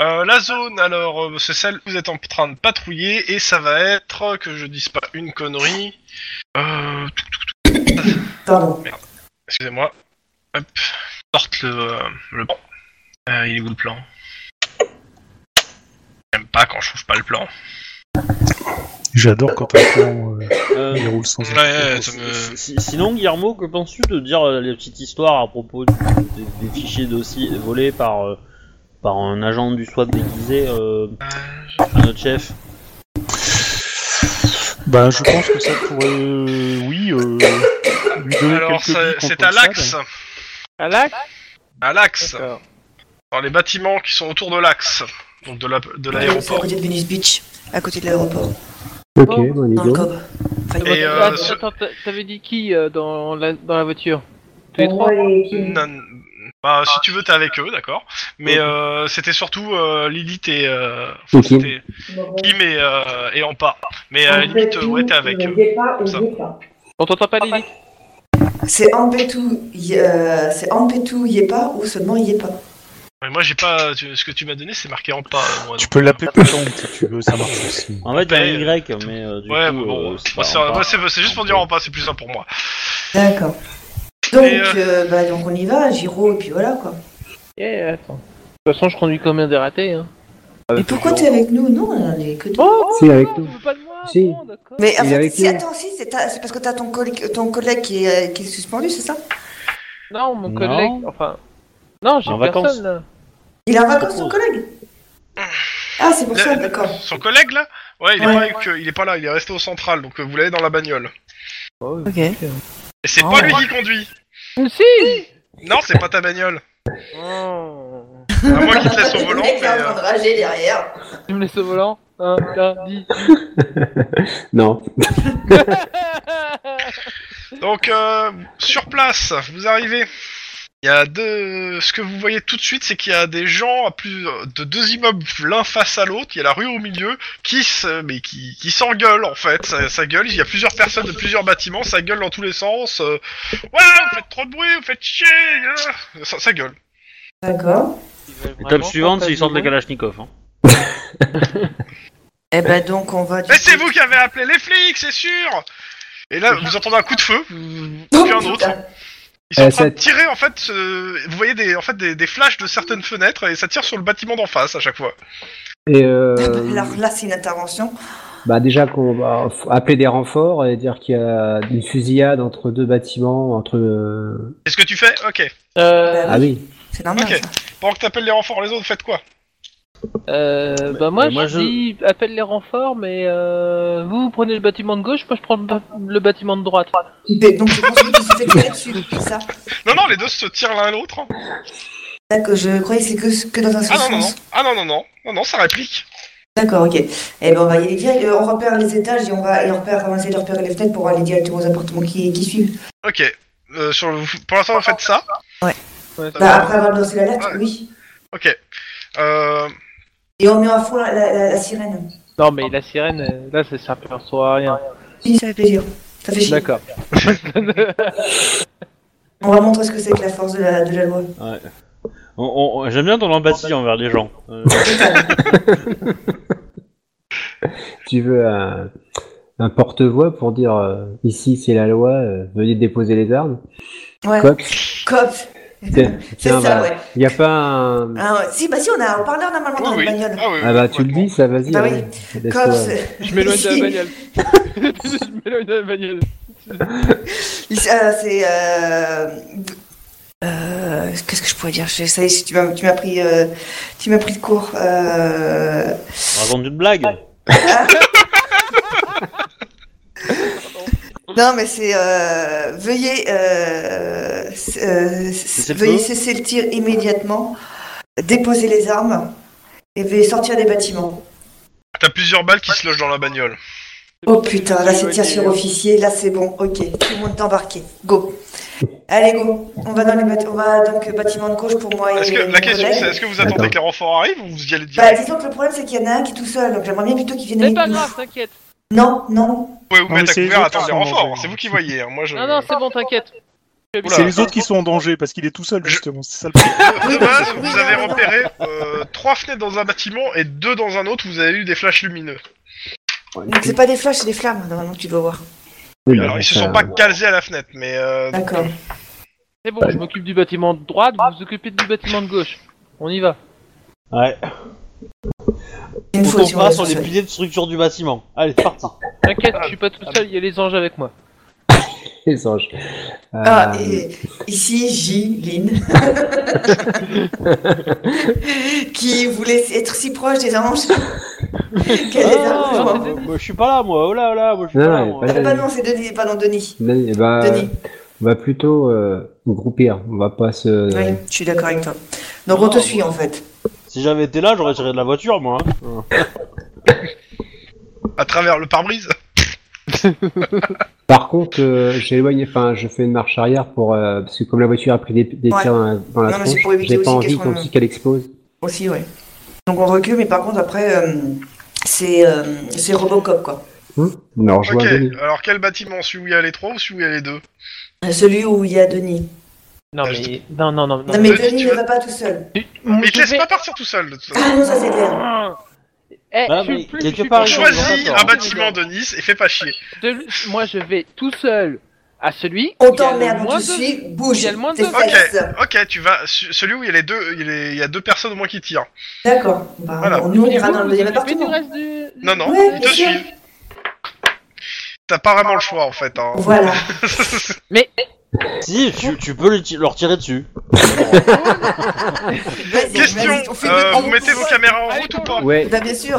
Euh, la zone, alors, euh, c'est celle où vous êtes en train de patrouiller, et ça va être, euh, que je dise pas une connerie... Euh,
Pardon.
excusez-moi. Hop, sorte le, euh, le plan. Euh, il est où le plan J'aime pas quand je trouve pas le plan.
J'adore quand un plan euh,
Euh,
déroule sans.
euh. Ouais, ouais, ça
Si-
me-
si- Sinon, Guillermo, que penses-tu de dire euh, les petites histoires à propos du- des, des fichiers dossiers volés par, euh, par un agent du SWAT déguisé euh, à notre chef
Ben, je pense que ça pourrait, euh, oui, euh, lui donner
Alors,
quelques billes
c'est
contre
c'est à
le ben. SAD.
l'axe.
À l'axe
à l'axe,
D'accord.
dans les bâtiments qui sont autour de l'axe, donc de la- de
C'est à
l'aéroport.
côté de Venice Beach, à côté de l'aéroport,
Ok,
Bon.
on y
dans le
go.
cob. Enfin,
Et,
Attends,
euh,
attends,
ce-
attends, t'a- t'avais dit qui euh, dans, la, dans la voiture Tous les
Bon,
trois
allez, qui-
Non, non, bah, si tu veux, t'es avec eux, d'accord. Mais euh, c'était surtout euh, Lilith et. Euh, enfin,
Ok.
c'était
bon, bon.
Kim et, euh, et Ampa. Mais à la
En fait,
limite, euh, ouais, t'es avec
le
eux.
départ et
ça.
le départ.
On t'entend pas, Lily
C'est Ampetou, y- euh, c'est Ampetou Yepa ou seulement Yepa.
Mais moi, j'ai pas. tu- ce que tu m'as donné, c'est marqué Ampa. euh, moi,
Tu
donc.
peux l'appeler pétanque si tu veux, ça marche aussi.
En fait, il y a
Ouais,
un Y, mais euh, du
Ben, Ouais,
coup,
mais bon,
euh, c'est
moi,
pas-
c'est
on
moi,
part-
c'est- c'est juste pour dire Ampa, c'est plus simple pour moi.
D'accord. Donc,
Et, euh,
euh, bah, donc on y va, Giro, et puis voilà quoi.
Eh, attends. De toute façon, je conduis comme un dératé. Hein.
Mais pourquoi t'es avec nous Non, on est que deux.
Oh,
Si, avec
tu
nous.
veux pas de moi
Si.
bon, d'accord.
Mais euh,
Il est
enfin,
avec
si,
nous.
attends, si, c'est ta- c'est parce que t'as ton, collègue- ton collègue qui est, euh, qui est suspendu, c'est ça
Non, mon
Non.
collègue, enfin... Non, j'ai
En vacances.
personne, là.
Il est en vacances, ton collègue Ah, c'est pour ça, d'accord.
Son collègue, là Ouais, il est,
Ouais.
pas avec, eux, il est pas là, il est resté au central, donc euh, vous l'avez dans la bagnole.
Oh,
Ok.
Et c'est
Oh.
pas lui qui conduit
Si
Non, c'est pas ta bagnole
Oh.
À moins qu'il te laisse au volant,
Le mec
mais.
est en train
euh,
de rager derrière.
Tu me laisses au volant Interdit
Non.
Donc, euh, sur place, vous arrivez. Il y a deux. Ce que vous voyez tout de suite, c'est qu'il y a des gens à plus euh, de deux immeubles l'un face à l'autre. Il y a la rue au milieu qui se, mais qui, qui s'engueule en fait. Ça, ça gueule. Il y a plusieurs personnes de plusieurs bâtiments. Ça gueule dans tous les sens. Euh, Ouais, vous faites trop de bruit, vous faites chier. euh. Ça, ça gueule.
D'accord.
Étape suivante, c'est ils sortent les Kalachnikov. Hein.
Eh ben donc, on va. du
Mais c'est
coup-
vous qui avez appelé les flics, c'est sûr. Et là, vous entendez un coup de feu. vous-
hein.
Oh,
Aucun
putain.
autre. Ils sont
Euh,
en train
ça-
de tirer en fait, ce- vous voyez des, en fait des, des flashs de certaines fenêtres et ça tire sur le bâtiment d'en face à chaque fois.
Et
Là,
euh,
là, c'est une intervention.
bah déjà qu'on va f- appeler des renforts et dire qu'il y a une fusillade entre deux bâtiments, entre. euh,
Qu'est-ce que tu fais Ok.
Euh...
Ah oui.
C'est normal.
Ok.
ça.
Pendant que t'appelles les renforts, les autres, faites quoi
Euh, bah moi,
Mais moi,
je
je-
dis appelle les renforts, mais euh, vous, vous prenez le bâtiment de gauche, moi je prends le, ba- le bâtiment de droite.
Mais Donc, je pense que tu fais tirer dessus depuis ça.
Non, non, les deux se tirent l'un à l'autre.
D'accord, je croyais que c'est que, que dans un seul
Ah non, non, non.
sens.
Ah non, non, non. Non, non, ça réplique.
D'accord, ok. Eh ben, on va y aller direct. Euh, On repère les étages et on va, et on, repère, on va essayer de repérer les fenêtres pour aller directement aux appartements qui, qui suivent.
Ok. Euh, sur le- Pour l'instant, vous faites ça.
Ouais,
Bah, après avoir lancé l'alerte,
Ouais.
oui.
Ok. Euh...
Et on met à fond la, la- la- la sirène.
Non, mais la sirène, euh, là, ça sert plus à rien.
Oui, ça fait plaisir. Ça fait chier.
D'accord.
On va montrer ce que c'est que la force de la, de la loi.
On- on- on- J'aime bien ton empathie envers les gens. Euh,
Tu veux un, un porte-voix pour dire euh, ici c'est la loi, euh, veuillez déposer les armes.
Ouais.
Cop.
Cop.
Tiens,
C'est ça,
tiens, bah,
ouais.
Il n'y a pas un.
Ah, ouais. Si, bah si, on a un haut-parleur normalement
Oui,
dans
oui.
la bagnole.
Ah, oui,
Ah bah tu le dis, ça vas-y.
Bah oui.
ouais. Laisse-toi.
Cop. c'est-
Je m'éloigne de la bagnole. je m'éloigne de la bagnole.
Euh, c'est. Euh... euh, Qu'est-ce que je pourrais dire Je- Ça y est, tu m'as tu m'as pris, euh, tu m'as pris de court. Euh...
Raconte une blague.
Non, mais c'est euh, veuillez euh, c- euh, c-
Cessez le
veuillez
feu.
cesser le tir immédiatement, déposer les armes et veuillez sortir des bâtiments.
T'as plusieurs balles qui se logent dans la bagnole.
Oh putain, là c'est tir sur officier, là c'est bon, ok, tout le monde est embarqué, go. Allez go, on va dans les bâtiments, on va donc euh, bâtiment de gauche pour moi et
Est-ce que
mon
la question
collègue.
c'est est-ce que vous attendez
Attends.
que les renforts arrivent ou vous y allez
Bah
direct
disons que le problème c'est qu'il y en a un qui est tout seul, donc j'aimerais bien plutôt qu'il vienne
C'est
avec
pas
nous.
grave, t'inquiète.
Non, non,
Vous pouvez vous
Non, mais
mettre à
c'est les
couvert,
autres hein,
attendre
qui
les
sont
renforts.
mangés.
C'est vous qui voyez. hein. Moi, je.
Non, non, c'est bon, t'inquiète. Je suis
Oula.
C'est
habitué.
les autres qui sont en danger parce qu'il est tout seul
Je-
justement, c'est ça le problème.
De base,
Oui,
vous avez
non, non.
repéré euh, trois fenêtres dans un bâtiment et deux dans un autre. Vous avez eu des flashs lumineux.
donc c'est pas des flashs, c'est des flammes normalement que tu dois voir.
Oui,
Alors,
bah,
ils se
ça-
sont pas casés à la fenêtre, mais euh,
D'accord.
C'est bon, je m'occupe du bâtiment de droite, vous vous occupez du bâtiment de gauche. On y va.
Ouais.
Une
On
faute si on
tombera
reste
sur
tout
les
seul.
piliers de structure du bâtiment. Allez, c'est parti.
T'inquiète, je suis pas tout seul, il y a les anges avec moi.
les anges. Euh,
Ah, et ici, J. Lynn, qui voulait être si proche des anges qu'elle les a
Ah,
rejoints.
Euh,
c'est Denis.
moi, je suis pas là, moi. Oh là, oh là, moi, je suis
Non,
pas là.
non,
moi.
elle est pas
Euh.
Ah bah non, c'est Denis, pardon, Denis.
Denis, bah,
Denis.
On va plutôt euh, nous groupir. On va pas se.
Oui, je suis d'accord avec toi. Donc on te suit en fait.
Si j'avais été là, j'aurais tiré de la voiture, moi. hein.
À travers le pare-brise
Par contre, euh, j'éloigne. Enfin, je fais une marche arrière pour euh, parce que comme la voiture a pris des, des
Ouais.
tirs dans la, dans la
Non, mais c'est
tronche,
pour éviter
j'ai pas
aussi qu'elle
envie
soit-
qu'on dise qu'elle explose.
Aussi, oui.
Donc on recule, mais par contre, après, euh, c'est euh, c'est Robocop, quoi.
Hum On a
Ok,
rejoint Denis.
alors quel bâtiment Celui où il y a les trois ou celui où il y a les deux
Celui où il y a Denis.
Non,
Ah,
mais. Non, non, non.
Non,
Denis,
mais Denis
tu
ne
veux-
va pas tout seul.
Mais je te laisse
vais-
pas partir tout seul, de toute façon.
Ah non, ça c'est clair.
Eh,
Bah,
je suis
mais
plus-
quelque
je suis
Ah,
part,
On
plus-
ils ont
choisit
raison.
un bâtiment de Nice et fais pas chier.
De- Moi, je vais tout seul à celui.
On
qui a le
t'emmerde, on
moins
te
de-
suit, bouge.
il y a le moins de
Tes
deux.
fesses.
Ok, tu vas. su- Celui où il y a les deux, il y a- il y a deux personnes au moins qui tirent.
D'accord. Bah,
Voilà.
on- Nous, on ira
Vous
dans le
vous
deuxième
occupez du
appartement.
reste du-
Non, non,
Ouais,
ils te
bien sûr.
suivent. T'as pas vraiment le choix en fait. Hein.
Voilà.
Si, tu, tu peux lui ti- leur tirer dessus.
Vas-y,
Question
vas-y, on fait
euh,
notre-
Vous mettez vos caméras en
Allez,
route ou
go.
pas
Ouais.
Bah bien sûr.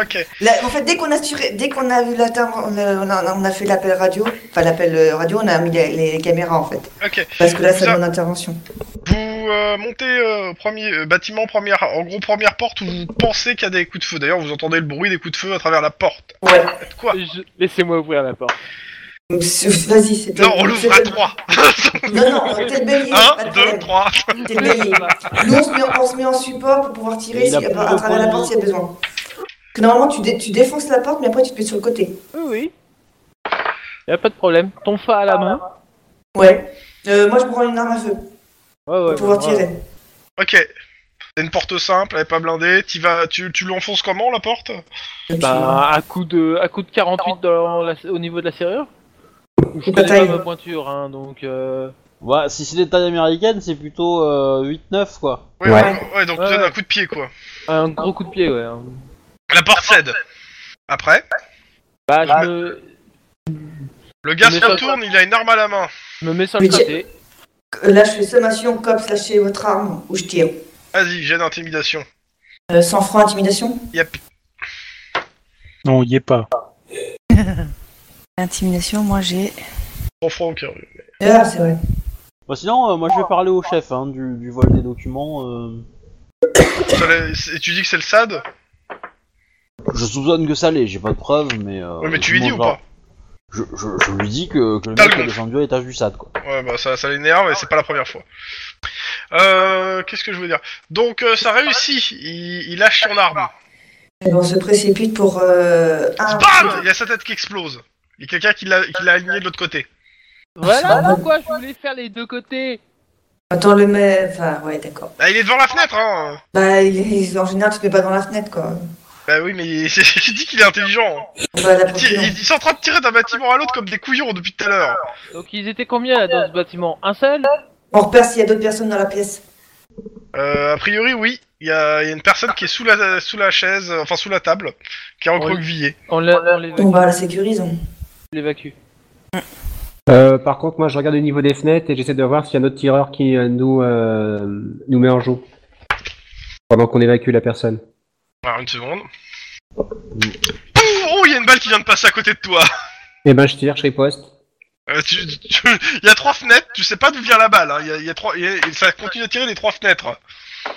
Ok.
Là, en fait, dès qu'on a assuré- dès qu'on a vu l'atteinte, on a, on a- on a fait l'appel radio, enfin l'appel euh, radio, on a mis les, les caméras en fait,
Ok.
parce que là
Ça-
c'est mon intervention.
Vous euh, montez euh, au premier euh, bâtiment, première, en gros première porte où vous pensez qu'il y a des coups de feu. D'ailleurs, vous entendez le bruit des coups de feu à travers la porte.
Ouais.
Quoi
Je- Laissez-moi ouvrir la porte.
Donc, c'est- Vas-y, c'est toi.
Non, on
C'est
l'ouvre à
toi.
trois.
Non, non, t'es le bélier. pas de
1,
problème.
2, 3.
T'es le bélier. Nous, on se, met en, on se met en support pour pouvoir tirer
Il a
si-
plus
à, à
de
travers
points
la
de
porte
vie.
s'il y a besoin. Que normalement, tu, dé- tu défonces la porte, mais après, tu te mets sur le côté.
Oui, oui. Y a pas de problème. Ton fa à
Ah.
la main.
Ouais. Euh, moi, je prends une arme à
Ouais,
feu
ouais.
pour
bah,
pouvoir
ouais.
tirer.
Ok. C'est une porte simple, elle est pas blindée. Tu vas, tu, tu l'enfonces comment la porte
Et puis,
Bah, à coup de, à coup de 48 dans la- au niveau de la serrure. Je
Bah,
connais
t'as
pas
une-
ma pointure, hein, donc. Euh...
Ouais, si c'est des tailles américaines, c'est plutôt euh, 8-9, quoi.
ouais,
Ouais.
donc- ouais, donc tu
Ouais.
donnes un coup de pied quoi.
Un gros coup de pied, ouais. hein.
La porte cède. Après,
Bah, je me,
le gars se
Mais ça-
retourne, il a une arme à la main.
je me mets sur le
Mais tu-
côté.
euh, là, je fais sommation, cops, lâchez votre arme ou je tire.
Vas-y, j'ai d'intimidation.
Euh, sans franc, intimidation
Yep.
Non, il y est pas.
Intimidation, moi j'ai.
Trop franc au cœur.
Ah, c'est vrai.
Bah, sinon, euh, moi je vais parler au chef hein, du, du vol des documents. euh.
Ça l'est- c'est- Tu dis que c'est le SAD
Je soupçonne que ça l'est, j'ai pas de preuves, mais. euh,
Ouais, mais tu
tout
lui
le
dis ou pas
monde leur- je, je, je lui dis que, que le
T'as
mec
le
est
gonfle.
descendu à l'étage du SAD, quoi.
Ouais, bah ça, ça l'énerve et c'est pas la première fois. Euh, qu'est-ce que je veux dire Donc euh, ça réussit, il, il lâche son arme.
Et on se précipite pour. Euh, un-
BAM Il y a sa tête qui explose. Il y a quelqu'un qui l'a qui l'a aligné de l'autre côté.
Voilà pourquoi je voulais faire les deux côtés.
Attends, le mec. Enfin, ouais, d'accord.
Ah, il est devant la fenêtre, hein
Bah, il- il- en général, tu te mets pas dans la fenêtre, quoi.
Bah oui, mais il, il dit qu'il est intelligent.
On va à la
Il, tire-
prochaine.
il- ils sont en train de tirer d'un bâtiment à l'autre comme des couillons depuis tout à l'heure.
Donc ils étaient combien là, dans ce bâtiment Un seul
On repère s'il y a d'autres personnes dans la pièce.
Euh, a priori, oui. Il y, a, il y a une personne qui est sous la, sous la chaise, enfin sous la table, qui est recroquevillée.
On l'a- on l'évacue.
On va la sécuriser.
on l'évacue.
Euh, par contre, moi, je regarde le niveau des fenêtres et j'essaie de voir s'il y a un autre tireur qui euh, nous euh, nous met en joue pendant qu'on évacue la personne.
Alors, une seconde. Pouh, oh, il y a une balle qui vient de passer à côté de toi.
Et ben, je tire, je riposte.
Euh, tu- tu- Il y a trois fenêtres, tu sais pas d'où vient la balle. hein. Il y a- il y a trois, il y a- ça continue à tirer les trois fenêtres.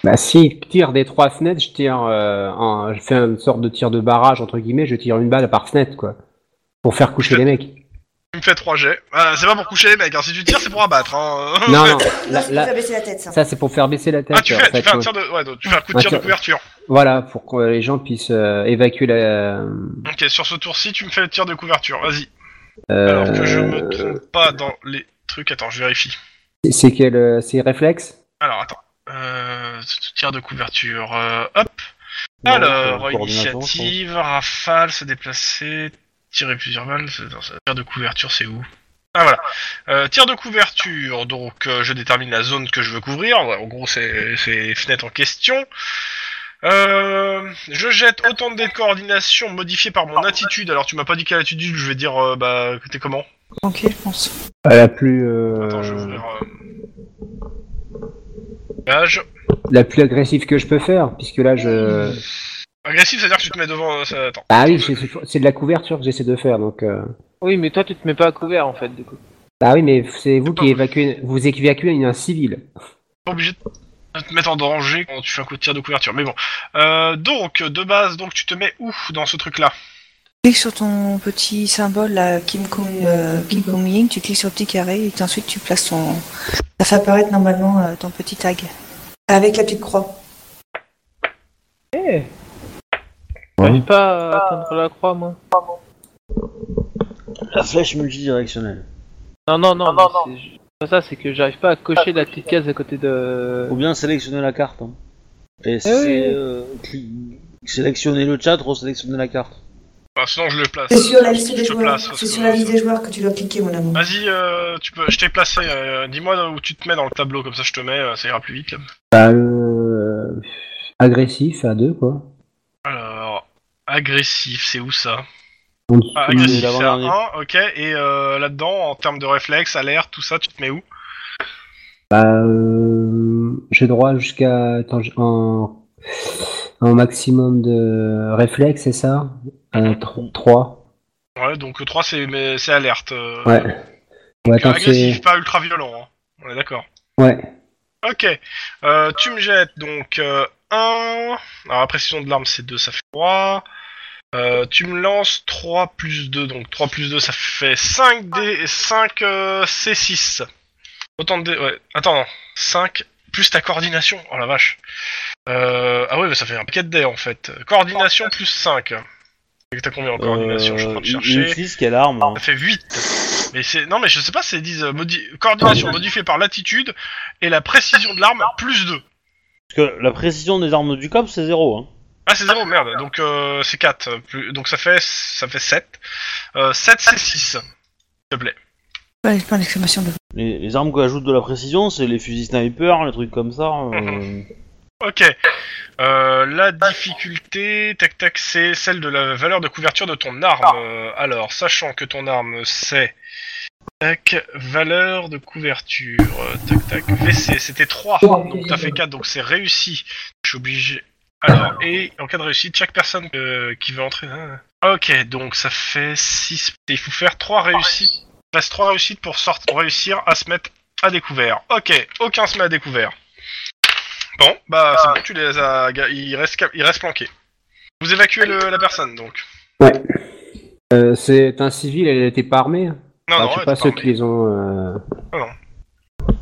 Bah, si je tire des trois fenêtres, je tire, euh, un- je fais une sorte de tir de barrage entre guillemets, je tire une balle par fenêtre quoi, pour faire coucher les mecs.
Tu me fais trois jets. Ah, c'est pas pour coucher les mecs. hein. Si tu tires, c'est pour abattre. hein.
Non, non,
Là,
là,
je
là,
vais baisser la tête, ça.
ça c'est pour faire baisser la tête.
Ah, tu
en
fais,
fait,
tu fais un
ouais.
tir de, ouais, donc tu fais un coup de
Un
tir de
tir.
couverture.
Voilà, pour que les gens puissent euh, évacuer la.
Ok, sur ce tour-ci, tu me fais le tir de couverture. Vas-y.
Euh,
Alors que je me trompe pas dans les trucs. Attends, je vérifie.
C'est quel, euh, c'est réflexe
Alors, attends. Euh, tir de couverture. euh, hop. Alors,
Bah Ouais, coordination, euh, je pense.
initiative, rafale, se déplacer, tirer plusieurs balles. c'est- non, ça- Tir de couverture, c'est où Ah voilà. Euh, tir de couverture, donc euh, je détermine la zone que je veux couvrir. Ouais, En gros, c'est c'est les fenêtres en question. Euh, je jette autant de dés de coordination modifiés par mon attitude. Alors, tu m'as pas dit quelle attitude, je vais dire euh, bah, que t'es comment
Tranquille, je pense.
Euh, La plus, euh,
Attends, je vais ouvrir. euh, Âge.
la plus agressive que je peux faire, puisque là je. bah
Agressif, c'est-à-dire que tu te mets devant. ça- attends.
Ah oui, c'est- c'est c'est de la couverture que j'essaie de faire, donc. euh,
Oui, mais toi tu te mets pas à couvert en fait, du coup.
Bah oui, mais c'est vous qui évacuez, vous évacuez un civil.
Pas obligé de te mettre en danger quand tu fais un coup de tir de couverture. Mais bon. Euh, donc, de base, donc tu te mets où dans ce truc-là
cliques sur ton petit symbole là, Kim Kong, euh, Kim Kong Ying, tu cliques sur le petit carré et ensuite tu places ton. Ça fait apparaître normalement euh, ton petit tag. Avec la petite croix.
Eh
Ouais.
J'arrive pas à atteindre la croix, moi.
La flèche multidirectionnelle.
Non, non, non, Ah, non, non. ça, c'est que j'arrive pas à cocher la petite case à côté de.
Faut bien sélectionner la carte. hein. Et c'est.
oui.
euh, cli- sélectionner le chat, resélectionner la carte.
Bah, Sinon, je le place.
C'est sur la
Je
liste des
te
joueurs.
place, parce
C'est
que-
sur la liste des joueurs que tu dois cliquer, mon amour.
Vas-y, euh, tu peux. Je t'ai placé. euh, Dis-moi où tu te mets dans le tableau, comme ça je te mets, euh, ça ira plus vite. là.
Bah, euh, agressif à deux, quoi.
Alors, agressif, c'est où ça
En dessous,
Ah,
Oui,
Agressif, c'est à
l'avant-dernier.
1, ok. Et euh, là-dedans, en termes de réflexe, alerte, tout ça, tu te mets où
bah, euh, j'ai droit jusqu'à attends, j'ai un, un maximum de réflexes, c'est ça euh, 3.
Ouais, donc 3, c'est mais c'est alerte. euh,
Ouais.
donc,
Ouais, attends,
agressif,
c'est...
pas ultra violent. hein. On est d'accord.
Ouais.
Ok. Euh, tu me jettes donc 1. Alors, la précision de l'arme, c'est 2, ça fait 3. Euh, tu me lances 3 plus 2, donc 3 plus 2 ça fait 5 D 5 euh, C6. Autant de dés, ouais. Attends, non. 5 plus ta coordination, oh la vache. Euh, ah oui, mais ça fait un paquet de dés en fait. Coordination plus 5. Et T'as
Euh,
combien en coordination Je suis en train de
il,
chercher.
il utilise quelle arme hein.
Ça fait 8. Mais c'est non mais je sais pas, c'est 10 euh, modi- coordination modifiée par l'attitude et la précision de l'arme plus 2.
Parce que la précision des armes du cop, c'est zéro. Hein.
Ah c'est 0 merde. Donc euh, c'est 4 plus donc ça fait ça fait 7. Euh, 7 c'est 6. S'il te plaît.
Ouais, point d'exclamation de.
Les, les armes qu'on ajoute de la précision, c'est les fusils sniper, les trucs comme ça. euh.
OK. Euh, la difficulté tac tac c'est celle de la valeur de couverture de ton arme. Euh, alors, sachant que ton arme c'est tac valeur de couverture euh, tac tac VC, c'était 3. Donc t'as Ah, fait 4 donc c'est réussi. Je suis obligé. Alors, et en cas de réussite, chaque personne euh, qui veut entrer Ah. OK, donc ça fait 6 il faut faire 3 réussites. Il reste 3 réussites pour sortir réussir à se mettre à découvert. OK, aucun se met à découvert. Bon, bah c'est bon, tu les as. ga- Il reste, ca- il reste planqué. Vous évacuez le- la personne donc.
ouais. Euh, c'est un civil, elle n'était pas armée.
Non,
Enfin,
non,
je sais
Ah, ouais,
pas
t'es
ceux
pas
qui les ont. euh,
armé.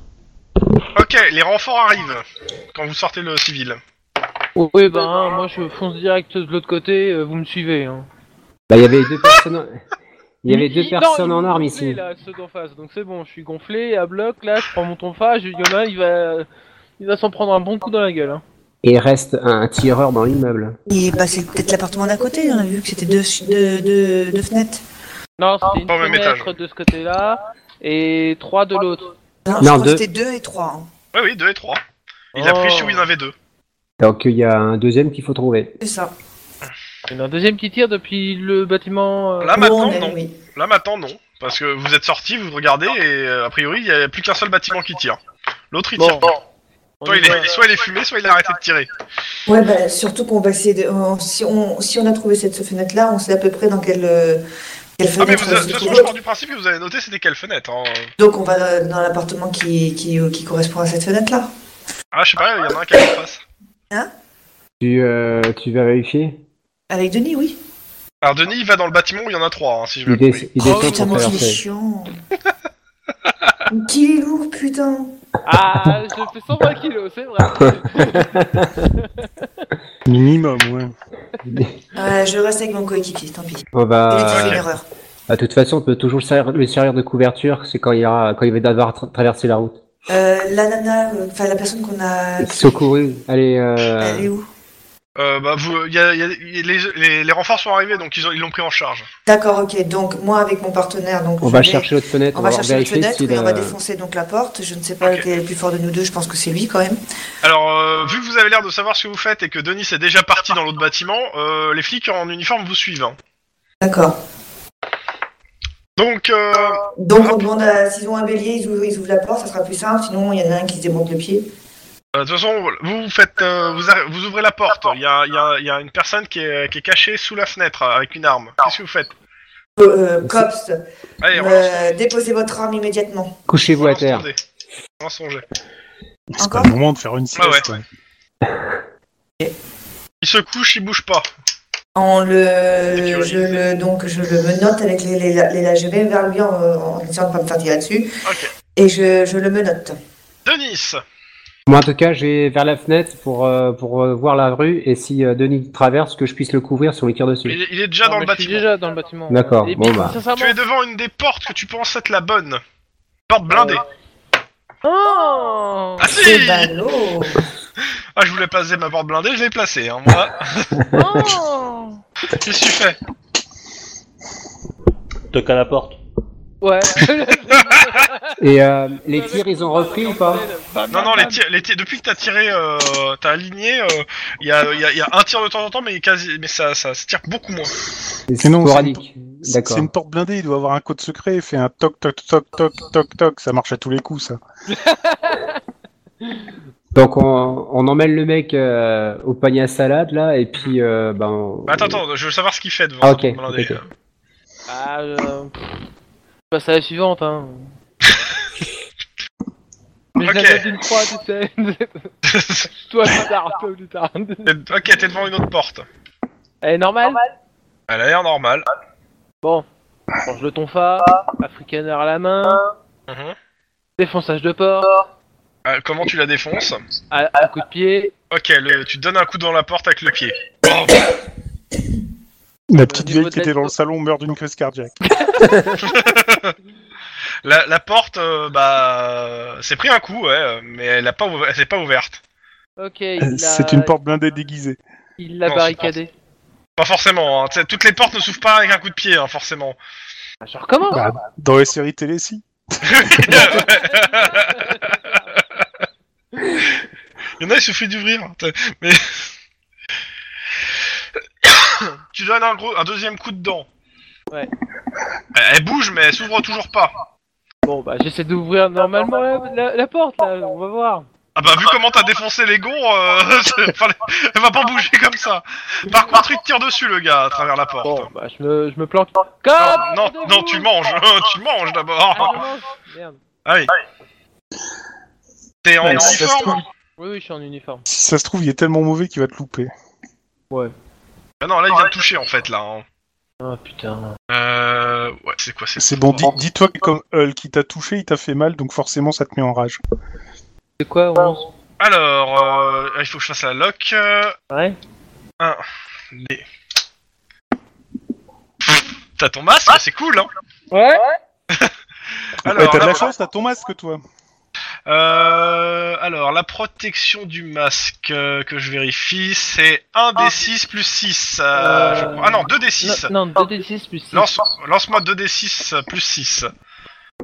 Ok, les renforts arrivent quand vous sortez le civil.
Oui, bah, hein, moi, je fonce direct de l'autre côté, euh, vous me suivez. Hein.
Bah, il y avait deux personnes. en- Il y avait deux
non,
personnes
ils
en
m'ont
armes
gonflé,
ici.
Là, ceux d'en face, donc c'est bon, je suis gonflé, à bloc, là, je prends mon tonfa, je il y en a un, il va. Il va s'en prendre un bon coup dans la gueule. Hein.
Et il reste un tireur dans l'immeuble.
Et bah, c'est peut-être l'appartement d'à côté, on a vu que c'était deux, deux, deux, deux fenêtres.
Non, c'était une
Pas au même
fenêtre de ce côté-là et trois de l'autre.
Non, je
Non,
crois que
deux.
c'était deux et trois. hein.
Oui, oui, 2 et 3. Il a
Oh.
pris si où il y en avait deux.
Donc il y a un deuxième qu'il faut trouver.
C'est ça.
Il y en a un deuxième qui tire depuis le bâtiment. euh,
Là maintenant,
Oh,
Bon,
non.
oui.
Là maintenant, non. Parce que vous êtes sortis, vous regardez et euh, a priori, il n'y a plus qu'un seul bâtiment qui tire. L'autre, il
Bon.
tire. pas.
on
Soit
y
il, est,
va.
soit il est fumé, soit il a arrêté de tirer.
Ouais, bah, surtout qu'on va essayer de. on- si, on, si on a trouvé cette fenêtre-là, on sait à peu près dans quelle, euh, quelle
Ah, mais
fenêtre. euh,
vous, de
se
toute façon,
trouve
je
l'autre.
pars du principe que vous avez noté c'était quelle fenêtre. hein.
Donc on va euh, dans l'appartement qui, qui, euh, qui correspond à cette fenêtre-là.
Ah, je sais pas, il y en a un qui est en face.
Tu, euh, tu vas vérifier
Avec Denis, oui.
Alors, Denis, il va dans le bâtiment où il y en a trois, hein, si je me
Il,
trompe.
dé- il
Oh
descend
putain,
pour
moi, il est
traverser.
chiant.
Qui est lourd, putain
Ah, je fais 120 kilos, c'est vrai.
Minimum, ouais.
Ouais, Je reste avec mon coéquipier, tant pis.
On
Il a
va.
fait
ok.
une erreur.
Oh, Bah, De toute façon, on peut toujours le servir, le servir de couverture, c'est quand il, ira, quand il va devoir tra- traverser la route.
Euh, la nana, euh, enfin la personne qu'on a.
Secourir, allez,
Elle est
euh,
où
Euh, bah, vous, y a- y a- y a- les, les- les renforts sont arrivés, donc ils ont- ils l'ont pris en charge.
D'accord, ok. Donc moi avec mon partenaire, donc
on
je
va
vais-
chercher l'autre fenêtre,
On va chercher une
vérifier euh,
fenêtre,
si
oui,
la-
on va défoncer donc la porte. Je ne sais pas
Ok.
lequel est le plus fort de nous deux, je pense que c'est lui quand même.
Alors, euh, vu que vous avez l'air de savoir ce que vous faites et que Denis est déjà parti dans l'autre bâtiment, euh, les flics en uniforme vous suivent. hein.
D'accord.
Donc, euh,
Donc on demande à- s'ils ont un bélier, ils ouvrent, ils ouvrent la porte, ça sera plus simple. Sinon, il y en a un qui se démonte le pied.
euh, de toute façon, vous, vous faites, euh, vous, arri- vous ouvrez la porte. Il y a, il y a- il y a une personne qui est, qui est cachée sous la fenêtre euh, avec une arme. Qu'est-ce que vous faites
euh, cops,
Allez, relance
euh, déposez votre arme immédiatement.
Couchez-vous à
relance ton
terre.
dé. Relance ton jet.
C'est pas
Encore
le moment de faire une sieste.
Ah ouais.
ouais.
Il se couche, il bouge pas.
En
Et
le,
tu
je le, donc je le menote avec les, les, les- je vais vers lui en, en essayant de pas me faire tirer dessus.
Ok.
Et je, je le menote.
Denis
Moi, en tout cas, je vais vers la fenêtre pour, euh, pour euh, voir la rue et si euh, Denis traverse, que je puisse le couvrir si on lui tire dessus.
il, est- il est déjà
Non,
dans
mais
le
Je suis
bâtiment.
déjà dans le bâtiment.
D'accord,
Et
bon,
puis,
bah.
Tu
sincèrement,
es devant une des portes que tu penses être la bonne.
Euh,
Porte blindée.
Oh
ah
C'est
si
ballot.
Ah, je voulais placer ma porte blindée, je l'ai placée, hein, moi.
Oh
Qu'est-ce que tu fais
Toc à la porte.
Ouais.
Et euh, les tirs, ils ont repris ou pas
Non, non, les tirs- les tirs- depuis que t'as tiré, euh, t'as aligné, euh, il y, a, il y a- il y a un tir de temps en temps, mais, quasi, mais ça, ça se tire beaucoup moins.
C'est
Sinon, c'est
sporadique.
C'est
D'accord.
c'est une porte blindée, il doit avoir un code secret, il fait un toc toc toc toc toc toc, ça marche à tous les coups ça.
Donc, on, on emmène le mec euh, au panier à salade, là, et puis. Euh, ben, on-
Bah, Attends, attends, je veux savoir ce qu'il fait devant
Ah,
la
ok.
porte blindée.
ok, ok.
Ah, euh... Passe à la suivante, hein. Mais je la
Ok.
note d'une croix, tu sais. toi plus tard, toi plus tard.
T'es- ok, t'es devant une autre porte.
Elle est normale
Elle a l'air normale.
Change le tonfa, africaner à la main,
Mhm.
défonçage de porc,
Euh, comment tu la défonces
à, à coup de pied.
Ok, le- tu donnes un coup dans la porte avec le pied. Bon,
La petite
Au niveau
vieille
de
qui
la-
était dans le salon meurt d'une crise cardiaque.
la, la porte, euh, bah, c'est pris un coup, ouais, euh, mais elle, a pas ouver- elle s'est pas ouverte.
Ok, il l'a-
Euh, C'est une porte blindée déguisée.
Il l'a
Non,
barricadé.
Pas forcément, hein, tu sais, toutes les portes ne s'ouvrent pas avec un coup de pied, hein, forcément.
Ah, je recommence
Bah, dans les séries télé, si. Bah.
Il y en a, il suffit d'ouvrir. t'as- Mais... tu donnes un, gros, un deuxième coup de dent.
Ouais.
Elle, elle bouge, mais elle s'ouvre toujours pas.
Bon, bah j'essaie d'ouvrir normalement la, la- la porte, là, on va voir.
Ah bah, vu comment t'as défoncé les gonds, euh, enfin, elle va pas bouger comme ça. Par contre, il te tire dessus, le gars, à travers la porte.
Bon, bah je me, je me planque. Comme
Non, non, non, tu manges, hein, tu manges
Ah, je
d'abord.
mange. Merde.
Ah oui. T'es en
Ouais, ça se
uniforme
Oui, oui, je suis en uniforme.
Si ça se trouve, il est tellement mauvais qu'il va te louper.
Ah non, là, il vient de toucher, en fait, là. hein.
Ah putain.
Euh... Ouais, c'est quoi, c'est... Oh.
C'est bon, dis- dis-toi que comme Hulk, il t'a touché, il t'a fait mal, donc forcément ça te met en rage.
C'est quoi, on...
Alors, euh, il faut que je fasse la lock. euh,
Ouais
les- T'as ton masque, c'est cool, hein
Ouais
Alors,
ouais, t'as de
la-
la chance, t'as ton masque toi.
Euh, alors, la protection du masque euh, que je vérifie, c'est 1 d 6 plus 6.
Ah. Euh,
Ah non, 2 d 6.
Non, non, 2d6 plus 6.
Lance, lance-moi 2 d 6 euh, plus 6. Et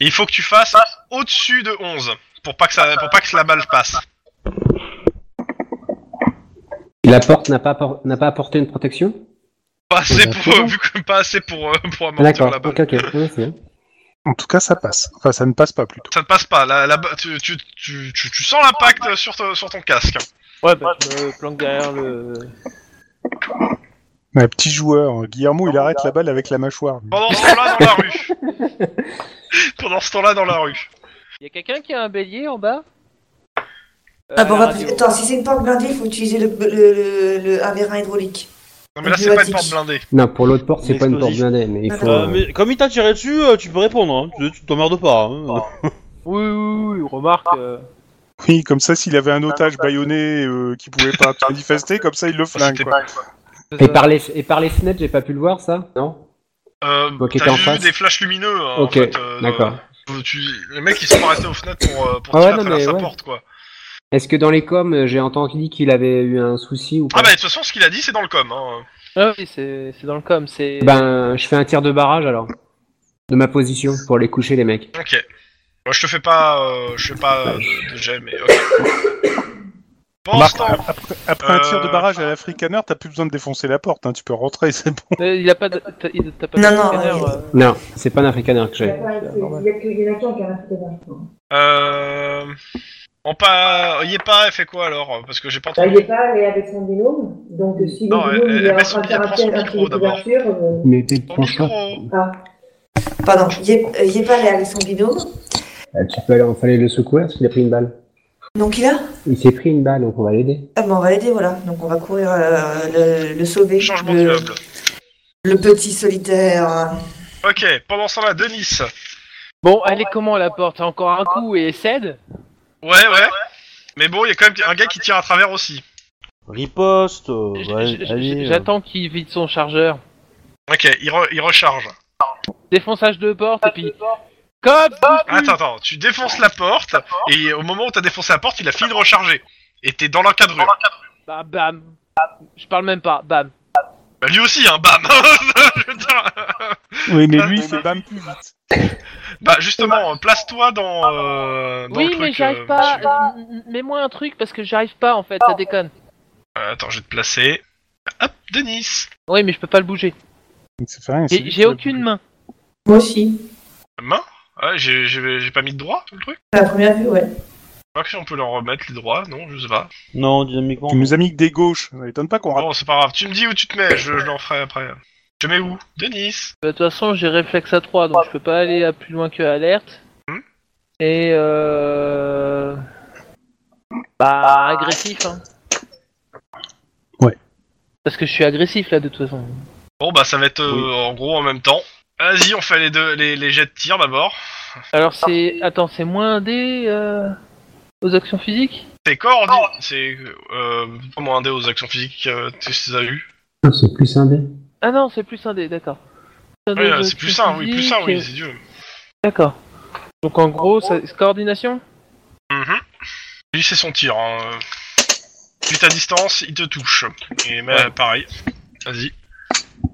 il faut que tu fasses au-dessus de 11 pour pas que ça, pour pas que la balle passe.
La porte n'a pas, por- n'a pas apporté une protection
Pas assez
bah,
pour,
c'est bon.
vu que pas assez pour, euh, pour amortir
Ah, D'accord,
la balle.
ok, ok. Ouais, c'est bien.
En tout cas, ça passe. Enfin, ça ne passe pas plutôt.
Ça ne passe pas. La, la, ba- tu, tu, tu, tu, tu sens l'impact euh, sur, ton- sur ton casque.
Ouais, bah je me planque derrière le.
Ouais, petit joueur, Guillermo, il arrête la balle avec la mâchoire. lui.
Pendant ce temps-là, dans la rue. Pendant ce temps-là, dans la rue.
Y'a quelqu'un qui a un bélier en bas Euh,
Ah bon,
à
on
la
va-
radio.
attends, si c'est une porte blindée, il faut utiliser le, le, le, le- un vérin hydraulique.
Non, mais là, c'est pas une porte
Automatique.
blindée.
Non, pour l'autre porte, c'est pas une porte
L'explosif.
blindée, mais il faut.
Euh,
euh,
mais comme il t'a tiré dessus, euh, tu peux répondre, hein. tu tu t'emmerdes pas. hein.
Oui, oui, oui, remarque. euh,
Ah.
Oui, comme ça, s'il avait un otage baïonné euh, qui pouvait pas manifester, comme ça, il le flingue.
C'était
Quoi.
Et par les, et par les fenêtres, j'ai pas pu le voir, ça Non
Euh,
Toi qui
t'as
étais en
juste
face.
vu des flashs lumineux. hein,
Ok,
en fait, euh,
D'accord.
euh, tu- les mecs ils se sont arrêtés aux fenêtres pour, euh, pour
Ah
tirer
ouais,
à
non,
travers
mais
sa
ouais.
porte quoi.
Est-ce que dans les coms, euh, j'ai entendu qu'il avait eu un souci ou pas
Ah bah de toute façon ce qu'il a dit c'est dans le com. Hein.
Ah oui, c'est c'est dans le com, c'est.
Ben, je fais un tir de barrage alors. De ma position, pour les coucher, les mecs.
Ok. Moi, je te fais pas, euh, je fais pas euh, de jet mais ok. Pendant ce
Marc,
temps,
après, après un tir de
Euh.
barrage à l'Africaner, t'as plus besoin de défoncer la porte, hein, tu peux rentrer, c'est bon.
Euh, Il a pas de. t'as- il- T'as pas de
Non, non,
scanner,
ouais.
euh,
Non, c'est pas un africaner que
Il y a
j'ai.
pas- c'est- il y a que- il y en a qu'un qui a un africain.
euh, En pas, Yepa, elle fait quoi alors Parce que j'ai pas
Bah,
entendu.
il n'est pas allé avec son binôme, donc euh, si le
Non,
binôme
elle-
il est
elle
en
met
train
son-
de
elle
faire un
prend son
piège
micro, d'abord.
d'ouverture, euh,
Mais t'es
Ton
penche pas.
micro
ah,
Pardon, il est pas allé avec son binôme.
Euh, Tu peux aller, on fallait le secouer parce qu'il a pris une balle.
Donc il a
Il s'est pris une balle, donc on va l'aider.
Ah bah, on va l'aider, voilà. Donc on va courir euh, le, le sauver.
Changement
le,
d'immeuble.
le petit solitaire.
Ok, pendant ce temps-là, Denis.
Bon, elle est comment la porte Encore un coup et elle cède
Ouais, ouais. Mais bon, il y a quand même un gars qui tire à travers aussi.
Riposte, euh,
J-
ouais,
j-
allez,
j-
euh,
J'attends qu'il vide son chargeur.
Ok, il, re- il recharge.
Défonçage de porte Ah, et puis. Cop
Attends, attends, tu défonces la porte, et au moment où t'as défoncé la porte, il a fini de recharger. Et t'es dans l'encadrure.
Bam bah, bam Je parle même pas, bam
Bah, lui aussi, hein, bam Je veux dire,
Oui, Ah, mais lui, c'est bam plus vite.
Bah justement, euh, place-toi dans, euh, dans le
Oui,
truc.
mais j'arrive
euh,
pas.
monsieur.
euh, m- m- Mets-moi un truc parce que j'arrive pas en fait, ça déconne.
Euh, attends, je vais te placer. Hop, Denis
Oui, mais je peux pas le bouger.
Donc, ça fait rien, c'est
J'ai
lui
j'ai
qui va
aucune
bouger.
main.
Moi aussi.
Main Ouais, j'ai- j'ai j'ai pas mis de droit, tout le truc
À la première vue, ouais.
Je sais pas si on peut leur remettre les droits, non, je sais pas.
Non, dynamiquement.
Tu nous as mis que des gauches. Ça m'étonne pas qu'on
Bon, c'est pas grave, tu me dis où tu te mets, je, je leur ferai après. Je mets où Denis
Bah, De toute façon, j'ai réflexe à 3, donc je peux pas aller à plus loin que alerte.
Hmm.
Et euh. Bah, agressif, hein.
Ouais.
Parce que je suis agressif là, de toute façon.
Bon, bah ça va être euh,
Oui.
en gros en même temps. Vas-y, on fait les deux, les, les jets de tir d'abord.
Alors, c'est. Attends, c'est moins un dé euh, aux actions physiques
C'est coordi... C'est euh, comment un dé aux actions physiques euh, tu les as eu
Ah, C'est plus un dé.
Ah non, c'est plus un dé, d'accord. Un dé
Oui,
aux
euh, c'est
actions
plus ça, oui, plus ça, oui,
physiques,
c'est Dieu.
D'accord. Donc, en gros, ça- c'est coordination
Mhm. Lui, c'est son tir. Hein. Vu ta distance, il te touche. Et mais, pareil. Vas-y.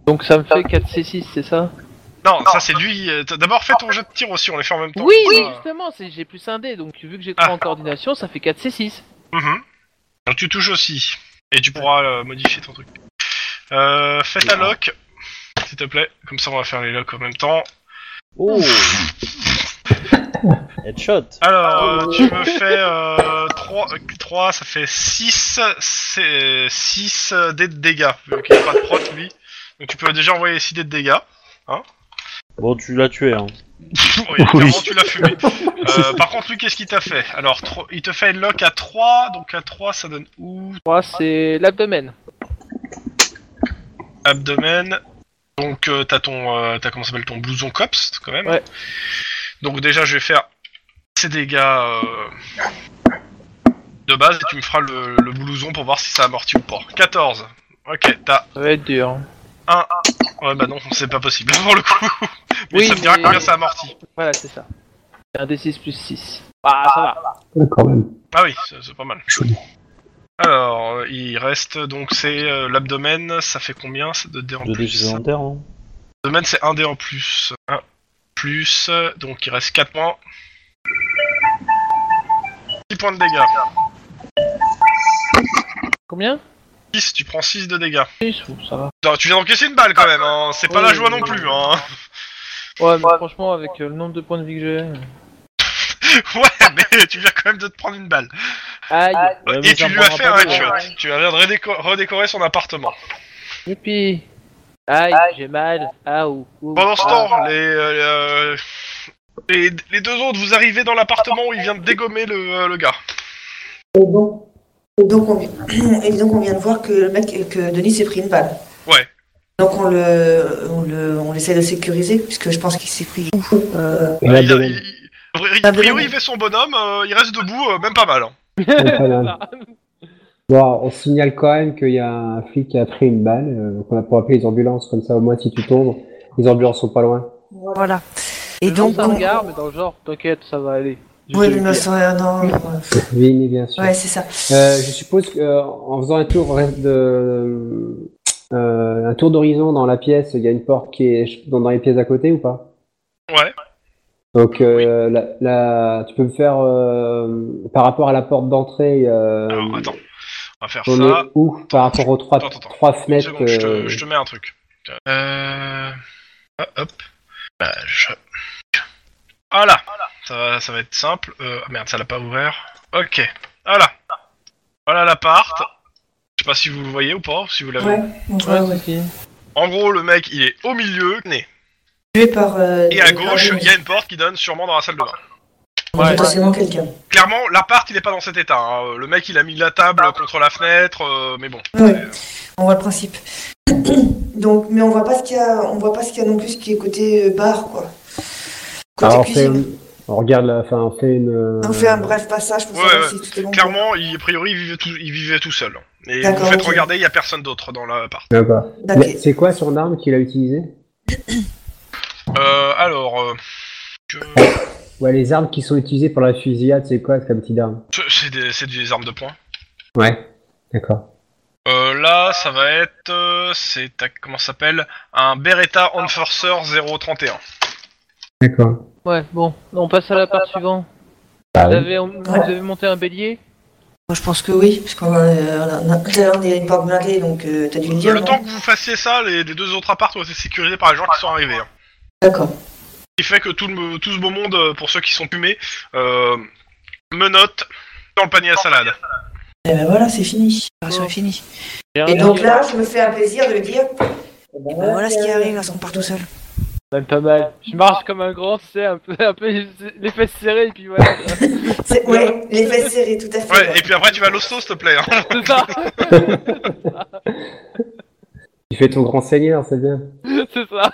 Donc, ça me fait 4C6, c'est ça
Non, ça c'est lui. euh, t'as- D'abord, fais ton jet de tir aussi, on les fait en même temps.
Oui,
comme ça.
justement, c'est- j'ai plus un dé, donc vu que j'ai
Ah.
3 en coordination, ça fait 4C6.
Mhm. Donc tu touches aussi. Et tu pourras euh, modifier ton truc. Euh, fais ta lock, s'il te plaît. Comme ça, on va faire les locks en même temps.
Oh Headshot
Alors, euh, tu me fais euh, 3, 3, ça fait 6, 6 euh, dés de dégâts, vu qu'il n'y a pas de proc, lui. Donc tu peux déjà envoyer 6 dés de dégâts.
Bon, tu l'as tué, hein.
Oui, clairement, tu l'as fumé. Euh, par contre, lui, qu'est-ce qu'il t'a fait Alors, tro- il te fait une lock à 3, donc à 3, ça donne où
3, c'est l'abdomen.
Abdomen. Donc, euh, t'as ton, euh, t'as comment ça s'appelle ton blouson cops, quand même.
Ouais.
Donc déjà, je vais faire ces dégâts euh, de base, et tu me feras le, le blouson pour voir si ça amortit ou pas. 14. Ok, t'as
Ça va être dur. hein.
Ouais, bah non, c'est pas possible pour le coup. Mais
Oui,
ça me dira
mais-
combien ça amortit.
Voilà, c'est ça. C'est un D6 plus 6. Ah, ça va.
Ah, quand même.
Ah oui, c'est c'est pas mal. Alors, euh, il reste donc c'est euh, l'abdomen, ça fait combien ça de dés en
Deux dés
plus
supplémentaires, hein.
L'abdomen c'est un dé en plus. Un plus, euh, donc il reste 4 points. 6 points de dégâts.
Combien
6, tu prends 6 de dégâts.
6, ou ça va.
Non, tu viens d'encaisser une balle quand même, hein. c'est pas
Oui,
la joie non
oui,
plus.
oui.
Hein.
Ouais, mais franchement, avec euh, le nombre de points de vie que j'ai.
Ouais, mais tu viens quand même de te prendre une balle.
Aïe,
Ouais, mais
Et
ça
tu lui as
prendra
fait
pas
un hein.
de-
headshot. Tu viens de redéco- redécorer son appartement.
youpi. Aïe, j'ai mal. Ah, ou. ou-
Pendant ce
ah.
temps, les, euh, euh, les, les deux autres, vous arrivez dans l'appartement où il vient de dégommer le, euh, le gars.
c'est bon.
Donc on, et donc on vient de voir que le mec, que Denis s'est pris une balle.
Ouais.
Donc on le, on le, on essaie de sécuriser puisque je pense qu'il s'est pris. Euh,
Et
il, a-
l'abdomen.
il- il-
Ah,
a priori, il fait son bonhomme, euh, il reste debout, euh, même pas mal. hein.
Ouais, pas mal.
Ah,
Bon, on signale quand même qu'il y a un flic qui a pris une balle. euh, donc on a pour appeler les ambulances, comme ça au moins si tu tombes, les ambulances sont pas loin.
Voilà.
Voilà. Et
le
donc,
genre, ça
on-
regarde, mais dans le genre, t'inquiète, ça va aller. Je
ouais,
te le
non,
dis.
ça- euh, non, ouais.
Vini, bien sûr.
Ouais, c'est ça.
Euh, je suppose qu'en faisant un tour reste de euh, un tour d'horizon dans la pièce, il y a une porte qui est dans, dans les pièces à côté ou pas
Ouais.
Donc euh, la, la- tu peux me faire euh, par rapport à la porte d'entrée. Euh,
Alors, attends, on va faire
on
ça.
est où par rapport aux trois,
Attends, attends, attends.
trois
Une
fenêtres
seconde, je, te,
euh,
je te mets un truc. Euh... ah, hop. Bah, je- Voilà. Ça, va- ça va être simple. Euh, ah merde, ça l'a pas ouvert. Ok. Voilà. Voilà l'appart. Je sais pas si vous le voyez ou pas, si vous l'avez.
Ouais, on voit, ouais.
si.
En gros, le mec, il est au milieu, né.
Tué par. euh,
Et à
par-
gauche, il y a une porte qui donne sûrement dans la salle de bain.
Potentiellement quelqu'un.
Clairement, l'appart, il est pas dans cet état. hein. Le mec, il a mis la table contre la fenêtre, euh, mais bon.
Ouais. On voit le principe. Donc, mais on voit pas ce qu'il y a, on voit pas ce qu'il y a non plus ce qui est côté euh, bar, quoi. Côté
Alors, on, fait,
cuisine.
on regarde, la- enfin, on fait une. euh,
On fait un bref passage pour
Ouais,
savoir
ouais.
si tout est bon.
Clairement, il, a priori, il vivait tout, il vivait tout seul. Et vous
D'accord,
faites
ok.
regarder, il y a personne d'autre dans l'appart.
je sais pas.
D'accord.
Mais C'est quoi son arme qu'il a utilisée
Euh, alors, euh, je-
Ouais, les armes qui sont utilisées pour la fusillade, c'est quoi comme type d'arme
c'est- c'est des, c'est des armes de poing.
Ouais. D'accord.
Euh, là, ça va être, euh, c'est tac, comment ça s'appelle, un Beretta Enforcer 031.
D'accord.
Ouais, bon, on passe à la part suivante.
Bah,
Vous
oui.
avez, vous avez monté un bélier
Moi, je pense que oui, parce qu'on a, euh, on a- tout à l'heure on est une porte blindée, donc euh, t'as dû le dire.
Le
non
temps que vous fassiez ça, les, les deux autres apparts ont été sécurisés par les gens qui sont arrivés. hein.
D'accord.
Ce qui fait que tout, le, tout ce beau monde, euh, pour ceux qui sont fumés, euh, menottes dans le panier à salade.
Et ben voilà, c'est fini.
L'opération est finie.
Et donc là, je me fais un plaisir de dire, ben voilà ce qui arrive, là, on part tout seul.
Même pas mal. Je marche comme un grand, tu sais, un peu, un peu les fesses serrées et puis voilà.
C'est- Ouais, les fesses serrées, tout à fait.
Ouais,
ouais.
et puis après, tu vas à l'hosto, s'il te plaît. hein.
C'est ça
Tu fais ton grand seigneur, c'est bien.
C'est ça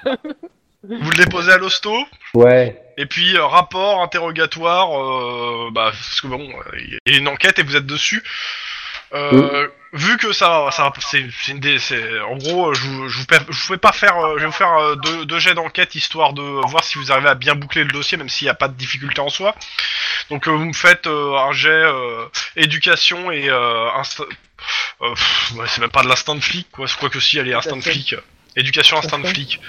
Vous le déposez à l'hosto,
Ouais.
Et puis euh, rapport, interrogatoire, euh, bah, parce que bon, euh, il y a une enquête et vous êtes dessus. Euh, Vu que ça, ça c'est c'est une des, c'est- en gros, euh, je vous, je vous per- je vous fais pas faire, euh, je vais vous faire euh, deux, deux jets d'enquête histoire de voir si vous arrivez à bien boucler le dossier, même s'il n'y a pas de difficulté en soi. Donc euh, vous me faites euh, un jet euh, éducation et euh, insta- euh, pff, ouais, c'est même pas de l'instinct de flic, quoi, quoi que si, elle est instinct de
fait.
flic, éducation instinct de
Parfait.
flic.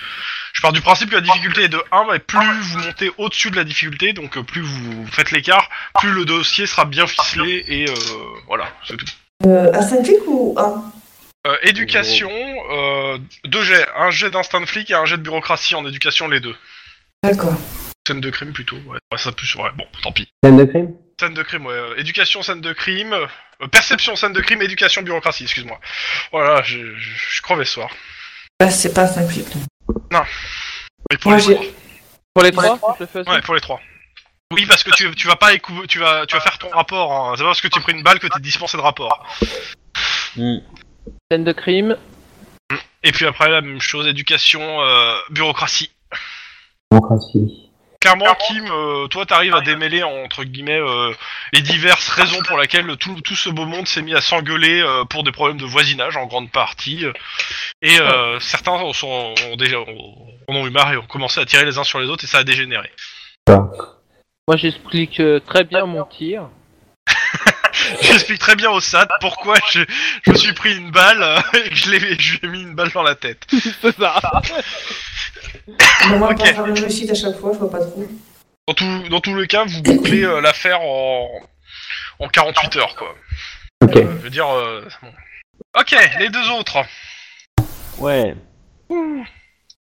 Je pars du principe que la difficulté est de 1, mais plus vous montez au-dessus de la difficulté, donc euh, plus vous faites l'écart, plus le dossier sera bien ficelé et euh, voilà, c'est tout.
Euh, un 5 flic ou un
Euh, éducation, euh, deux jets, un jet d'instinct de flic et un jet de bureaucratie en éducation, les deux.
D'accord.
Scène de crime plutôt, ouais, Ouais, ça plus, ouais, bon, tant pis.
Scène de crime
Scène de crime, ouais, euh, éducation, scène de crime, euh, perception, scène de crime, éducation, bureaucratie, excuse-moi. Voilà, je, je, je crevais ce soir.
Bah, c'est pas un 5 flic. non.
Et pour
Moi,
les
j'ai-
trois.
Pour les
Ouais.
trois, je le fais aussi.
Ouais, pour les trois. Oui, parce que tu, tu vas pas écou- tu vas tu vas faire ton rapport. Hein. C'est pas parce que tu as pris une balle que t'es dispensé de rapport.
Hmm.
Scène de crime.
Et puis après la même chose, éducation, euh, bureaucratie.
Démocratie.
Clairement, Kim, euh, toi t'arrives à démêler entre guillemets euh, les diverses raisons pour lesquelles tout, tout ce beau monde s'est mis à s'engueuler euh, pour des problèmes de voisinage en grande partie. Et euh, certains en sont, ont déjà ont- en ont eu marre et ont commencé à tirer les uns sur les autres et ça a dégénéré.
Moi j'explique euh, très bien mon tir.
J'explique très bien au SAD pourquoi je, je me suis pris une balle euh, et que je l'ai- je lui ai mis une balle dans la tête.
C'est ça
Mais moi,
Ok.
pour faire une réussite à chaque fois, je vois pas trop.
Dans, tout, dans tous les cas, vous bouclez euh, l'affaire en, en 48 heures, quoi.
Ok.
Euh, je veux dire... euh, bon. Ok, les deux autres.
Ouais.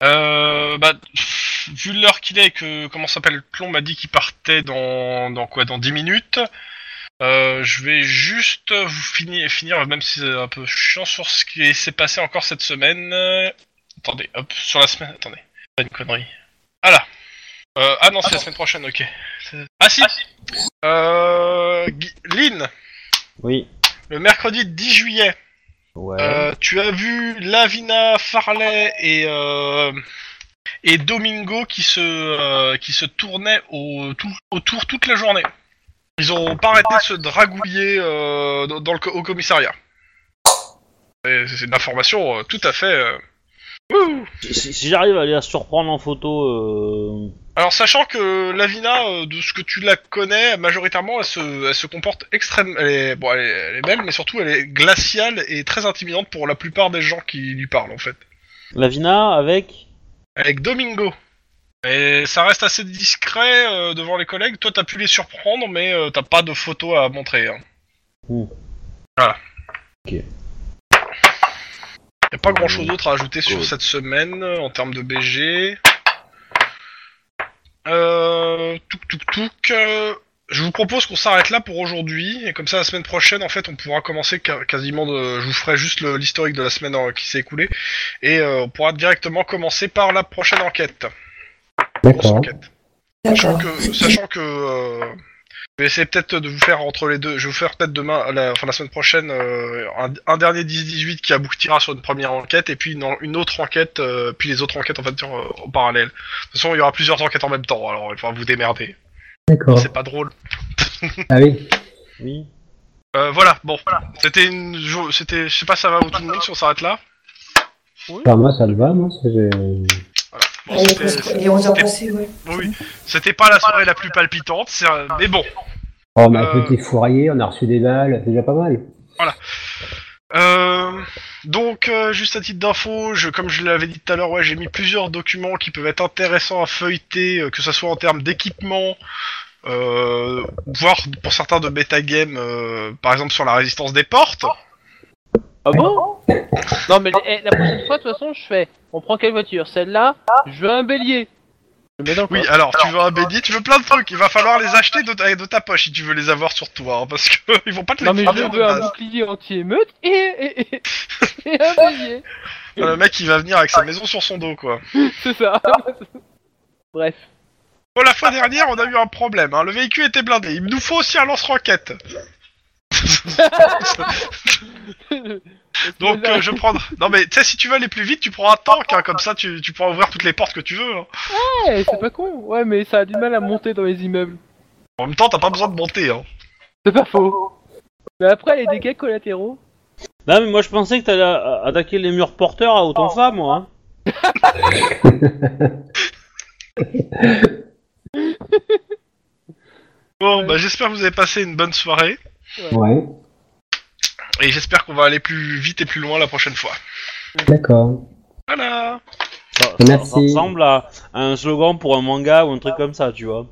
Euh, bah, pff, vu l'heure qu'il est, que comment ça s'appelle Plon m'a dit qu'il partait dans, dans quoi Dans 10 minutes. Euh, je vais juste vous finir, finir, même si c'est un peu chiant, sur ce qui s'est passé encore cette semaine. Euh, Attendez, hop, sur la semaine... Attendez, pas une connerie. Ah là Euh, Ah non, c'est la semaine prochaine, ok. Ah si Euh, Gui- Lynn,
Oui.
le mercredi 10 juillet,
Ouais.
euh, tu as vu Lavina Farley et euh, et Domingo qui se euh, qui se tournaient au, tout- autour toute la journée. Ils ont pas arrêté de se dragouiller euh, dans, dans le co- au commissariat. Et C'est une information euh, tout à fait. euh, wouh.
Si, si j'arrive à les surprendre en photo, euh,
Alors sachant que Lavina, euh, de ce que tu la connais, majoritairement elle se, elle se comporte extrêmement... Elle est, bon, elle est, elle est belle, mais surtout elle est glaciale et très intimidante pour la plupart des gens qui lui parlent en fait.
Lavina avec.
avec Domingo. Et ça reste assez discret euh, devant les collègues. Toi, t'as pu les surprendre, mais euh, t'as pas de photos à montrer. Hein.
Ouh.
Voilà.
Ok. Euh,
Y a pas grand chose d'autre à ajouter sur
Cool.
cette semaine euh, en termes de BG. Euh, touk touk touk. euh, je vous propose qu'on s'arrête là pour aujourd'hui, et comme ça la semaine prochaine, en fait, on pourra commencer ca- quasiment de... Je vous ferai juste le- l'historique de la semaine euh, qui s'est écoulée, et euh, on pourra directement commencer par la prochaine enquête. Grosse
D'accord.
enquête. Sachant que, sachant que euh, je vais essayer peut-être de vous faire entre les deux, je vais vous faire peut-être demain, la, enfin la semaine prochaine, euh, un, un dernier 10-18 qui aboutira sur une première enquête, et puis une, en- une autre enquête, euh, puis les autres enquêtes en fait sur- euh, en parallèle. De toute façon, il y aura plusieurs enquêtes en même temps, alors il faudra vous démerder.
D'accord.
C'est pas drôle.
Ah oui.
Oui.
Euh, voilà, bon, c'était une, jo- c'était, je sais pas, ça va où tout le monde si on s'arrête là.
Enfin, moi, ça me va, moi. c'est- j'ai-
Bon, c'était-
Il est 11h passé, ouais.
oui, c'était pas la soirée la plus palpitante, c'est un- mais bon.
Oh, on a
Euh.
été fourraillé, on a reçu des balles, c'est déjà pas mal.
Euh, donc, euh, juste à titre d'info, je, comme je l'avais dit tout à l'heure, ouais, j'ai mis plusieurs documents qui peuvent être intéressants à feuilleter, euh, que ce soit en termes d'équipement, euh, voire pour certains de metagame, euh, par exemple sur la résistance des portes.
Ah bon Non, mais eh, la prochaine fois, de toute façon, je fais. On prend quelle voiture Celle-là Je veux un bélier. Je le mets dans le
Oui,
coffre.
alors, tu veux un bélier, tu veux plein de trucs, il va falloir les acheter de ta, de ta poche si tu veux les avoir sur toi, hein, parce que ils vont pas te les
Non, mais
fournir
je
de
veux un
base.
bouclier anti-émeute et, et, et- et un bélier.
Enfin, le mec, il va venir avec sa maison sur son dos, quoi.
C'est ça. Bref.
Bon, la fois dernière, on a eu un problème. Hein. Le véhicule était blindé. Il nous faut aussi un lance-roquette. Donc,
Eh,
euh, je prends. Non, mais tu sais, si tu veux aller plus vite, tu prends un tank. Hein. Comme ça, tu, tu pourras ouvrir toutes les portes que tu veux. hein.
Ouais, c'est pas con. Ouais, mais ça a du mal à monter dans les immeubles.
En même temps, t'as pas besoin de monter. Hein.
C'est pas faux. Mais après, les dégâts collatéraux.
Non, mais moi je pensais que t'allais euh, attaquer les murs porteurs à
Oh.
haute en fa, moi. hein.
Bon, bah, j'espère que vous avez passé une bonne soirée.
Ouais.
Et j'espère qu'on va aller plus vite et plus loin la prochaine fois.
D'accord.
Voilà.
Ça, ça-
Merci.
ça ressemble à, à un slogan pour un manga ou un truc comme ça, tu vois.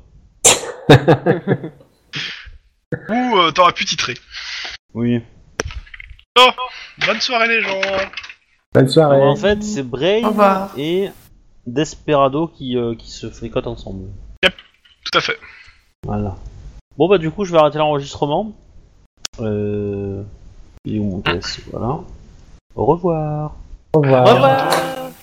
Ou euh, t'auras pu titrer.
Oui.
Bonne soirée, les gens.
Bonne soirée.
en fait, c'est Bray
Au revoir.
et Desperado qui, euh, qui se fricotent ensemble.
Tout à fait.
Voilà. Bon, bah, du coup, je vais arrêter l'enregistrement. Euh. Et on vous laisse, voilà. Au revoir.
Au revoir.
Au revoir.